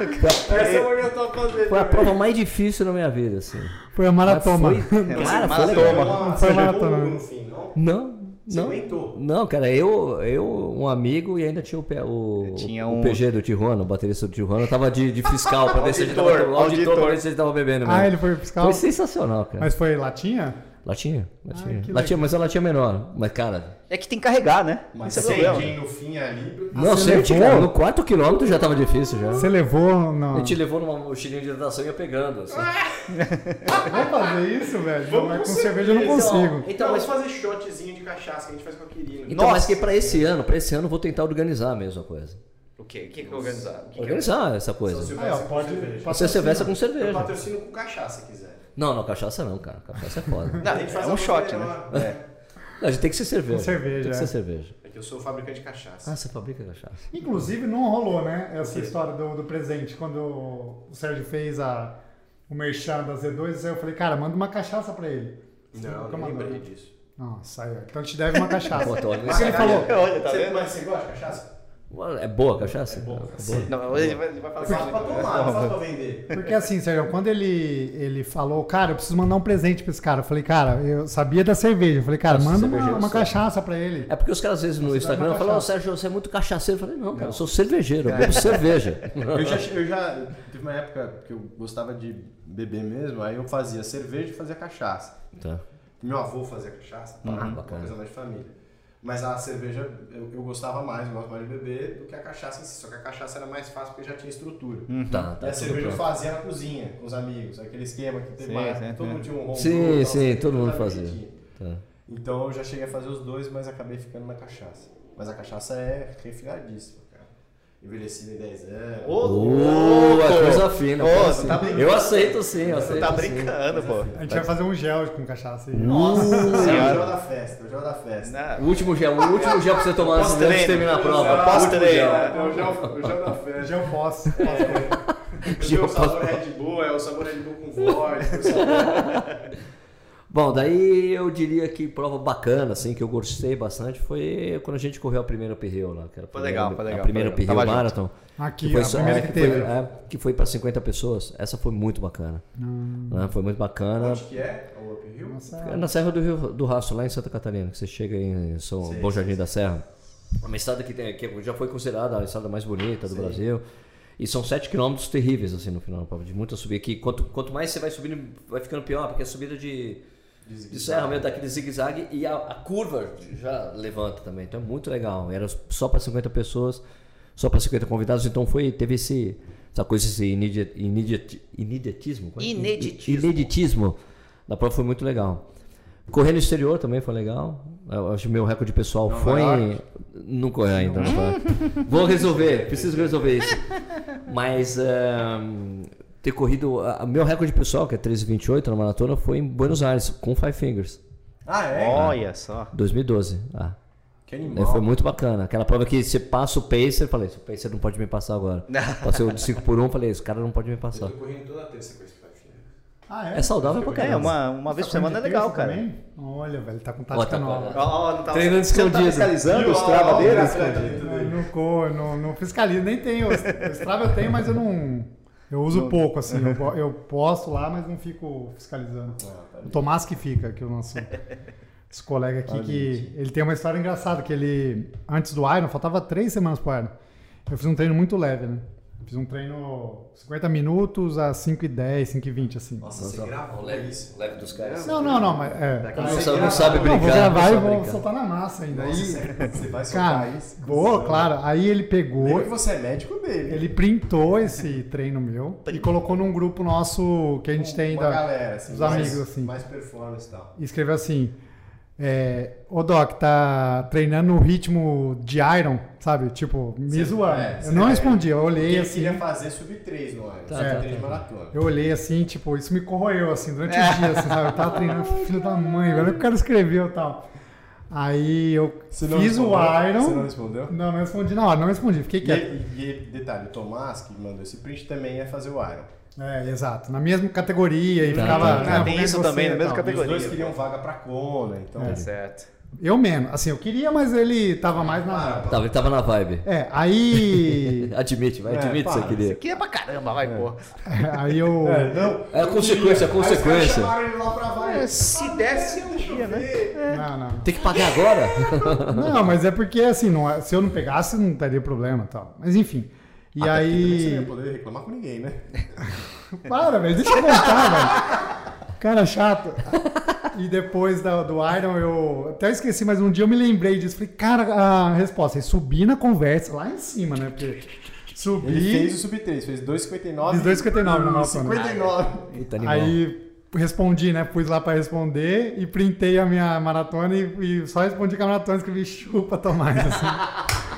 Speaker 3: Essa é uma que eu tô fazendo.
Speaker 2: Foi a
Speaker 3: velho.
Speaker 2: prova mais difícil da minha vida, assim.
Speaker 1: Foi a
Speaker 2: Mas
Speaker 1: maratona.
Speaker 2: Foi, cara, foi
Speaker 5: é maratona.
Speaker 2: legal.
Speaker 1: Não
Speaker 3: Você
Speaker 1: foi
Speaker 3: chegou
Speaker 1: maratona,
Speaker 3: no
Speaker 1: não.
Speaker 3: fim, não?
Speaker 2: Não,
Speaker 3: Você
Speaker 2: não.
Speaker 3: aguentou.
Speaker 2: Não, cara, eu, eu, um amigo e ainda tinha o, pe- o,
Speaker 5: Tinha
Speaker 2: o
Speaker 5: um-
Speaker 2: PG do Tijuana, o baterista do Tijuana, tava de, de fiscal pra ver se a gente tava,
Speaker 5: Auditor,
Speaker 2: auditor, auditor pra
Speaker 5: auditor.
Speaker 2: ver se a gente tava bebendo mesmo.
Speaker 1: Ah, ele foi fiscal?
Speaker 2: Foi sensacional, cara.
Speaker 1: [laughs] Mas foi latinha?
Speaker 2: Latinha, latinha.
Speaker 1: que
Speaker 2: latinha, mas a latinha é menor. Mas, cara,
Speaker 5: É que tem que carregar, né?
Speaker 4: Mas
Speaker 5: Esse é o problema.
Speaker 4: sem no fim ali.
Speaker 3: assim,
Speaker 2: não
Speaker 1: você
Speaker 2: sei,
Speaker 1: levou?
Speaker 2: cara, no quarto quilômetro já tava difícil já.
Speaker 1: Você levou. Não.
Speaker 2: Ele te levou numa mochilinha de hidratação e ia pegando. assim.
Speaker 1: Vamos fazer isso, velho.
Speaker 3: Vamos
Speaker 1: Mas com
Speaker 3: conseguir,
Speaker 1: cerveja eu não
Speaker 3: então.
Speaker 1: consigo.
Speaker 2: Então,
Speaker 3: Não,
Speaker 2: mas,
Speaker 3: vamos fazer shotzinho de cachaça que a gente faz com a querida.
Speaker 2: então mas que pra esse ano, pra esse ano eu vou tentar organizar a mesma coisa.
Speaker 5: O quê? O que que é organizado? O que que é?
Speaker 2: Organizar essa coisa.
Speaker 1: Ah, ó, pode.
Speaker 2: Pra ser cerveja com cerveja.
Speaker 3: Eu patrocino com cachaça, se quiser.
Speaker 2: Não, não, cachaça não, cara. Cachaça é foda.
Speaker 5: Não,
Speaker 3: A gente faz
Speaker 5: é um
Speaker 3: uma
Speaker 5: shot, né?
Speaker 3: melhor.
Speaker 2: Não, a gente tem que ser cerveja.
Speaker 1: Com cerveja,
Speaker 2: Tem que
Speaker 1: é.
Speaker 2: ser cerveja.
Speaker 3: É que eu sou fabricante de cachaça.
Speaker 2: Ah, você fabrica cachaça.
Speaker 1: Inclusive, não rolou, né? Essa história do, do presente. Quando o Sérgio fez a, o merchan da Z2, eu falei, cara, manda uma cachaça pra ele.
Speaker 3: Não,
Speaker 1: Nunca
Speaker 3: não
Speaker 1: mandou.
Speaker 3: lembrei disso.
Speaker 1: Nossa, aí, ó. então te deve uma cachaça.
Speaker 2: Pô, tô
Speaker 1: Mas ele falou.
Speaker 5: Olha, tá
Speaker 3: Você-
Speaker 5: vendo?
Speaker 3: Mas você gosta de cachaça?
Speaker 2: É boa a cachaça? É boa.
Speaker 5: Não, ele vai, ele vai falar
Speaker 3: Eu faço
Speaker 5: que- é
Speaker 3: pra tomar, não faço pra vender.
Speaker 1: Porque assim, Sérgio, quando ele, ele falou, cara, eu preciso mandar um presente pra esse cara. Eu falei, cara, eu sabia da cerveja. Eu falei, cara,
Speaker 2: Nossa,
Speaker 1: manda
Speaker 2: cerveja
Speaker 1: uma,
Speaker 2: do
Speaker 1: uma
Speaker 2: céu.
Speaker 1: cachaça pra ele.
Speaker 2: É porque os caras às vezes no Instagram
Speaker 1: uma
Speaker 2: falam, ô
Speaker 1: cachaça.
Speaker 2: Sérgio, você é muito cachaceiro. Eu falei, não, cara, eu sou cervejeiro, eu bebo cerveja.
Speaker 4: Eu já, eu já. Teve uma época que eu gostava de beber mesmo, aí eu fazia cerveja e fazia cachaça.
Speaker 2: Tá.
Speaker 4: Meu avô fazia cachaça, pá, uma
Speaker 2: Hum, bacana.
Speaker 4: coisa mais de família. Mas a cerveja eu, eu gostava mais, eu gosto mais de beber do que a cachaça em si. Só que a cachaça era mais fácil porque já tinha estrutura.
Speaker 3: É
Speaker 2: Tá, tá.
Speaker 4: e a
Speaker 2: tudo
Speaker 4: cerveja eu
Speaker 2: pronto.
Speaker 4: fazia na cozinha, com os amigos, aquele esquema que teve
Speaker 5: Sim,
Speaker 4: mais,
Speaker 5: sim,
Speaker 4: todo
Speaker 5: sim.
Speaker 4: mundo tinha um home
Speaker 2: Sim,
Speaker 4: brew e tal,
Speaker 2: sim,
Speaker 4: assim,
Speaker 2: todo mundo
Speaker 4: tudo
Speaker 2: fazia.
Speaker 4: direitinho.
Speaker 2: Tá.
Speaker 4: Então eu já cheguei a fazer os dois, mas acabei ficando na cachaça. Mas a cachaça é refinadíssima, cara. Envelhecida em 10 anos.
Speaker 5: Ô,
Speaker 2: Ô, é
Speaker 5: louco!
Speaker 2: coisa fina.
Speaker 5: Ô,
Speaker 2: coisa
Speaker 5: você
Speaker 2: fina.
Speaker 5: tá brincando.
Speaker 2: eu aceito sim, eu
Speaker 5: Você
Speaker 2: aceito
Speaker 5: tá
Speaker 2: sim.
Speaker 5: brincando, pô.
Speaker 1: A gente vai fazer um gel com cachaça aí.
Speaker 5: Nossa
Speaker 4: Esse é o
Speaker 5: senhora.
Speaker 4: jogo da festa, é o jogo da
Speaker 3: Né?
Speaker 4: festa.
Speaker 5: né?
Speaker 2: O último gel, o último gel pra você tomar antes
Speaker 5: Pós-treino.
Speaker 2: de terminar a prova.
Speaker 5: Pós-
Speaker 2: Último gel.
Speaker 5: né?
Speaker 3: Eu já, eu já da festa.
Speaker 1: Gel pós.
Speaker 3: Eu tenho o sabor Red Bull, é o sabor Red Bull com vodka. o sabor-
Speaker 2: Bom, daí eu diria que prova bacana, assim, que eu gostei bastante, foi quando a gente correu a primeira uphill lá. Que era a
Speaker 5: Foi
Speaker 2: primeira-
Speaker 5: legal, foi legal,
Speaker 2: A primeira
Speaker 5: foi legal.
Speaker 2: uphill
Speaker 5: Tava
Speaker 2: marathon.
Speaker 1: Aqui, a
Speaker 2: só-
Speaker 1: primeira
Speaker 2: é,
Speaker 1: que teve.
Speaker 2: Foi, é, que foi pra 50 pessoas. Essa foi muito bacana.
Speaker 1: Hum.
Speaker 2: Né, Foi muito bacana.
Speaker 3: Onde que é? O uphill?
Speaker 2: É na Serra do Rio do Rastro, lá em Santa Catarina, que você chega em São Bom Jardim da Serra. É Uma estrada que, tem, que já foi considerada a estrada mais bonita do Brasil. E são 7 quilômetros terríveis, assim, no final da prova, de muita subida. Que quanto, quanto mais você vai subindo, vai ficando pior, porque é subida de, de serra mesmo, daquele zigue-zague, e a, a curva já levanta também. Então é muito legal. Era só para 50 pessoas, só para 50 convidados, então foi, teve esse, essa coisa, esse inedi- inedi- ineditismo. como é que-
Speaker 5: Ineditismo.
Speaker 2: Ineditismo. Da prova foi muito legal. Correr no exterior também foi legal. Eu acho que meu recorde pessoal foi. em- Não correu ainda. não foi. Vou resolver, preciso resolver isso. Mas ehm, ter corrido. a- a- Meu recorde pessoal, que é 13,28 na maratona, foi em Buenos Aires, com Five Fingers,
Speaker 4: Ah, é?
Speaker 5: Olha só.
Speaker 2: 2012. Ah,
Speaker 4: Que
Speaker 2: daí
Speaker 4: animal.
Speaker 2: foi muito bacana. Aquela prova que você passa o pacer, falei, o pacer não pode me passar agora. Passei o de 5 por 1, falei, esse cara não pode me
Speaker 3: Eu
Speaker 2: passar.
Speaker 3: tô correndo toda terça com esse patinho.
Speaker 1: Ah,
Speaker 2: É saudável pra
Speaker 5: É,
Speaker 2: caramba.
Speaker 5: uma, uma
Speaker 1: Tá
Speaker 5: vez por semana é legal, cara.
Speaker 1: Olha, velho, tá com
Speaker 2: Ó, tá
Speaker 1: tática
Speaker 2: com-
Speaker 1: nova.
Speaker 5: Ó, ó, não tava-
Speaker 2: Treinando
Speaker 5: você não tá
Speaker 2: escondido.
Speaker 5: fiscalizando os trava dele?
Speaker 1: Não, não, co- não, não fiscalizo, nem tenho. O Strava eu tenho, mas eu não. Eu uso pouco, assim. Eu, po- eu posto lá, mas não fico fiscalizando.
Speaker 5: Ah, tá
Speaker 1: o Tomás que fica, que é
Speaker 5: [laughs]
Speaker 1: o nosso esse colega aqui, que ele tem uma história engraçada, que ele, antes do Iron, faltava três semanas pro Iron. Eu fiz um treino muito leve, né? Fiz um treino 50 minutos a 5 e 10, 5 e 20, assim.
Speaker 3: Nossa, você
Speaker 2: O
Speaker 3: gravou
Speaker 2: leve,
Speaker 3: isso.
Speaker 2: o leve dos caras.
Speaker 1: Não, não, não, mas é.
Speaker 2: Como
Speaker 3: Aí
Speaker 2: você
Speaker 3: você
Speaker 2: não
Speaker 3: grava.
Speaker 2: sabe
Speaker 3: Não,
Speaker 1: Não,
Speaker 2: brincar.
Speaker 1: vou gravar
Speaker 2: não
Speaker 1: e
Speaker 2: sabe
Speaker 1: vou
Speaker 2: brincar.
Speaker 1: soltar na massa ainda.
Speaker 4: Nossa,
Speaker 1: Aí,
Speaker 4: você, você vai soltar
Speaker 1: [laughs] cara,
Speaker 4: isso. é
Speaker 1: boa, claro. Aí ele pegou,
Speaker 4: Lembra que você é médico dele.
Speaker 1: ele printou esse treino meu e colocou num grupo nosso que a gente tem
Speaker 4: Uma
Speaker 1: da,
Speaker 4: galera, assim,
Speaker 1: dos
Speaker 4: mais-
Speaker 1: amigos, assim.
Speaker 4: Mais performance e tal.
Speaker 1: e escreveu assim: é, Ô Doc, tá treinando no ritmo de Iron, sabe? Tipo, me
Speaker 4: Cê-
Speaker 1: zoando.
Speaker 4: é,
Speaker 1: eu não
Speaker 4: cê-
Speaker 1: respondi, eu
Speaker 4: Porque
Speaker 1: olhei
Speaker 4: ele
Speaker 1: assim.
Speaker 4: queria fazer sub 3 no ano,
Speaker 2: Tá,
Speaker 4: sub
Speaker 1: tá,
Speaker 4: 3
Speaker 1: tá.
Speaker 4: maratona.
Speaker 1: Eu olhei assim, tipo, isso me corroeu, assim, durante o dia, assim, sabe? Eu tava treinando, filho da mãe, velho, o cara escreveu e tal. Aí eu
Speaker 4: Você não
Speaker 1: fiz o
Speaker 4: respondeu? Você não
Speaker 1: Iron.
Speaker 4: respondeu?
Speaker 1: Não, não respondi na hora, não respondi, fiquei
Speaker 4: E,
Speaker 1: quieto.
Speaker 4: e- e detalhe, o Tomás, que mandou esse print, também ia fazer o Iron.
Speaker 1: É, exato. Na mesma categoria e
Speaker 2: Tá,
Speaker 1: ficava.
Speaker 2: tá.
Speaker 1: né,
Speaker 5: Ah, tem
Speaker 1: como é
Speaker 5: isso
Speaker 1: que você
Speaker 5: também,
Speaker 1: e
Speaker 5: na mesma
Speaker 1: tal.
Speaker 5: categoria.
Speaker 4: E os dois queriam vaga pra Kona, então...
Speaker 1: É.
Speaker 5: Tá certo.
Speaker 1: Eu menos. Assim, eu queria, mas ele tava mais na.
Speaker 2: Tava, ele tava na vibe.
Speaker 1: É,
Speaker 2: [laughs]
Speaker 1: aí. [laughs]
Speaker 2: Admite, vai,
Speaker 4: É,
Speaker 2: admite
Speaker 4: para,
Speaker 2: isso aqui.
Speaker 5: Isso
Speaker 2: dele.
Speaker 5: aqui é pra caramba, vai, pô.
Speaker 1: aí eu.
Speaker 4: É, não.
Speaker 2: É a consequência, a
Speaker 4: Aí os caras
Speaker 2: consequência.
Speaker 4: chamaram ele lá
Speaker 1: É,
Speaker 4: pra vai.
Speaker 5: É, se desse um dia, né?
Speaker 1: Não, não.
Speaker 2: Tem que pagar agora? [laughs]
Speaker 1: Não, mas é porque, assim, não é- se eu não pegasse, não teria problema e tal. Mas enfim. E
Speaker 4: Você não
Speaker 1: aí.
Speaker 4: ia poder reclamar com ninguém, né?
Speaker 1: Para, velho, deixa eu contar, velho. Cara chato. E depois da- do Iron, eu até esqueci, mas um dia eu me lembrei disso. Falei, cara, a resposta é subir na conversa lá em cima, né? Porque
Speaker 4: Ele
Speaker 1: subi,
Speaker 4: fez o sub 3, fez 2,59.
Speaker 1: Fiz 2,59 na
Speaker 4: e
Speaker 1: maratona.
Speaker 4: 59.
Speaker 2: Puta animal.
Speaker 1: aí respondi, né? Pus lá pra responder e printei a minha maratona e, e só respondi com a maratona e escrevi chupa Tomás, assim.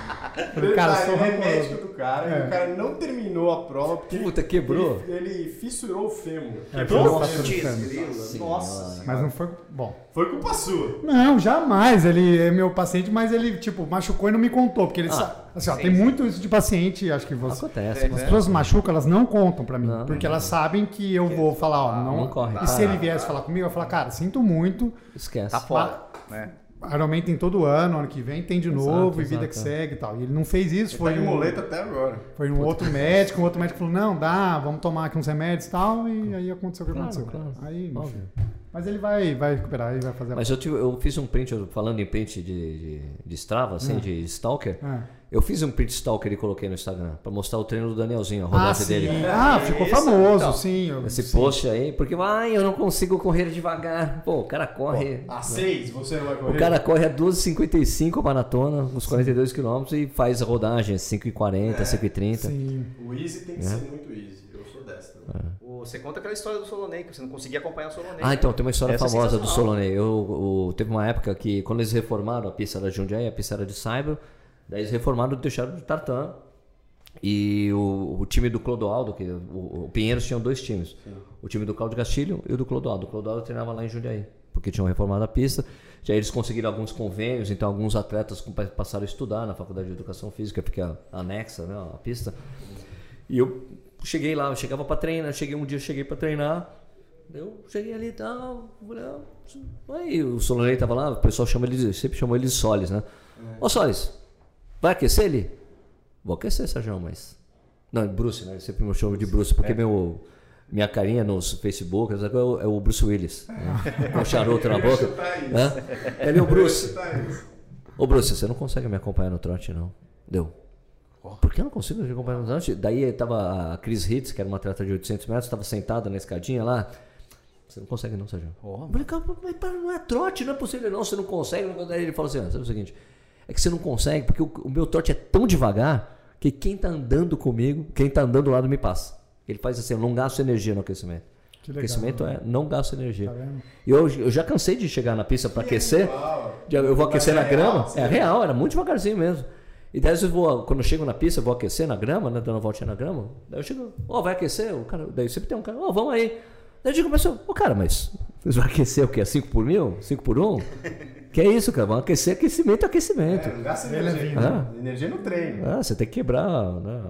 Speaker 1: Falei, cara,
Speaker 4: Detalhe,
Speaker 1: sou
Speaker 4: ele é médico
Speaker 1: rancoroso.
Speaker 4: do cara e
Speaker 1: É.
Speaker 4: o cara não terminou a prova porque ele-
Speaker 2: Puta, quebrou.
Speaker 4: Ele, ele fissurou o fêmur. Então,
Speaker 1: É,
Speaker 4: Quebrou
Speaker 1: putz,
Speaker 3: tá
Speaker 4: o fêmur.
Speaker 2: grila.
Speaker 4: Nossa,
Speaker 2: Senhora.
Speaker 4: senhora.
Speaker 1: Mas não foi. Bom.
Speaker 4: foi culpa sua.
Speaker 1: Não, jamais. Ele é meu paciente, mas ele, tipo, machucou e não me contou. Porque ele
Speaker 2: Ah,
Speaker 1: sa- assim, ó,
Speaker 5: sim,
Speaker 1: tem
Speaker 5: sim.
Speaker 1: muito isso de paciente, acho que você.
Speaker 2: Acontece.
Speaker 1: As
Speaker 2: mas-
Speaker 1: pessoas machucam, elas não contam pra mim.
Speaker 2: Não,
Speaker 1: porque
Speaker 2: não,
Speaker 1: elas sabem que eu vou falar, ó, não.
Speaker 2: não corre.
Speaker 1: E se ele
Speaker 2: Tá,
Speaker 1: viesse falar comigo, eu ia falar, cara, sinto muito.
Speaker 2: Esquece.
Speaker 5: Tá fora, né?
Speaker 1: Ironman tem todo ano, ano que vem tem de
Speaker 2: Exato,
Speaker 1: novo, e vida
Speaker 2: exato.
Speaker 1: que segue e tal. E ele não fez isso,
Speaker 4: Foi
Speaker 1: foi
Speaker 4: Tá
Speaker 3: tá
Speaker 4: de
Speaker 1: um,
Speaker 4: muleta até agora.
Speaker 1: foi um outro médico, um outro médico falou, não, dá, vamos tomar aqui uns remédios e tal, e aí aconteceu o que
Speaker 2: Claro,
Speaker 1: aconteceu.
Speaker 2: claro.
Speaker 1: Aí, enfim.
Speaker 2: Óbvio.
Speaker 1: Mas ele vai, vai recuperar e vai fazer a-
Speaker 2: Mas eu, tive- eu fiz um print, eu- falando em print de, de, de Strava, assim, de Stalker.
Speaker 1: Ah.
Speaker 2: Eu fiz um print Stalker e coloquei no Instagram pra mostrar o treino do Danielzinho, a
Speaker 1: Ah,
Speaker 2: rodagem
Speaker 1: sim.
Speaker 2: dele.
Speaker 1: ah, ficou
Speaker 5: Isso,
Speaker 1: famoso,
Speaker 5: então.
Speaker 1: sim. eu-
Speaker 2: Esse
Speaker 1: sim.
Speaker 2: post aí, porque ai, eu não consigo correr devagar. Pô, o cara corre.
Speaker 1: ah,
Speaker 4: A 6, você não vai correr.
Speaker 2: o cara corre a 12,55 a maratona, uns 42 quilômetros e faz a rodagem 5,40, 5,30.
Speaker 1: É, Sim.
Speaker 4: O easy tem que ser muito easy. Eu sou dessa. também.
Speaker 5: O- Você conta aquela história do Solonei, que você não conseguia acompanhar o Solonei.
Speaker 2: Ah, então, tem uma história
Speaker 5: Essa é
Speaker 2: famosa do
Speaker 5: sensacional.
Speaker 2: Solonei. Eu, eu- teve uma época que, quando eles reformaram a pista era de Jundiaí, a pista era de Saibro, daí eles reformaram e deixaram de tartan. E o, o time do Clodoaldo, que o, o Pinheiros tinham dois times. O time do Cláudio Castilho e o do Clodoaldo. O Clodoaldo treinava lá em Jundiaí, porque tinham reformado a pista. Já eles conseguiram alguns convênios, então alguns atletas com- passaram a estudar na Faculdade de Educação Física, porque é anexa né, a pista. E eu cheguei lá, eu chegava pra treinar, cheguei um dia, cheguei pra treinar. Eu cheguei ali e tal, falei, ah, aí o Solonei tava lá, o pessoal chama ele, de- sempre chamou ele de Solis, né? Ô Solis, vai aquecer ele? Vou aquecer, Sérgio, mas. Não, é Bruce, né? Ele sempre me chama de Bruce, porque meu, minha carinha nos Facebook sabe, é o, é o Bruce Willis, né? com o charuto na boca. Né? Ele é o Bruce.
Speaker 4: Tá isso.
Speaker 2: Ô, Bruce, você não consegue me acompanhar no trote, não. Deu. Por que eu não consigo me acompanhar no trote? Daí eh, tava a Cris Hitz, que era uma atleta de 800 metros, tava sentada na escadinha lá. Você não consegue não, Sérgio. Eu Falei, cara, mas pera, não é trote, não é possível não, você não consegue. não consegue. Daí ele falou assim, ó, sabe o seguinte, é que você não consegue, porque o, o meu trote é tão devagar que quem tá andando comigo, quem tá andando do lado me passa. Ele faz assim, eu não gasto energia no aquecimento.
Speaker 1: Que legal, né?
Speaker 2: aquecimento é, não gasto energia.
Speaker 1: Tá vendo?
Speaker 2: E eu, eu já cansei de chegar na pista para aquecer.
Speaker 3: ah,
Speaker 4: animal.
Speaker 2: Já- Eu vou
Speaker 4: Mas
Speaker 2: aquecer
Speaker 4: é
Speaker 2: na
Speaker 4: real,
Speaker 2: grama.
Speaker 4: sim.
Speaker 2: É real, era muito devagarzinho mesmo. E daí eu vou, quando eu chego na pista, eu vou aquecer na grama, né? Dando uma voltinha na grama. Daí eu chego, ó, vai aquecer? O cara, daí sempre tem um cara, ó, vamos aí. Daí eu digo, mas, ô, cara, mas vocês vão aquecer o quê? 5 por mil? 5 por
Speaker 4: [laughs]
Speaker 2: 1? Um? que é isso, cara? Vão aquecer aquecimento, aquecimento.
Speaker 4: É, não gasta
Speaker 1: Ele é
Speaker 4: energia.
Speaker 2: vindo.
Speaker 4: Energia no treino.
Speaker 2: Ah, você tem que quebrar, né?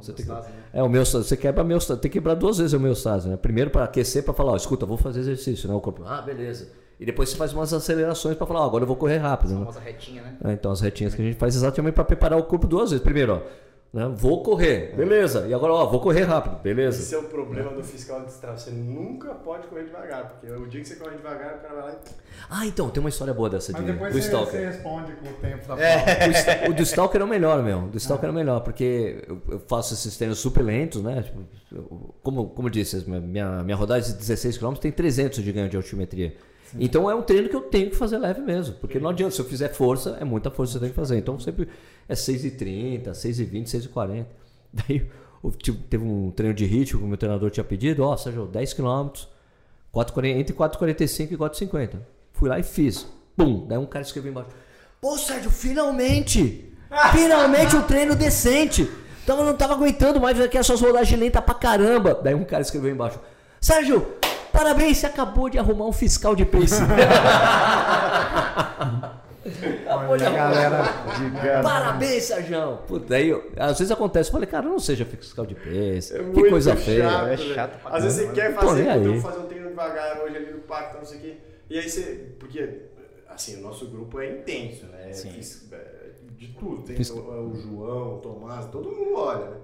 Speaker 2: Você tem que... É, o meu, você quebra meu, tem que quebrar duas vezes o meu né? Primeiro para aquecer, para falar, ó, escuta, eu vou fazer exercício, né? O corpo, ah, beleza. E depois você faz umas acelerações para falar, ó, agora eu vou correr rápido,
Speaker 5: A
Speaker 2: né?
Speaker 5: famosa retinha, né?
Speaker 2: Ah, Então as retinhas que a gente faz exatamente para preparar o corpo duas vezes. Primeiro, ó, né? Vou correr, beleza. E agora, ó, vou correr rápido, beleza.
Speaker 3: Esse é o problema do fiscal de estrada. Você nunca pode correr devagar, porque o dia que você corre devagar, o cara vai lá e.
Speaker 2: Ah, então, tem uma história boa dessa de,
Speaker 1: Mas
Speaker 2: do
Speaker 1: depois você, você
Speaker 2: Stalker.
Speaker 1: responde com o tempo tá da prova.
Speaker 2: O sta- O do Stalker é o melhor, meu. O do Stalker é o melhor, porque eu, eu faço esses treinos super lentos, né? Tipo, eu- como, como eu disse, minha, minha rodagem de 16 km tem 300 de ganho de altimetria. Então é um treino que eu tenho que fazer leve mesmo, porque não adianta, se eu fizer força, é muita força que eu tenho que fazer. Então sempre é 6h30, 6h20, 6h40. Daí o- tipo, teve um treino de ritmo que o meu treinador tinha pedido, ó, Sérgio, 10 km, 4,40 entre 4,45 e 4,50. Fui lá e fiz. Pum! Daí um cara escreveu embaixo. Pô,
Speaker 3: [laughs]
Speaker 2: Sérgio, finalmente! Finalmente um treino decente! Tava, não tava aguentando mais, aqui essas rodagens lentas pra caramba. Daí um cara escreveu embaixo. Sérgio, parabéns, você acabou de arrumar um fiscal de
Speaker 3: [laughs]
Speaker 2: pace.
Speaker 1: Olha,
Speaker 2: acabou de
Speaker 1: a
Speaker 2: arrumar.
Speaker 1: galera.
Speaker 2: É, Parabéns, Sérgio! Puta, aí, eu- às vezes acontece, eu falei, cara, não seja fiscal de pace,
Speaker 3: É
Speaker 2: que
Speaker 3: muito
Speaker 2: coisa
Speaker 3: chato,
Speaker 2: feia.
Speaker 5: é
Speaker 3: velho.
Speaker 5: chato pra
Speaker 3: Às vezes você
Speaker 5: caramba.
Speaker 3: quer
Speaker 2: Tô
Speaker 3: fazer,
Speaker 2: nem
Speaker 3: puta, eu
Speaker 2: aí.
Speaker 3: vou fazer um treino devagar hoje ali no pacto, não sei o quê. E aí você. Porque, assim, o nosso grupo é intenso, né? É
Speaker 5: Sim.
Speaker 3: fis- é de tudo. Tem
Speaker 2: Fis-
Speaker 3: o, é, o João, o Tomás, todo mundo olha, né?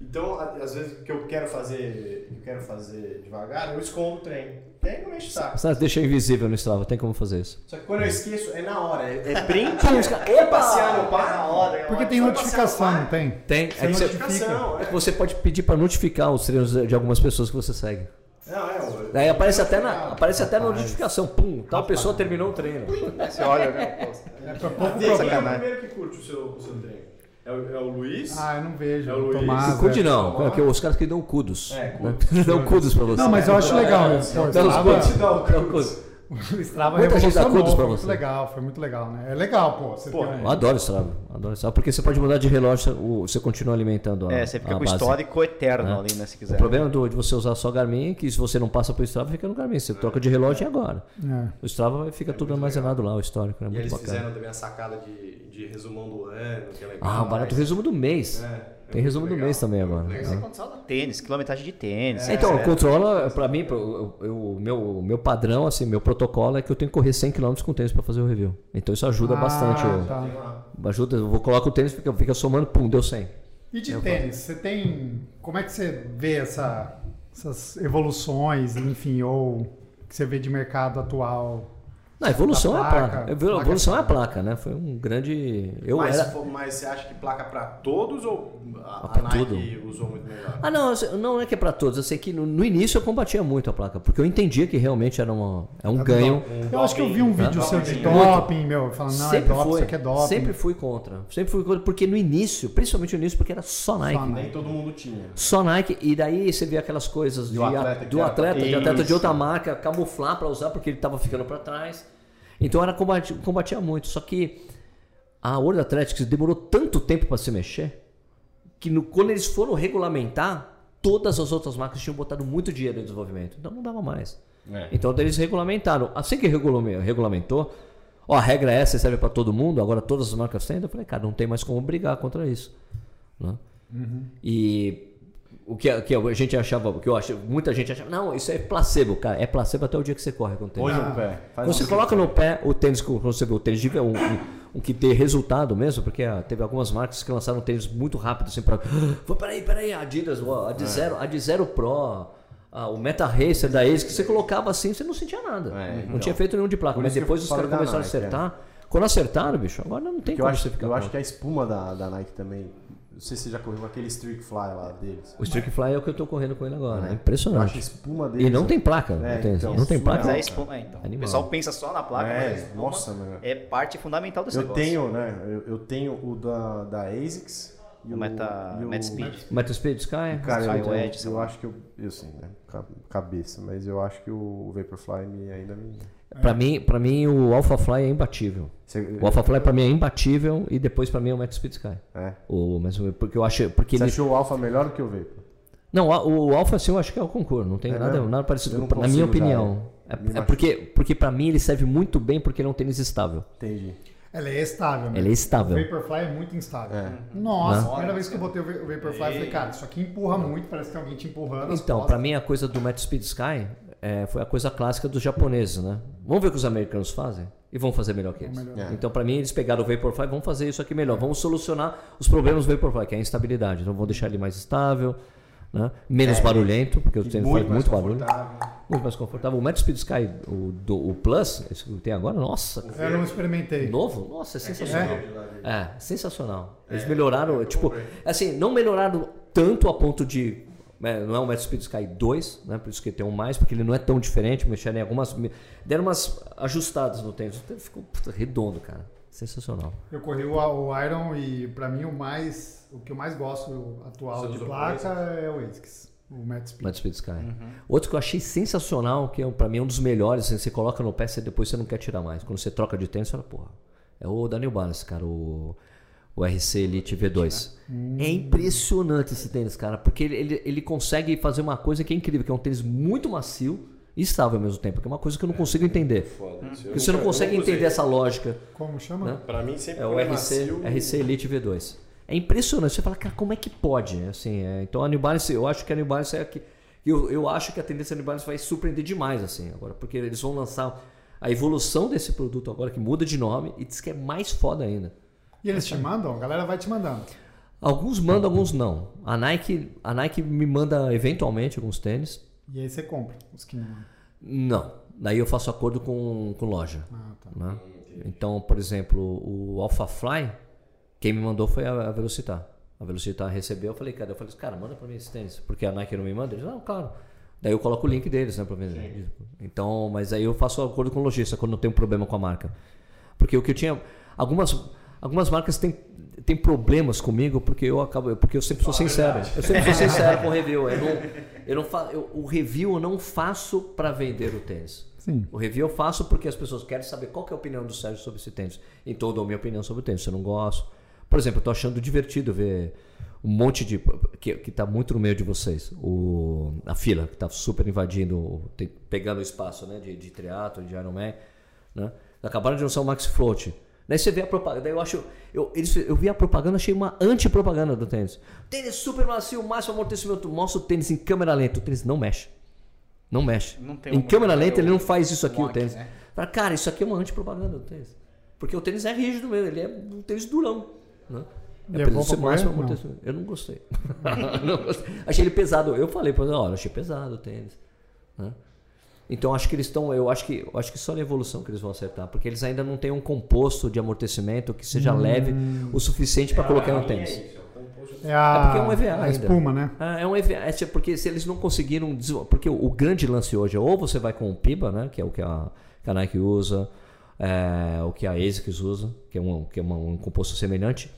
Speaker 3: Então, a- às vezes, o que eu quero fazer, eu quero fazer devagar, eu escondo o trem. Tem como enche o saco.
Speaker 2: Sabe, deixa invisível no Strava, tem como fazer isso.
Speaker 3: Só que quando eu esqueço, é na hora. É, [laughs] é print.
Speaker 2: Pum, os caras,
Speaker 3: é
Speaker 2: "Epa!"
Speaker 3: passear no parque na hora. é
Speaker 1: Porque
Speaker 3: hora.
Speaker 1: tem
Speaker 3: Vai
Speaker 1: notificação,
Speaker 3: passear no
Speaker 1: não
Speaker 3: parque,
Speaker 1: tem?
Speaker 2: Tem, é
Speaker 1: Tem
Speaker 2: que você-
Speaker 3: notificação.
Speaker 2: é
Speaker 3: é.
Speaker 2: que você pode pedir pra notificar os treinos de algumas pessoas que você segue.
Speaker 3: Não, é. eu-
Speaker 2: Daí aparece até na, aparece até na notificação, pum, tal pessoa terminou o
Speaker 3: Ah,
Speaker 2: treino.
Speaker 5: Você olha, né? Pô,
Speaker 1: É pra pouco
Speaker 3: Quem é o
Speaker 1: problema.
Speaker 5: Sacanagem.
Speaker 3: primeiro que curte o seu, o seu treino? É o, é o Luiz?
Speaker 1: Ah, eu não vejo.
Speaker 3: É o Luiz.
Speaker 1: Tomás,
Speaker 2: Cude
Speaker 1: é. [laughs]
Speaker 2: não, é que os caras que dão cudos.
Speaker 3: É, Então,
Speaker 2: né? [laughs] Dão cudos pra você.
Speaker 1: Não, mas eu acho legal. né?
Speaker 3: ah,
Speaker 1: Pô,
Speaker 2: Dão os
Speaker 1: Strava-
Speaker 2: cudos.
Speaker 3: Não,
Speaker 2: Dão cudos.
Speaker 1: O Strava
Speaker 2: Muita gente dá
Speaker 1: revolucionou,
Speaker 2: todos pra
Speaker 1: foi
Speaker 2: você.
Speaker 1: Muito legal, foi muito legal, né? É legal, pô. Você
Speaker 5: Pô,
Speaker 1: tem
Speaker 2: Eu
Speaker 1: um-
Speaker 2: adoro Strava, adoro Strava, porque você pode mudar de relógio, o- você continua alimentando a
Speaker 5: É, você fica
Speaker 2: a
Speaker 5: com o
Speaker 2: Ah, base.
Speaker 5: histórico eterno
Speaker 2: É.
Speaker 5: ali, né? Se
Speaker 2: O
Speaker 5: quiser.
Speaker 2: problema do- de você usar só Garmin é que se você não passa pro Strava, fica no Garmin. Você troca de relógio e agora.
Speaker 1: É.
Speaker 2: O Strava fica tudo armazenado lá, o histórico, né?
Speaker 3: E
Speaker 2: Muito
Speaker 3: eles
Speaker 2: bacana.
Speaker 3: fizeram também a sacada de, de resumão do ano, que é legal.
Speaker 2: Ah, o barato resumo do mês.
Speaker 3: É, é
Speaker 2: Tem
Speaker 3: muito
Speaker 2: resumo do
Speaker 3: legal,
Speaker 2: mês também
Speaker 3: muito
Speaker 2: agora.
Speaker 3: legal.
Speaker 2: né?
Speaker 5: Tênis, quilometragem de tênis.
Speaker 2: É, então,
Speaker 5: etc.
Speaker 2: controla, pra mim, pra- eu- eu- o meu, o meu padrão, assim, meu protocolo é que eu tenho que correr 100 km com o tênis pra fazer o review. Então isso ajuda
Speaker 1: Ah,
Speaker 2: bastante. eu-
Speaker 1: tá.
Speaker 2: Ajuda, eu vou colocar o tênis, fica, fica somando, pum, deu 100.
Speaker 1: E de tênis, você tem. Como é que você vê essa- essas evoluções, enfim, ou que você vê de mercado atual?
Speaker 2: Não, a evolução
Speaker 1: Da
Speaker 2: é a placa.
Speaker 1: placa,
Speaker 2: A
Speaker 1: placa
Speaker 2: evolução é a
Speaker 1: assim.
Speaker 2: placa, né? Foi um grande. Eu
Speaker 3: mas,
Speaker 2: era. Ah,
Speaker 3: fo- mas você acha que placa pra todos ou a,
Speaker 2: pra
Speaker 3: a Nike
Speaker 2: tudo.
Speaker 3: usou muito melhor?
Speaker 2: Ah, não, eu sei- não é que é pra todos. Eu sei que no, no início eu combatia muito a placa, porque eu entendia que realmente era uma, é um né? ganho.
Speaker 1: Eu acho que eu vi um vídeo seu de
Speaker 3: Doping.
Speaker 1: doping, meu, falando, não, é doping,
Speaker 2: foi.
Speaker 1: isso aqui é doping.
Speaker 2: Sempre fui contra. Sempre fui contra, porque no início, principalmente no início, porque era só Nike.
Speaker 1: Só
Speaker 3: Nem todo mundo tinha.
Speaker 2: Só Nike, e daí você vê aquelas coisas de
Speaker 4: Do atleta
Speaker 2: a-
Speaker 4: que
Speaker 2: do
Speaker 4: era-
Speaker 2: atleta, de atleta de
Speaker 5: Isso.
Speaker 2: outra marca, camuflar pra usar porque ele tava ficando pra trás. Então era combati, combatia muito. Só que a World Athletics demorou tanto tempo pra se mexer que no- quando eles foram regulamentar, todas as outras marcas tinham botado muito dinheiro no desenvolvimento. Então não dava mais.
Speaker 4: É.
Speaker 2: Então daí eles regulamentaram. Assim que regulame- regulamentou, ó, a regra é essa, serve pra todo mundo, agora todas as marcas têm. Então, Eu falei, cara, não tem mais como brigar contra isso. né?
Speaker 4: Uhum.
Speaker 2: E o que, que a gente achava, o que eu achava, muita gente achava, não, isso é placebo, cara, é placebo até o dia que você corre com o tênis.
Speaker 5: Olha o pé. Faz
Speaker 2: Quando Ah, você
Speaker 5: um-
Speaker 2: coloca no pé o tênis que você vê, o tênis de um, um, um que tem resultado mesmo, porque ah, teve algumas marcas que lançaram tênis muito rápido, assim, pra. Foi, peraí, peraí, a Adidas, ó, a
Speaker 4: É.
Speaker 2: de zero, a de zero Pro, ah, o Meta Racer da Ace, que você colocava assim, você não sentia nada.
Speaker 5: É,
Speaker 2: Não
Speaker 5: então.
Speaker 2: tinha feito nenhum de
Speaker 4: É.
Speaker 2: placa.
Speaker 4: Por
Speaker 2: Mas
Speaker 4: isso que
Speaker 2: depois
Speaker 4: eu
Speaker 2: os
Speaker 4: falo
Speaker 2: caras
Speaker 4: da
Speaker 2: começaram a
Speaker 4: Nike,
Speaker 2: acertar. Quando acertaram, bicho, agora não tem
Speaker 4: Porque eu
Speaker 2: como
Speaker 4: acho,
Speaker 2: você ficar
Speaker 4: eu acho
Speaker 2: contra.
Speaker 4: que é a espuma da, da Nike também. Não sei se você já correu com aquele Streak Fly lá deles.
Speaker 2: O Streak Fly é o que eu tô correndo com ele agora. É,
Speaker 4: Eu acho a
Speaker 2: impressionante.
Speaker 4: espuma deles.
Speaker 2: E não tem placa.
Speaker 4: É,
Speaker 2: não tem,
Speaker 4: então,
Speaker 2: não tem
Speaker 4: isso,
Speaker 2: placa.
Speaker 5: Mas
Speaker 4: não.
Speaker 5: é espuma, é, então.
Speaker 2: Animal.
Speaker 5: O pessoal pensa só na placa,
Speaker 4: É,
Speaker 5: mas a espuma
Speaker 4: nossa, mano.
Speaker 5: É parte fundamental desse
Speaker 4: Eu
Speaker 5: negócio.
Speaker 4: tenho, né? Eu, eu tenho o da, da ASICS. E
Speaker 5: O Meta,
Speaker 4: e o-
Speaker 5: Meta Speed.
Speaker 2: Meta Speed Sky.
Speaker 4: Cara, é
Speaker 5: Sky
Speaker 4: eu, eu,
Speaker 5: Wedge, sei
Speaker 4: eu
Speaker 5: lá.
Speaker 4: acho que eu. Eu sim, né? ca- Cabeça, mas eu acho que o Vaporfly me, ainda me.
Speaker 2: Pra mim, pra mim, o Alpha Fly é imbatível.
Speaker 4: Você-
Speaker 2: O AlphaFly pra mim é imbatível e depois pra mim é o Max Speed Sky.
Speaker 4: é.
Speaker 2: O, mas eu- porque eu acho. Porque
Speaker 4: Você
Speaker 2: ele,
Speaker 4: achou o Alpha melhor do que o Vapor?
Speaker 2: Não, a- o Alpha sim eu acho que é o concurso. Não tem
Speaker 4: É
Speaker 2: nada,
Speaker 4: mesmo?
Speaker 2: nada parecido.
Speaker 4: Eu não
Speaker 2: com- na minha
Speaker 4: consigo usar
Speaker 2: opinião.
Speaker 4: ele. Me
Speaker 2: É, é
Speaker 4: machuca.
Speaker 2: porque, porque pra mim ele serve muito bem porque ele é um tênis estável.
Speaker 4: Entendi.
Speaker 1: Ela é estável, né?
Speaker 2: Ela é estável.
Speaker 1: O Vaporfly é muito instável.
Speaker 4: É.
Speaker 1: Nossa,
Speaker 2: Né?
Speaker 1: a primeira vez que eu botei o Va- o Vaporfly, eu falei, cara, isso aqui empurra muito, parece que tem alguém te empurrando. as
Speaker 2: Então,
Speaker 1: costas.
Speaker 2: pra mim a coisa do Max Speed Sky é, foi a coisa clássica dos japoneses, né? Vamos ver o que os americanos fazem e vão fazer melhor que eles.
Speaker 4: É.
Speaker 1: Melhor.
Speaker 2: Então, para mim, eles pegaram o Vaporfly, vamos fazer isso aqui melhor, vamos solucionar os problemas do Vaporfly, que é a instabilidade. Então, vamos deixar ele mais estável, né? menos barulhento, porque o tênis faz
Speaker 4: É. Muito, mais
Speaker 2: muito barulho,
Speaker 4: confortável.
Speaker 2: muito mais confortável. O Metro Speed Sky, o, do- o Plus, esse que tem agora, nossa,
Speaker 1: Eu não experimentei.
Speaker 2: novo, nossa, é sensacional.
Speaker 1: É.
Speaker 2: É, sensacional. Eles melhoraram, tipo, assim, não melhoraram tanto a ponto de. né, não é um Metro Speed Sky 2, né? Por isso que tem um mais, porque ele não é tão diferente, mexeram em algumas. Deram umas ajustadas no tênis. O tênis ficou puta, redondo, cara. Sensacional.
Speaker 1: Eu corri o, o Iron e pra mim o mais, o que eu mais gosto atual
Speaker 3: Você
Speaker 1: de
Speaker 3: usou
Speaker 1: placa é o ASICS, o Matt Speed.
Speaker 2: Metro Speed Sky.
Speaker 3: Uhum.
Speaker 2: Outro que eu achei sensacional, que é, pra mim é um dos melhores, assim, você coloca no pé e depois você não quer tirar mais. Quando você troca de tênis, você fala, porra. É o Daniel Balance, cara, o, o RC Elite V2. É impressionante esse tênis, cara, porque ele, ele, ele consegue fazer uma coisa que é incrível, que é um tênis muito macio e estável ao mesmo tempo, que é uma coisa que eu não consigo entender.
Speaker 3: Foda. isso eu
Speaker 2: Porque você não
Speaker 3: nunca-
Speaker 2: consegue
Speaker 3: nunca usei.
Speaker 2: entender essa lógica.
Speaker 1: Como chama?
Speaker 2: Né?
Speaker 3: Pra mim sempre
Speaker 2: É o
Speaker 3: quando
Speaker 2: RC,
Speaker 3: um macio,
Speaker 2: RC Elite V2. É impressionante. Você fala, cara, como é que pode? Assim, é, então a New Balance, eu acho que a New Balance é a que. Eu, eu acho que a tendência da New Balance vai surpreender demais, assim, agora, porque eles vão lançar a evolução desse produto agora, que muda de nome, e diz que é mais foda ainda.
Speaker 1: E eles te mandam? A galera vai te mandando.
Speaker 2: Alguns mandam, alguns não. A Nike, a Nike me manda eventualmente alguns tênis.
Speaker 1: E aí você compra os que não mandam.
Speaker 2: Não. Daí eu faço acordo com, com loja.
Speaker 1: Ah, tá.
Speaker 2: né? Então, por exemplo, o AlphaFly, quem me mandou foi a a Velocitar. A Velocitar recebeu, eu falei, cara, eu falei, assim, cara, manda pra mim esse tênis, porque a Nike não me manda. Eles, não, claro. Daí eu coloco o link deles, né, pra vender. Então, mas aí eu faço acordo com o lojista quando eu tenho um problema com a marca. Porque o que eu tinha algumas algumas marcas têm têm problemas comigo porque eu acabo porque eu sempre sou sincero. Eu sempre sou sincero com o review. Eu não eu não fa, eu- o review eu não faço pra vender o tênis.
Speaker 1: Sim.
Speaker 2: O review eu faço porque as pessoas querem saber qual que é a opinião do Sérgio sobre esse tênis. Então eu dou minha opinião sobre o tênis. Se eu não gosto. Por exemplo, eu tô achando divertido ver um monte de. que, que tá muito no meio de vocês. O, a fila, que tá super invadindo, tem- pegando o espaço né, de, de triatlo, de Ironman. Né? Acabaram de lançar o Max Float. Daí você vê a propaganda. daí Eu acho. Eu, eles- eu vi a propaganda, achei uma antipropaganda do tênis. Tênis super macio, máximo amortecimento. Mostra o tênis em câmera lenta. O tênis não mexe. Não mexe.
Speaker 5: Não tem
Speaker 2: em
Speaker 5: um-
Speaker 2: câmera lenta, ele
Speaker 5: um-
Speaker 2: não faz isso aqui, o
Speaker 5: Mock,
Speaker 2: tênis.
Speaker 5: né?
Speaker 2: Fala, cara, isso aqui é uma antipropaganda do tênis. Porque o tênis é rígido mesmo, ele é um tênis durão. Né?
Speaker 1: E é
Speaker 2: pra
Speaker 1: bom
Speaker 2: ele ser
Speaker 1: pra correr? Não.
Speaker 2: amortecimento. Eu não gostei. [laughs] Não gostei. Achei ele pesado. Eu falei para ele, olha, achei pesado o tênis. né? Então acho que eles estão, eu acho que, eu acho que só na evolução que eles vão acertar, porque eles ainda não têm um composto de amortecimento que seja leve o suficiente para colocar no tênis.
Speaker 1: É, a,
Speaker 2: É porque é um EVA
Speaker 1: a
Speaker 2: ainda.
Speaker 1: espuma, né?
Speaker 2: Ah, é um EVA, é tipo, porque se eles não conseguiram, desenvol- porque o, o grande lance hoje é ou você vai com o PIBA, né, que é o que a, que a Nike usa, é, o que a ASICS usa, que é um, que é uma- um composto semelhante,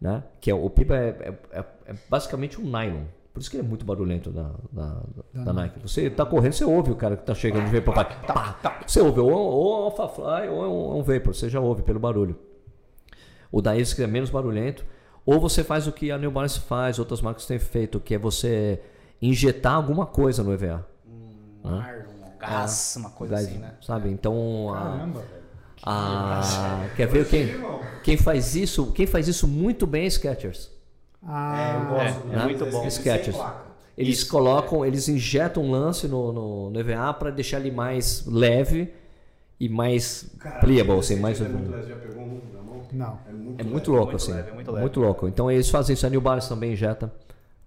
Speaker 2: né, que é, o PIBA é, é- é- é basicamente um nylon, por isso que ele é muito barulhento da, da, da Nike. Você tá correndo, você ouve o cara que tá chegando de vapor, pá, pá, você ouve ou, ou um AlphaFly ou é um, é um vapor, você já ouve pelo barulho. O da ASICS é menos barulhento. Ou você faz o que a New Balance faz, outras marcas têm feito, que é você injetar alguma coisa no EVA.
Speaker 5: Um ar, um gás,
Speaker 2: É.
Speaker 5: uma coisa assim, né?
Speaker 2: Sabe? Então. a-
Speaker 1: Caramba, velho.
Speaker 2: a- quer ver quem, quem faz isso? Quem faz isso muito bem é Skechers.
Speaker 1: Ah,
Speaker 5: É,
Speaker 2: né?
Speaker 5: muito bom.
Speaker 2: Skechers. Eles
Speaker 5: Isso,
Speaker 2: colocam, eles injetam um lance no, no, no EVA para deixar ele mais leve e mais pliable, assim, mais.
Speaker 3: É muito leve, já pegou um na mão?
Speaker 1: não.
Speaker 3: É muito
Speaker 2: É muito louco,
Speaker 5: muito
Speaker 2: assim.
Speaker 5: leve, é muito leve.
Speaker 2: louco. Então eles fazem isso. A New Balance também injeta,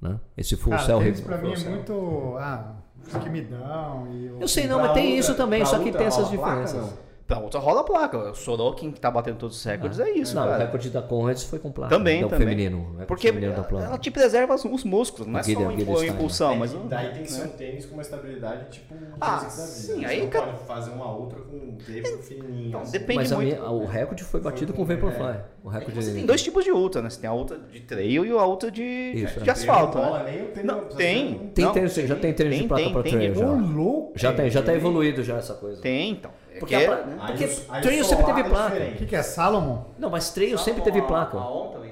Speaker 2: né? Esse full
Speaker 1: Cara,
Speaker 2: cell.
Speaker 1: tênis
Speaker 2: re-
Speaker 1: pra mim
Speaker 2: full
Speaker 1: é
Speaker 2: cell.
Speaker 1: muito. Ah, os que me dão. E o-
Speaker 2: Eu sei não, mas
Speaker 4: Pra
Speaker 2: tem
Speaker 4: outra-
Speaker 2: isso também,
Speaker 4: pra
Speaker 2: só que
Speaker 4: outra
Speaker 2: tem essas
Speaker 4: rola a placa,
Speaker 2: diferenças.
Speaker 4: não.
Speaker 5: Pra outra rola a placa. O Sorokin que tá batendo todos os recordes é isso,
Speaker 2: Ah. não, o
Speaker 5: cara.
Speaker 2: recorde da Conrads foi com placa.
Speaker 5: Também,
Speaker 2: não,
Speaker 5: também.
Speaker 2: feminino. é o recorde
Speaker 5: Porque
Speaker 2: feminino da placa.
Speaker 5: ela te preserva os- os músculos, não é
Speaker 2: O Guido-
Speaker 5: só
Speaker 2: o
Speaker 5: a
Speaker 2: Guido
Speaker 5: impu- a
Speaker 2: Stein,
Speaker 5: impulsão, mas...
Speaker 4: É,
Speaker 5: né?
Speaker 4: Daí
Speaker 3: Daí tem que ser um tênis com uma estabilidade tipo um
Speaker 5: Ah,
Speaker 3: tênis da vida.
Speaker 5: sim,
Speaker 3: Você
Speaker 5: aí
Speaker 3: não
Speaker 5: ca-
Speaker 3: pode fazer uma outra com um dedo fininho.
Speaker 5: Então,
Speaker 3: assim.
Speaker 5: depende
Speaker 2: Mas a
Speaker 5: muito.
Speaker 2: minha- o recorde foi batido com o Vaporfly. O recorde
Speaker 5: Você tem dois tipos de ultra, né? Você tem a ultra de trail e a ultra de,
Speaker 2: Isso,
Speaker 5: de
Speaker 2: é.
Speaker 5: asfalto,
Speaker 3: Não
Speaker 5: né?
Speaker 3: rola nem o tênis,
Speaker 5: Não,
Speaker 3: precisa ser
Speaker 5: tem.
Speaker 3: um-
Speaker 2: Tem
Speaker 5: não,
Speaker 2: tênis, já tem tênis de
Speaker 5: Tem,
Speaker 2: placa
Speaker 5: tem,
Speaker 2: pra
Speaker 5: tem.
Speaker 2: trail, já.
Speaker 1: Ô, louco!
Speaker 2: Já, tem, já tá evoluído já essa coisa.
Speaker 5: Tem, então. É
Speaker 2: Porque,
Speaker 5: que-
Speaker 2: a pla-
Speaker 3: Aí
Speaker 2: porque
Speaker 3: os- aí o
Speaker 2: trail sempre
Speaker 3: solar
Speaker 2: teve
Speaker 3: é
Speaker 2: placa.
Speaker 1: O
Speaker 3: diferente.
Speaker 1: que, que é? Salomon?
Speaker 2: Não, mas trail sempre teve placa.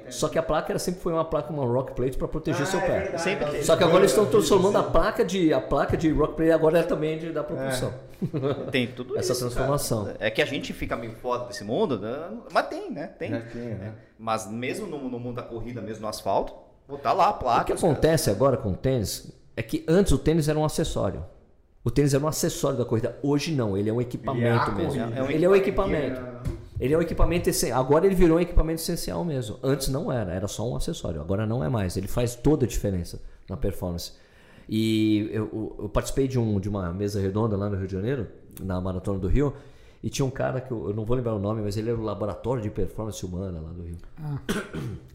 Speaker 5: é.
Speaker 2: Só que a placa era, sempre foi uma placa, uma rock plate pra proteger seu
Speaker 3: Ah, é
Speaker 2: pé.
Speaker 3: verdade.
Speaker 5: Sempre teve.
Speaker 2: Só que agora eles estão
Speaker 3: Bandas,
Speaker 2: transformando a
Speaker 3: assim.
Speaker 2: placa de a placa de rock plate agora é também de, da propulsão.
Speaker 5: Tem tudo
Speaker 2: Essa
Speaker 5: É. isso,
Speaker 2: transformação.
Speaker 5: cara. É que a gente fica meio foda desse mundo, né? mas tem, né? Tem.
Speaker 3: É.
Speaker 4: Já tinha, né?
Speaker 5: Mas mesmo no, no mundo da corrida, mesmo no asfalto, botar lá a placa.
Speaker 2: O que acontece agora com o tênis é que antes o tênis era um acessório. O tênis era um acessório da corrida. Hoje não, ele é um equipamento
Speaker 4: a
Speaker 2: mesmo.
Speaker 4: corrida. É um
Speaker 2: ele é um equipamento. Ele é um equipamento essencial. Agora ele virou um equipamento essencial mesmo. Antes não era, era só um acessório. Agora não é mais. Ele faz toda a diferença na performance. E eu, eu participei de, um, de uma mesa redonda lá no Rio de Janeiro, na Maratona do Rio, e tinha um cara que eu, eu não vou lembrar o nome, mas ele era o laboratório de performance humana lá do Rio.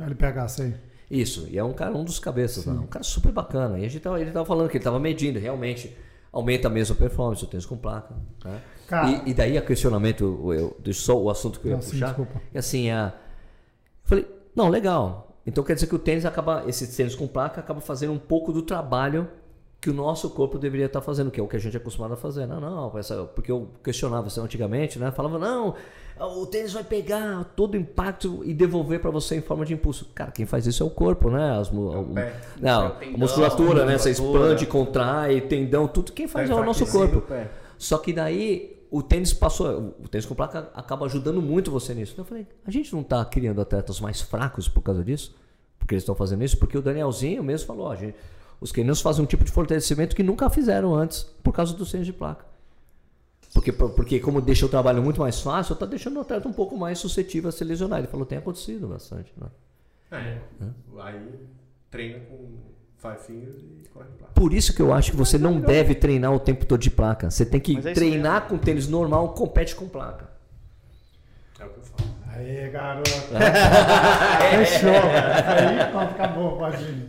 Speaker 1: LPH, sei.
Speaker 2: Isso, e é um cara, um dos cabeças lá, um cara super bacana. E a gente tava, ele tava falando que ele tava medindo, realmente aumenta mesmo a performance, o tênis com placa. né?
Speaker 1: Cara.
Speaker 2: E, e daí a questionamento, eu, eu, deixa só o assunto que eu ia
Speaker 1: Não, sim,
Speaker 2: puxar.
Speaker 1: desculpa.
Speaker 2: E assim, a, eu falei, não, legal. Então quer dizer que o tênis acaba, esse tênis com placa acaba fazendo um pouco do trabalho que o nosso corpo deveria estar fazendo, que é o que a gente é acostumado a fazer. Não, não, essa- porque eu questionava isso antigamente, né? Falava, não, o tênis vai pegar todo o impacto e devolver para você em forma de impulso. Cara, quem faz isso é o corpo, né? As mu- o-
Speaker 4: pé.
Speaker 2: não,
Speaker 5: É o tendão,
Speaker 2: a musculatura, né? Você
Speaker 5: musculatura.
Speaker 2: expande, contrai, tendão, tudo. Quem faz
Speaker 4: Tá
Speaker 2: é o nosso
Speaker 4: enfraquecido
Speaker 2: corpo.
Speaker 4: o pé.
Speaker 2: Só que daí o tênis passou, o tênis com placa acaba ajudando muito você nisso. Então eu falei, a gente não tá criando atletas mais fracos por causa disso? Porque eles estão fazendo isso? Porque o Danielzinho mesmo falou, ó, gente, os quenianos fazem um tipo de fortalecimento que nunca fizeram antes por causa dos tênis de placa. Porque, porque como deixa o trabalho muito mais fácil, tá deixando o atleta um pouco mais suscetível a se lesionar. Ele falou, tem acontecido bastante, né?
Speaker 4: É. Aí treina com five fingers e corre pra lá.
Speaker 2: Por isso que eu acho que você não deve treinar o tempo todo de placa. Você tem que
Speaker 5: Mas é isso
Speaker 2: treinar com tênis normal, compete com placa.
Speaker 4: É o que eu falo.
Speaker 1: Aê, garoto. É. Fechou. Aí, pronto, acabou, Vadinho.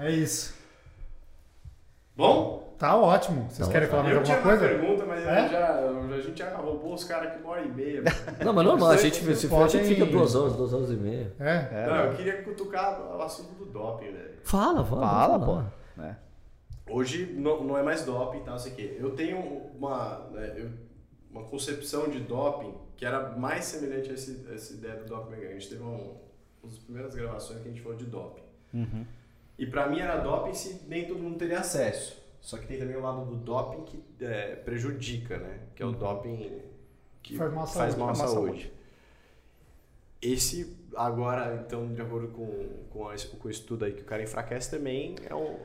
Speaker 1: É isso.
Speaker 3: Bom,
Speaker 1: Tá ótimo. Vocês
Speaker 2: Então,
Speaker 1: querem falar mais
Speaker 3: eu tinha
Speaker 1: alguma
Speaker 3: uma
Speaker 1: coisa?
Speaker 3: pergunta, mas eu
Speaker 1: É?
Speaker 3: já, a gente já roubou os caras aqui uma hora e meia.
Speaker 2: Não, mas normal, a gente, se for, a gente
Speaker 1: Podem-
Speaker 2: fica duas horas, duas horas e meia.
Speaker 1: É.
Speaker 5: É,
Speaker 3: Não, eu queria cutucar o assunto do doping, né? velho.
Speaker 2: Fala, fala.
Speaker 5: Fala,
Speaker 2: vamos falar.
Speaker 5: pô. Né?
Speaker 3: Hoje não, não é mais doping e tal, sei o quê. Eu tenho uma, né, eu- uma concepção de doping que era mais semelhante a, esse, a essa ideia do doping mecânico. A gente teve um, uma das primeiras gravações que a gente falou de doping.
Speaker 5: Uhum.
Speaker 3: E pra mim era doping se nem todo mundo teria acesso. Só que tem também o lado do doping que é, prejudica, né? Que é o doping que
Speaker 1: Faz
Speaker 3: faz
Speaker 1: mal à
Speaker 3: mal,
Speaker 5: Uhum. Faz
Speaker 3: à
Speaker 1: saúde.
Speaker 5: mal à
Speaker 3: saúde. Esse, agora, então, de acordo com, com, esse, com o estudo aí, que o cara enfraquece também, é o,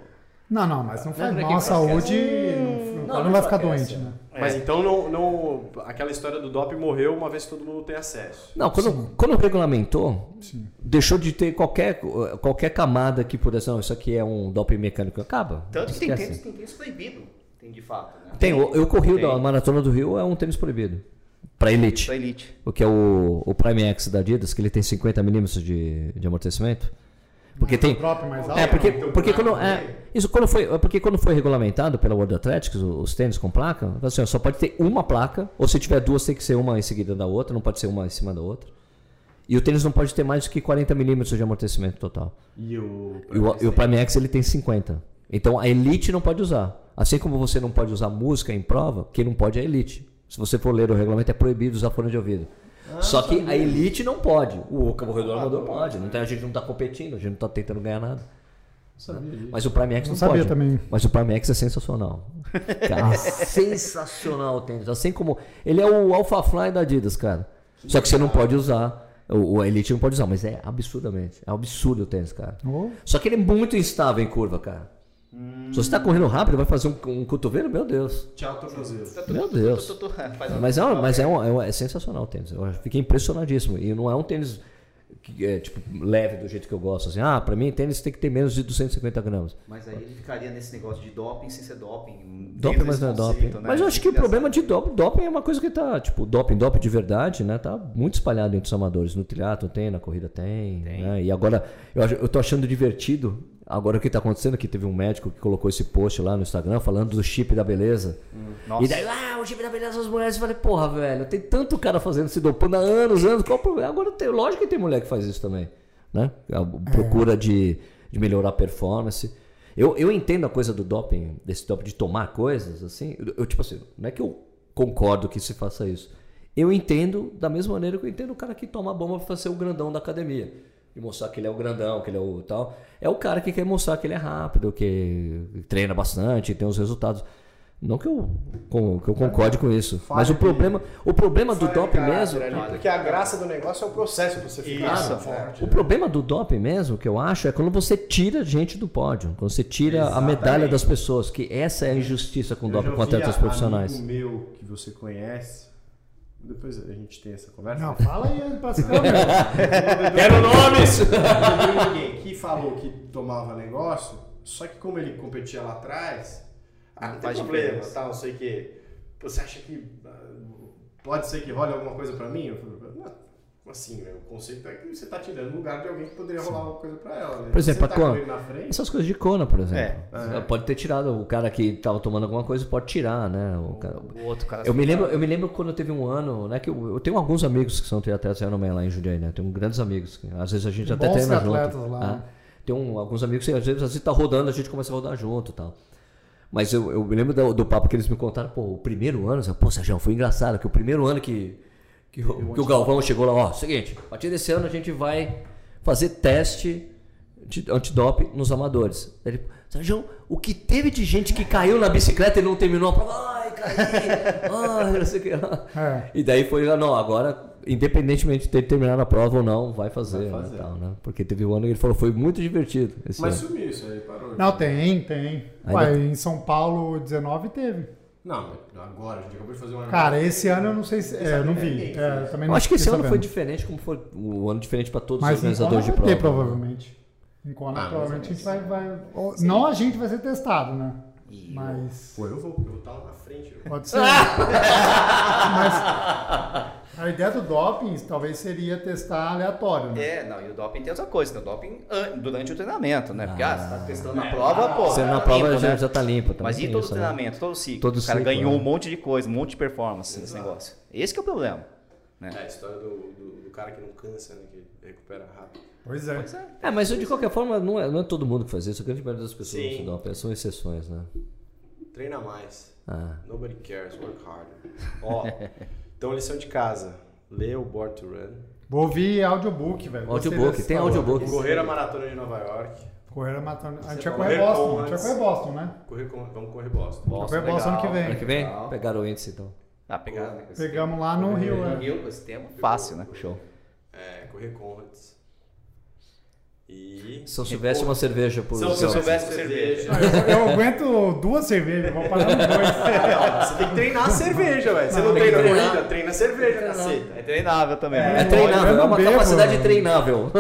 Speaker 1: Não, não, mas não faz
Speaker 5: Lembra
Speaker 1: mal
Speaker 5: que
Speaker 1: à
Speaker 5: enfraquece?
Speaker 1: saúde. Não, não,
Speaker 2: não
Speaker 1: vai ficar
Speaker 2: enfraquece,
Speaker 1: doente, né?
Speaker 4: É.
Speaker 3: Mas então não, não- aquela história do doping morreu uma vez que todo mundo tem acesso.
Speaker 2: Não, quando, quando regulamentou,
Speaker 1: Sim.
Speaker 2: deixou de ter qualquer, qualquer camada que pudesse. Não, isso aqui é um doping mecânico. Acaba.
Speaker 5: Tanto que tem
Speaker 2: Esquece.
Speaker 5: tênis, tem tênis proibido. Tem de fato. Né?
Speaker 2: Tem, eu eu corri o da
Speaker 5: Tem.
Speaker 2: Maratona do Rio, é um tênis proibido. Pra elite.
Speaker 5: Pra elite.
Speaker 2: o que é o, o Prime X da Adidas, que ele tem 50 milímetros de, de amortecimento. Porque tem.
Speaker 1: próprio mais alto. né?
Speaker 2: É, porque, porque quando. É, isso quando foi, é porque quando foi regulamentado pela World Athletics, o- os tênis com placa, falou assim, ó, só pode ter uma placa, ou se tiver duas, tem que ser uma em seguida da outra, não pode ser uma em cima da outra. E o tênis não pode ter mais do que 40 milímetros de amortecimento total.
Speaker 4: E o.
Speaker 2: E o, e o Prime X ele tem 50. Então a elite não pode usar. Assim como você não pode usar música em prova, quem não pode é a elite. Se você for ler o regulamento, é proibido usar fone de ouvido. Só que a elite não pode. O corredor amador pode. Não tem, a gente não está competindo, a gente não está tentando ganhar nada. Mas o Prime X
Speaker 1: Não
Speaker 2: não,
Speaker 1: sabia
Speaker 2: pode.
Speaker 1: também.
Speaker 2: Mas o Prime X é [laughs] sensacional. Cara, é sensacional o tênis. Assim como. Ele é o Alpha Fly da Adidas, cara. Só que você não pode usar. O, o Elite não pode usar, mas é absurdamente. É um absurdo o tênis, cara.
Speaker 1: Oh.
Speaker 2: Só que ele é muito instável em curva, cara. Se você tá correndo rápido, vai fazer um, um cotovelo, meu Deus.
Speaker 4: Tchau, tornozelo.
Speaker 2: Meu Deus.
Speaker 5: Tu, tu, tu, [laughs] faz uma-
Speaker 2: Mas, é, um- mas é, um- é um- é sensacional o tênis. Eu fiquei impressionadíssimo. E não é um tênis que é, tipo, leve do jeito que eu gosto. Assim, ah, pra mim, tênis tem que ter menos de 250 gramas.
Speaker 5: Mas aí ele ficaria nesse negócio de doping sem ser doping. dentro
Speaker 2: Doping, mas
Speaker 5: desse
Speaker 2: não é doping.
Speaker 5: conceito, né?
Speaker 2: Mas eu acho que o problema de doping, doping é uma coisa que tá, tipo, doping, doping de verdade, né? Tá muito espalhado entre os amadores. No triatlo tem, na corrida tem. né? E agora, eu, acho- eu tô achando divertido. Agora o que tá acontecendo, que teve um médico que colocou esse post lá no Instagram falando do chip da beleza.
Speaker 5: Hum, Nossa.
Speaker 2: E daí, ah, o chip da beleza das mulheres. Eu falei, porra, velho, tem tanto cara fazendo se dopando há anos, anos. Qual o problema? Agora, tem, lógico que tem mulher que faz isso também, né? A procura de, de melhorar a performance. Eu, eu entendo a coisa do doping, desse doping de tomar coisas, assim. Eu, eu, tipo assim, não é que eu concordo que se faça isso. Eu entendo da mesma maneira que eu entendo o cara que toma bomba pra ser o grandão da academia e mostrar que ele é o grandão, que ele é o tal. É o cara que quer mostrar que ele é rápido, que treina bastante, tem os resultados. Não que eu, com- que eu concorde com isso. Mas o problema, o problema do doping mesmo.
Speaker 3: Porque
Speaker 4: né?
Speaker 3: a graça do negócio é o processo pra você ficar
Speaker 5: Isso.
Speaker 3: né, forte.
Speaker 2: O problema do doping mesmo, que eu acho, é quando você tira gente do pódio, quando você tira a medalha
Speaker 4: Exatamente.
Speaker 2: das pessoas, que essa é a injustiça com o doping com atletas profissionais.
Speaker 4: amigo meu que você conhece. Depois a gente tem essa conversa.
Speaker 1: Não, fala aí é pra se ver.
Speaker 4: [laughs]
Speaker 2: Quero nomes!
Speaker 4: Não tem ninguém que falou que tomava negócio, só que como ele competia lá atrás, ah, não tem
Speaker 5: Faz
Speaker 4: problema,
Speaker 5: diferença.
Speaker 4: tal, não sei o quê. Pô, Você acha que ah, pode ser que role alguma coisa pra mim? Eu falei, "Não, como assim, né? o conceito é que você tá tirando o lugar de alguém que poderia rolar alguma coisa pra ela. Né?
Speaker 2: Por exemplo,
Speaker 4: você
Speaker 2: a
Speaker 4: tá com
Speaker 2: Kona.
Speaker 4: ele na frente, É,
Speaker 2: Essas coisas de cona, por exemplo. Pode ter tirado, o cara que estava tomando alguma coisa pode tirar, né? O cara-
Speaker 5: O outro cara.
Speaker 2: Eu me lembro, eu me lembro quando teve um ano, né? Que eu, eu tenho alguns amigos que são triatletas Ironman lá em Jundiaí, né? Tenho grandes amigos. que Às vezes a gente até
Speaker 1: Bons
Speaker 2: treina
Speaker 1: triatletas
Speaker 2: junto.
Speaker 1: lá,
Speaker 2: tá?
Speaker 1: né?
Speaker 2: Tem um- alguns amigos que às vezes, às vezes tá rodando, a gente começa a rodar junto e tal. Mas eu, eu me lembro do, do papo que eles me contaram, pô, o primeiro ano, sabe? pô, Sérgio, foi engraçado, que o primeiro ano que, que, o, que o Galvão chegou lá, ó, seguinte, a partir desse ano a gente vai fazer teste de antidoping nos amadores. Ele, Sérgio, o que teve de gente que caiu na bicicleta e não terminou a prova? Ai, caí, ai, não sei o que lá.
Speaker 1: É.
Speaker 2: E daí foi, ah, não, agora, independentemente de ter terminado a prova ou não, vai fazer,
Speaker 4: Vai
Speaker 2: né,
Speaker 4: fazer.
Speaker 2: tal, né? Porque teve um ano que ele falou, foi muito divertido esse
Speaker 4: mas
Speaker 2: ano.
Speaker 4: sumiu isso aí, parou.
Speaker 1: Não, tem, tem. Ué, em São Paulo, 19 teve.
Speaker 4: Não, mas agora, a gente acabou de fazer uma.
Speaker 1: Cara, esse ano eu não sei se. É, eu não vi. É, eu também
Speaker 2: Eu
Speaker 1: não
Speaker 2: acho que esse
Speaker 1: fiquei
Speaker 2: ano foi
Speaker 1: sabendo.
Speaker 2: diferente, como foi um ano diferente para todos
Speaker 1: Mas
Speaker 2: os
Speaker 1: em Kona
Speaker 2: organizadores de
Speaker 1: vai ter,
Speaker 2: prova.
Speaker 1: provavelmente. Em Kona,
Speaker 4: Ah, mas
Speaker 1: provavelmente a
Speaker 4: é
Speaker 1: gente vai. vai- ou- Não a gente vai ser testado, né? Mas.
Speaker 4: Pô, eu vou, eu vou estar lá na frente. eu-
Speaker 1: Pode ser. Mas a ideia do doping talvez seria testar aleatório, né?
Speaker 5: É, não, e o doping tem outra coisa, tem o doping an- durante o treinamento, né? Porque, ah, você tá testando na prova, pô.
Speaker 2: Você na
Speaker 5: tá
Speaker 2: prova
Speaker 5: limpo,
Speaker 2: já,
Speaker 5: né?
Speaker 2: já tá limpo. também
Speaker 5: Mas e
Speaker 2: tem
Speaker 5: todo o
Speaker 2: isso, né?
Speaker 5: treinamento, todo o ciclo?
Speaker 2: Todo
Speaker 5: o cara
Speaker 2: ciclo,
Speaker 5: ganhou
Speaker 2: né?
Speaker 5: um monte de coisa, um monte de performance nesse negócio. Esse que é o problema. né?
Speaker 3: É a história do, do, do cara que não cansa, né? Que recupera rápido.
Speaker 1: Pois é.
Speaker 5: Pois é.
Speaker 2: É, mas de qualquer forma, não é, não é todo mundo que faz isso. A grande maioria das pessoas
Speaker 3: Sim.
Speaker 2: não se dopam. São exceções, né?
Speaker 3: Treina mais.
Speaker 2: Ah.
Speaker 3: Nobody cares, work harder. Ó, então lição de casa. Lê o Born to Run.
Speaker 1: Vou ouvir audiobook, velho. Gostei
Speaker 2: Audiobook,
Speaker 1: dessa
Speaker 2: tem
Speaker 1: palavra.
Speaker 2: audiobook.
Speaker 5: né?
Speaker 3: Correr a maratona de Nova York.
Speaker 1: Correr a maratona. A gente
Speaker 3: Você
Speaker 1: vai correr
Speaker 3: correr
Speaker 1: Boston.
Speaker 3: com
Speaker 1: A gente vai
Speaker 3: antes.
Speaker 1: correr Boston, né?
Speaker 3: Correr com, vamos correr Boston.
Speaker 1: Vai correr Boston ano que vem.
Speaker 2: Ano que vem?
Speaker 5: Legal.
Speaker 2: Pegaram o índice, então.
Speaker 5: Ah, pegaram. né, com esse
Speaker 1: Pegamos lá no Rio,
Speaker 5: tema.
Speaker 1: né?
Speaker 5: Rio, com esse tema. Fácil, né? Show.
Speaker 3: É, correr Conrads. E.
Speaker 2: Se eu soubesse uma cerveja por...
Speaker 3: São
Speaker 5: Se eu soubesse
Speaker 3: Silvestre
Speaker 5: cerveja.
Speaker 1: Ah, Eu, eu aguento duas cervejas, vou parar no dois.
Speaker 3: Você tem que
Speaker 2: [laughs]
Speaker 3: treinar a cerveja, velho. Você não,
Speaker 2: Não, tem
Speaker 3: treina
Speaker 2: que treinar.
Speaker 3: corrida, treina a cerveja, caceta.
Speaker 5: É treinável também. né?
Speaker 2: É treinável,
Speaker 1: Eu
Speaker 2: é
Speaker 1: não
Speaker 2: uma
Speaker 1: bebo,
Speaker 2: capacidade
Speaker 1: mano.
Speaker 2: treinável.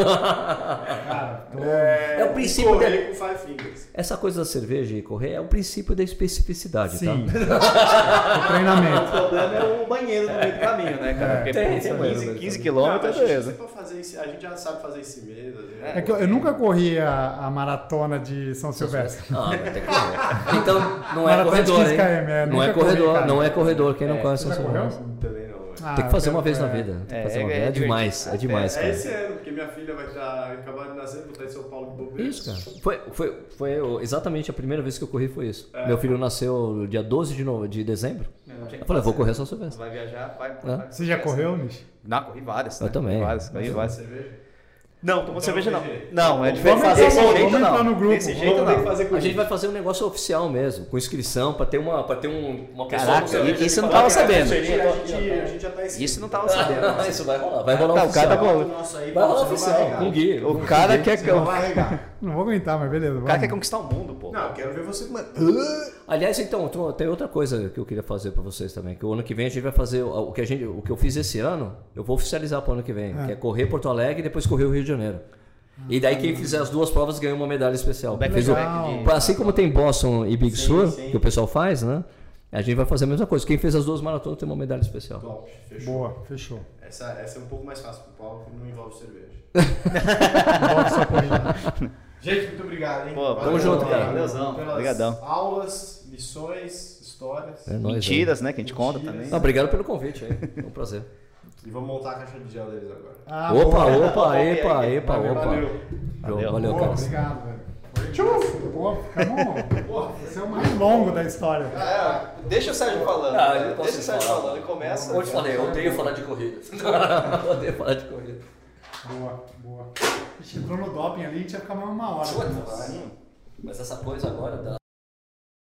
Speaker 1: Cara, tô-
Speaker 2: [laughs] É o princípio da...
Speaker 3: Correr com Five Fingers.
Speaker 2: Essa coisa da cerveja e correr é o princípio da especificidade, tá?
Speaker 1: Sim. O treinamento.
Speaker 5: O problema é o banheiro no meio do caminho, né, cara? Porque
Speaker 2: É, Tem,
Speaker 5: pô,
Speaker 2: tem banheiro no
Speaker 5: 15,
Speaker 2: meio
Speaker 5: 15
Speaker 2: do caminho.
Speaker 3: Não,
Speaker 5: quilômetros,
Speaker 3: acho que
Speaker 5: beleza.
Speaker 3: você pode fazer isso- a gente já sabe fazer isso mesmo. né?
Speaker 1: É que eu, eu nunca corri a, a maratona de São Silvestre.
Speaker 2: Ah, vai ter
Speaker 1: [laughs]
Speaker 2: que correr. Então, não é
Speaker 1: Maratona de
Speaker 2: corredor,
Speaker 1: 15
Speaker 2: hein?
Speaker 1: km, é,
Speaker 2: Não é
Speaker 1: nunca corri,
Speaker 2: corredor,
Speaker 1: cara.
Speaker 2: não é corredor. Quem não conhece
Speaker 1: Você já
Speaker 2: essa
Speaker 1: correu?
Speaker 2: corrida.
Speaker 3: Também não, velho.
Speaker 1: Ah,
Speaker 2: Tem que fazer uma
Speaker 1: eu-
Speaker 2: vez na
Speaker 1: é.
Speaker 2: vida. Tem
Speaker 5: É,
Speaker 2: que fazer uma
Speaker 5: é
Speaker 2: vez. É
Speaker 5: divertido.
Speaker 2: demais, é demais,
Speaker 3: É
Speaker 2: cara.
Speaker 3: esse ano, porque minha filha vai estar acabar de nascer, vou estar em São Paulo de bobeira.
Speaker 2: Isso, cara. Foi, foi, foi o- exatamente a primeira vez que eu corri foi isso.
Speaker 5: É.
Speaker 2: Meu filho nasceu no dia 12 de, no- de dezembro. Eu falei, eu vou correr só Silvestre.
Speaker 5: Vai viajar, vai.
Speaker 2: Hã?
Speaker 5: vai-
Speaker 1: Você já correu, Nish?
Speaker 5: Não, corri várias.
Speaker 2: Eu
Speaker 5: né?
Speaker 2: também.
Speaker 5: Várias, corri várias.
Speaker 3: Cerveja?
Speaker 5: Não, tomou cerveja não.
Speaker 3: tem jeito.
Speaker 5: Não, é
Speaker 3: Vamos
Speaker 5: diferente.
Speaker 1: entrar
Speaker 5: Fazer
Speaker 1: no-
Speaker 5: desse jeito
Speaker 1: vamos
Speaker 5: não.
Speaker 1: entrar no grupo.
Speaker 5: Desse jeito
Speaker 3: Vamos ter
Speaker 5: não.
Speaker 3: que fazer com
Speaker 2: A gente vai fazer um negócio oficial mesmo, com inscrição, pra ter uma, pra ter um, uma pessoa...
Speaker 5: Caraca,
Speaker 2: no cerveja
Speaker 5: e- isso eu não
Speaker 2: que fala,
Speaker 5: tava sabendo.
Speaker 3: A gente, a gente- a gente já tá inscrito.
Speaker 5: Isso não tava sabendo.
Speaker 2: "Ah, [laughs] Isso vai rolar, vai rolar
Speaker 5: Tá, o
Speaker 2: oficial.
Speaker 5: cara tá
Speaker 4: Bota o
Speaker 5: bom.
Speaker 4: nosso aí,
Speaker 2: Vai rolar
Speaker 4: você não vai
Speaker 2: oficial,
Speaker 4: regar.
Speaker 2: com guia.
Speaker 5: O cara quer
Speaker 4: Você não vai regar.
Speaker 1: Não vou aguentar, mas beleza.
Speaker 5: o cara quer
Speaker 1: vamos.
Speaker 5: conquistar o mundo, pô.
Speaker 3: Não, eu quero ver você. Mano,
Speaker 2: Aliás, então, tu- tem outra coisa que eu queria fazer pra vocês também, que o ano que vem a gente vai fazer o o que a gente, o que eu fiz esse ano, eu vou oficializar pro ano que vem, que é correr Porto Alegre e depois correr o Rio de Janeiro. E daí quem fizer as duas provas ganha uma medalha especial.
Speaker 5: Back
Speaker 2: Fez
Speaker 5: to
Speaker 2: o-
Speaker 1: back
Speaker 5: de-
Speaker 2: assim como tem Boston e Big Sur,
Speaker 4: é sim.
Speaker 2: que o pessoal faz, né? A gente vai fazer a mesma coisa. Quem fez as duas maratonas tem uma medalha especial.
Speaker 3: top, fechou.
Speaker 1: Boa, fechou.
Speaker 3: Essa, essa é um pouco mais fácil pro Paulo, porque não envolve cerveja.
Speaker 4: Gente, muito obrigado, hein?
Speaker 5: Pô,
Speaker 2: tamo junto, cara.
Speaker 5: Valeuzão.
Speaker 4: pelas
Speaker 5: Obrigadão.
Speaker 4: Aulas, lições, histórias.
Speaker 2: É nóis,
Speaker 5: Mentiras, né? Que a gente conta
Speaker 4: Mentiras.
Speaker 5: também.
Speaker 2: Não, obrigado pelo convite, hein? Foi um prazer.
Speaker 4: E vamos montar a caixa de gel deles agora.
Speaker 1: Ah,
Speaker 2: opa,
Speaker 1: boa.
Speaker 2: opa,
Speaker 5: Valeu,
Speaker 2: epa,
Speaker 5: valeu.
Speaker 2: epa, opa.
Speaker 4: Valeu.
Speaker 2: Valeu,
Speaker 5: Valeu,
Speaker 1: Boa,
Speaker 2: cara.
Speaker 1: obrigado, velho. Tchuf! Pô, ficamos. Pô, esse é o mais longo da história.
Speaker 5: É, deixa o Sérgio falando.
Speaker 2: Ah,
Speaker 5: cara.
Speaker 2: eu posso
Speaker 5: deixa o Sérgio
Speaker 2: falar.
Speaker 5: falando. Ele começa.
Speaker 2: Como eu te falei, eu odeio falar de corrida. [laughs] Eu odeio falar de corrida.
Speaker 1: Boa, boa. A gente entrou no doping ali, a gente ia ficar mais uma hora.
Speaker 2: Mas essa coisa agora da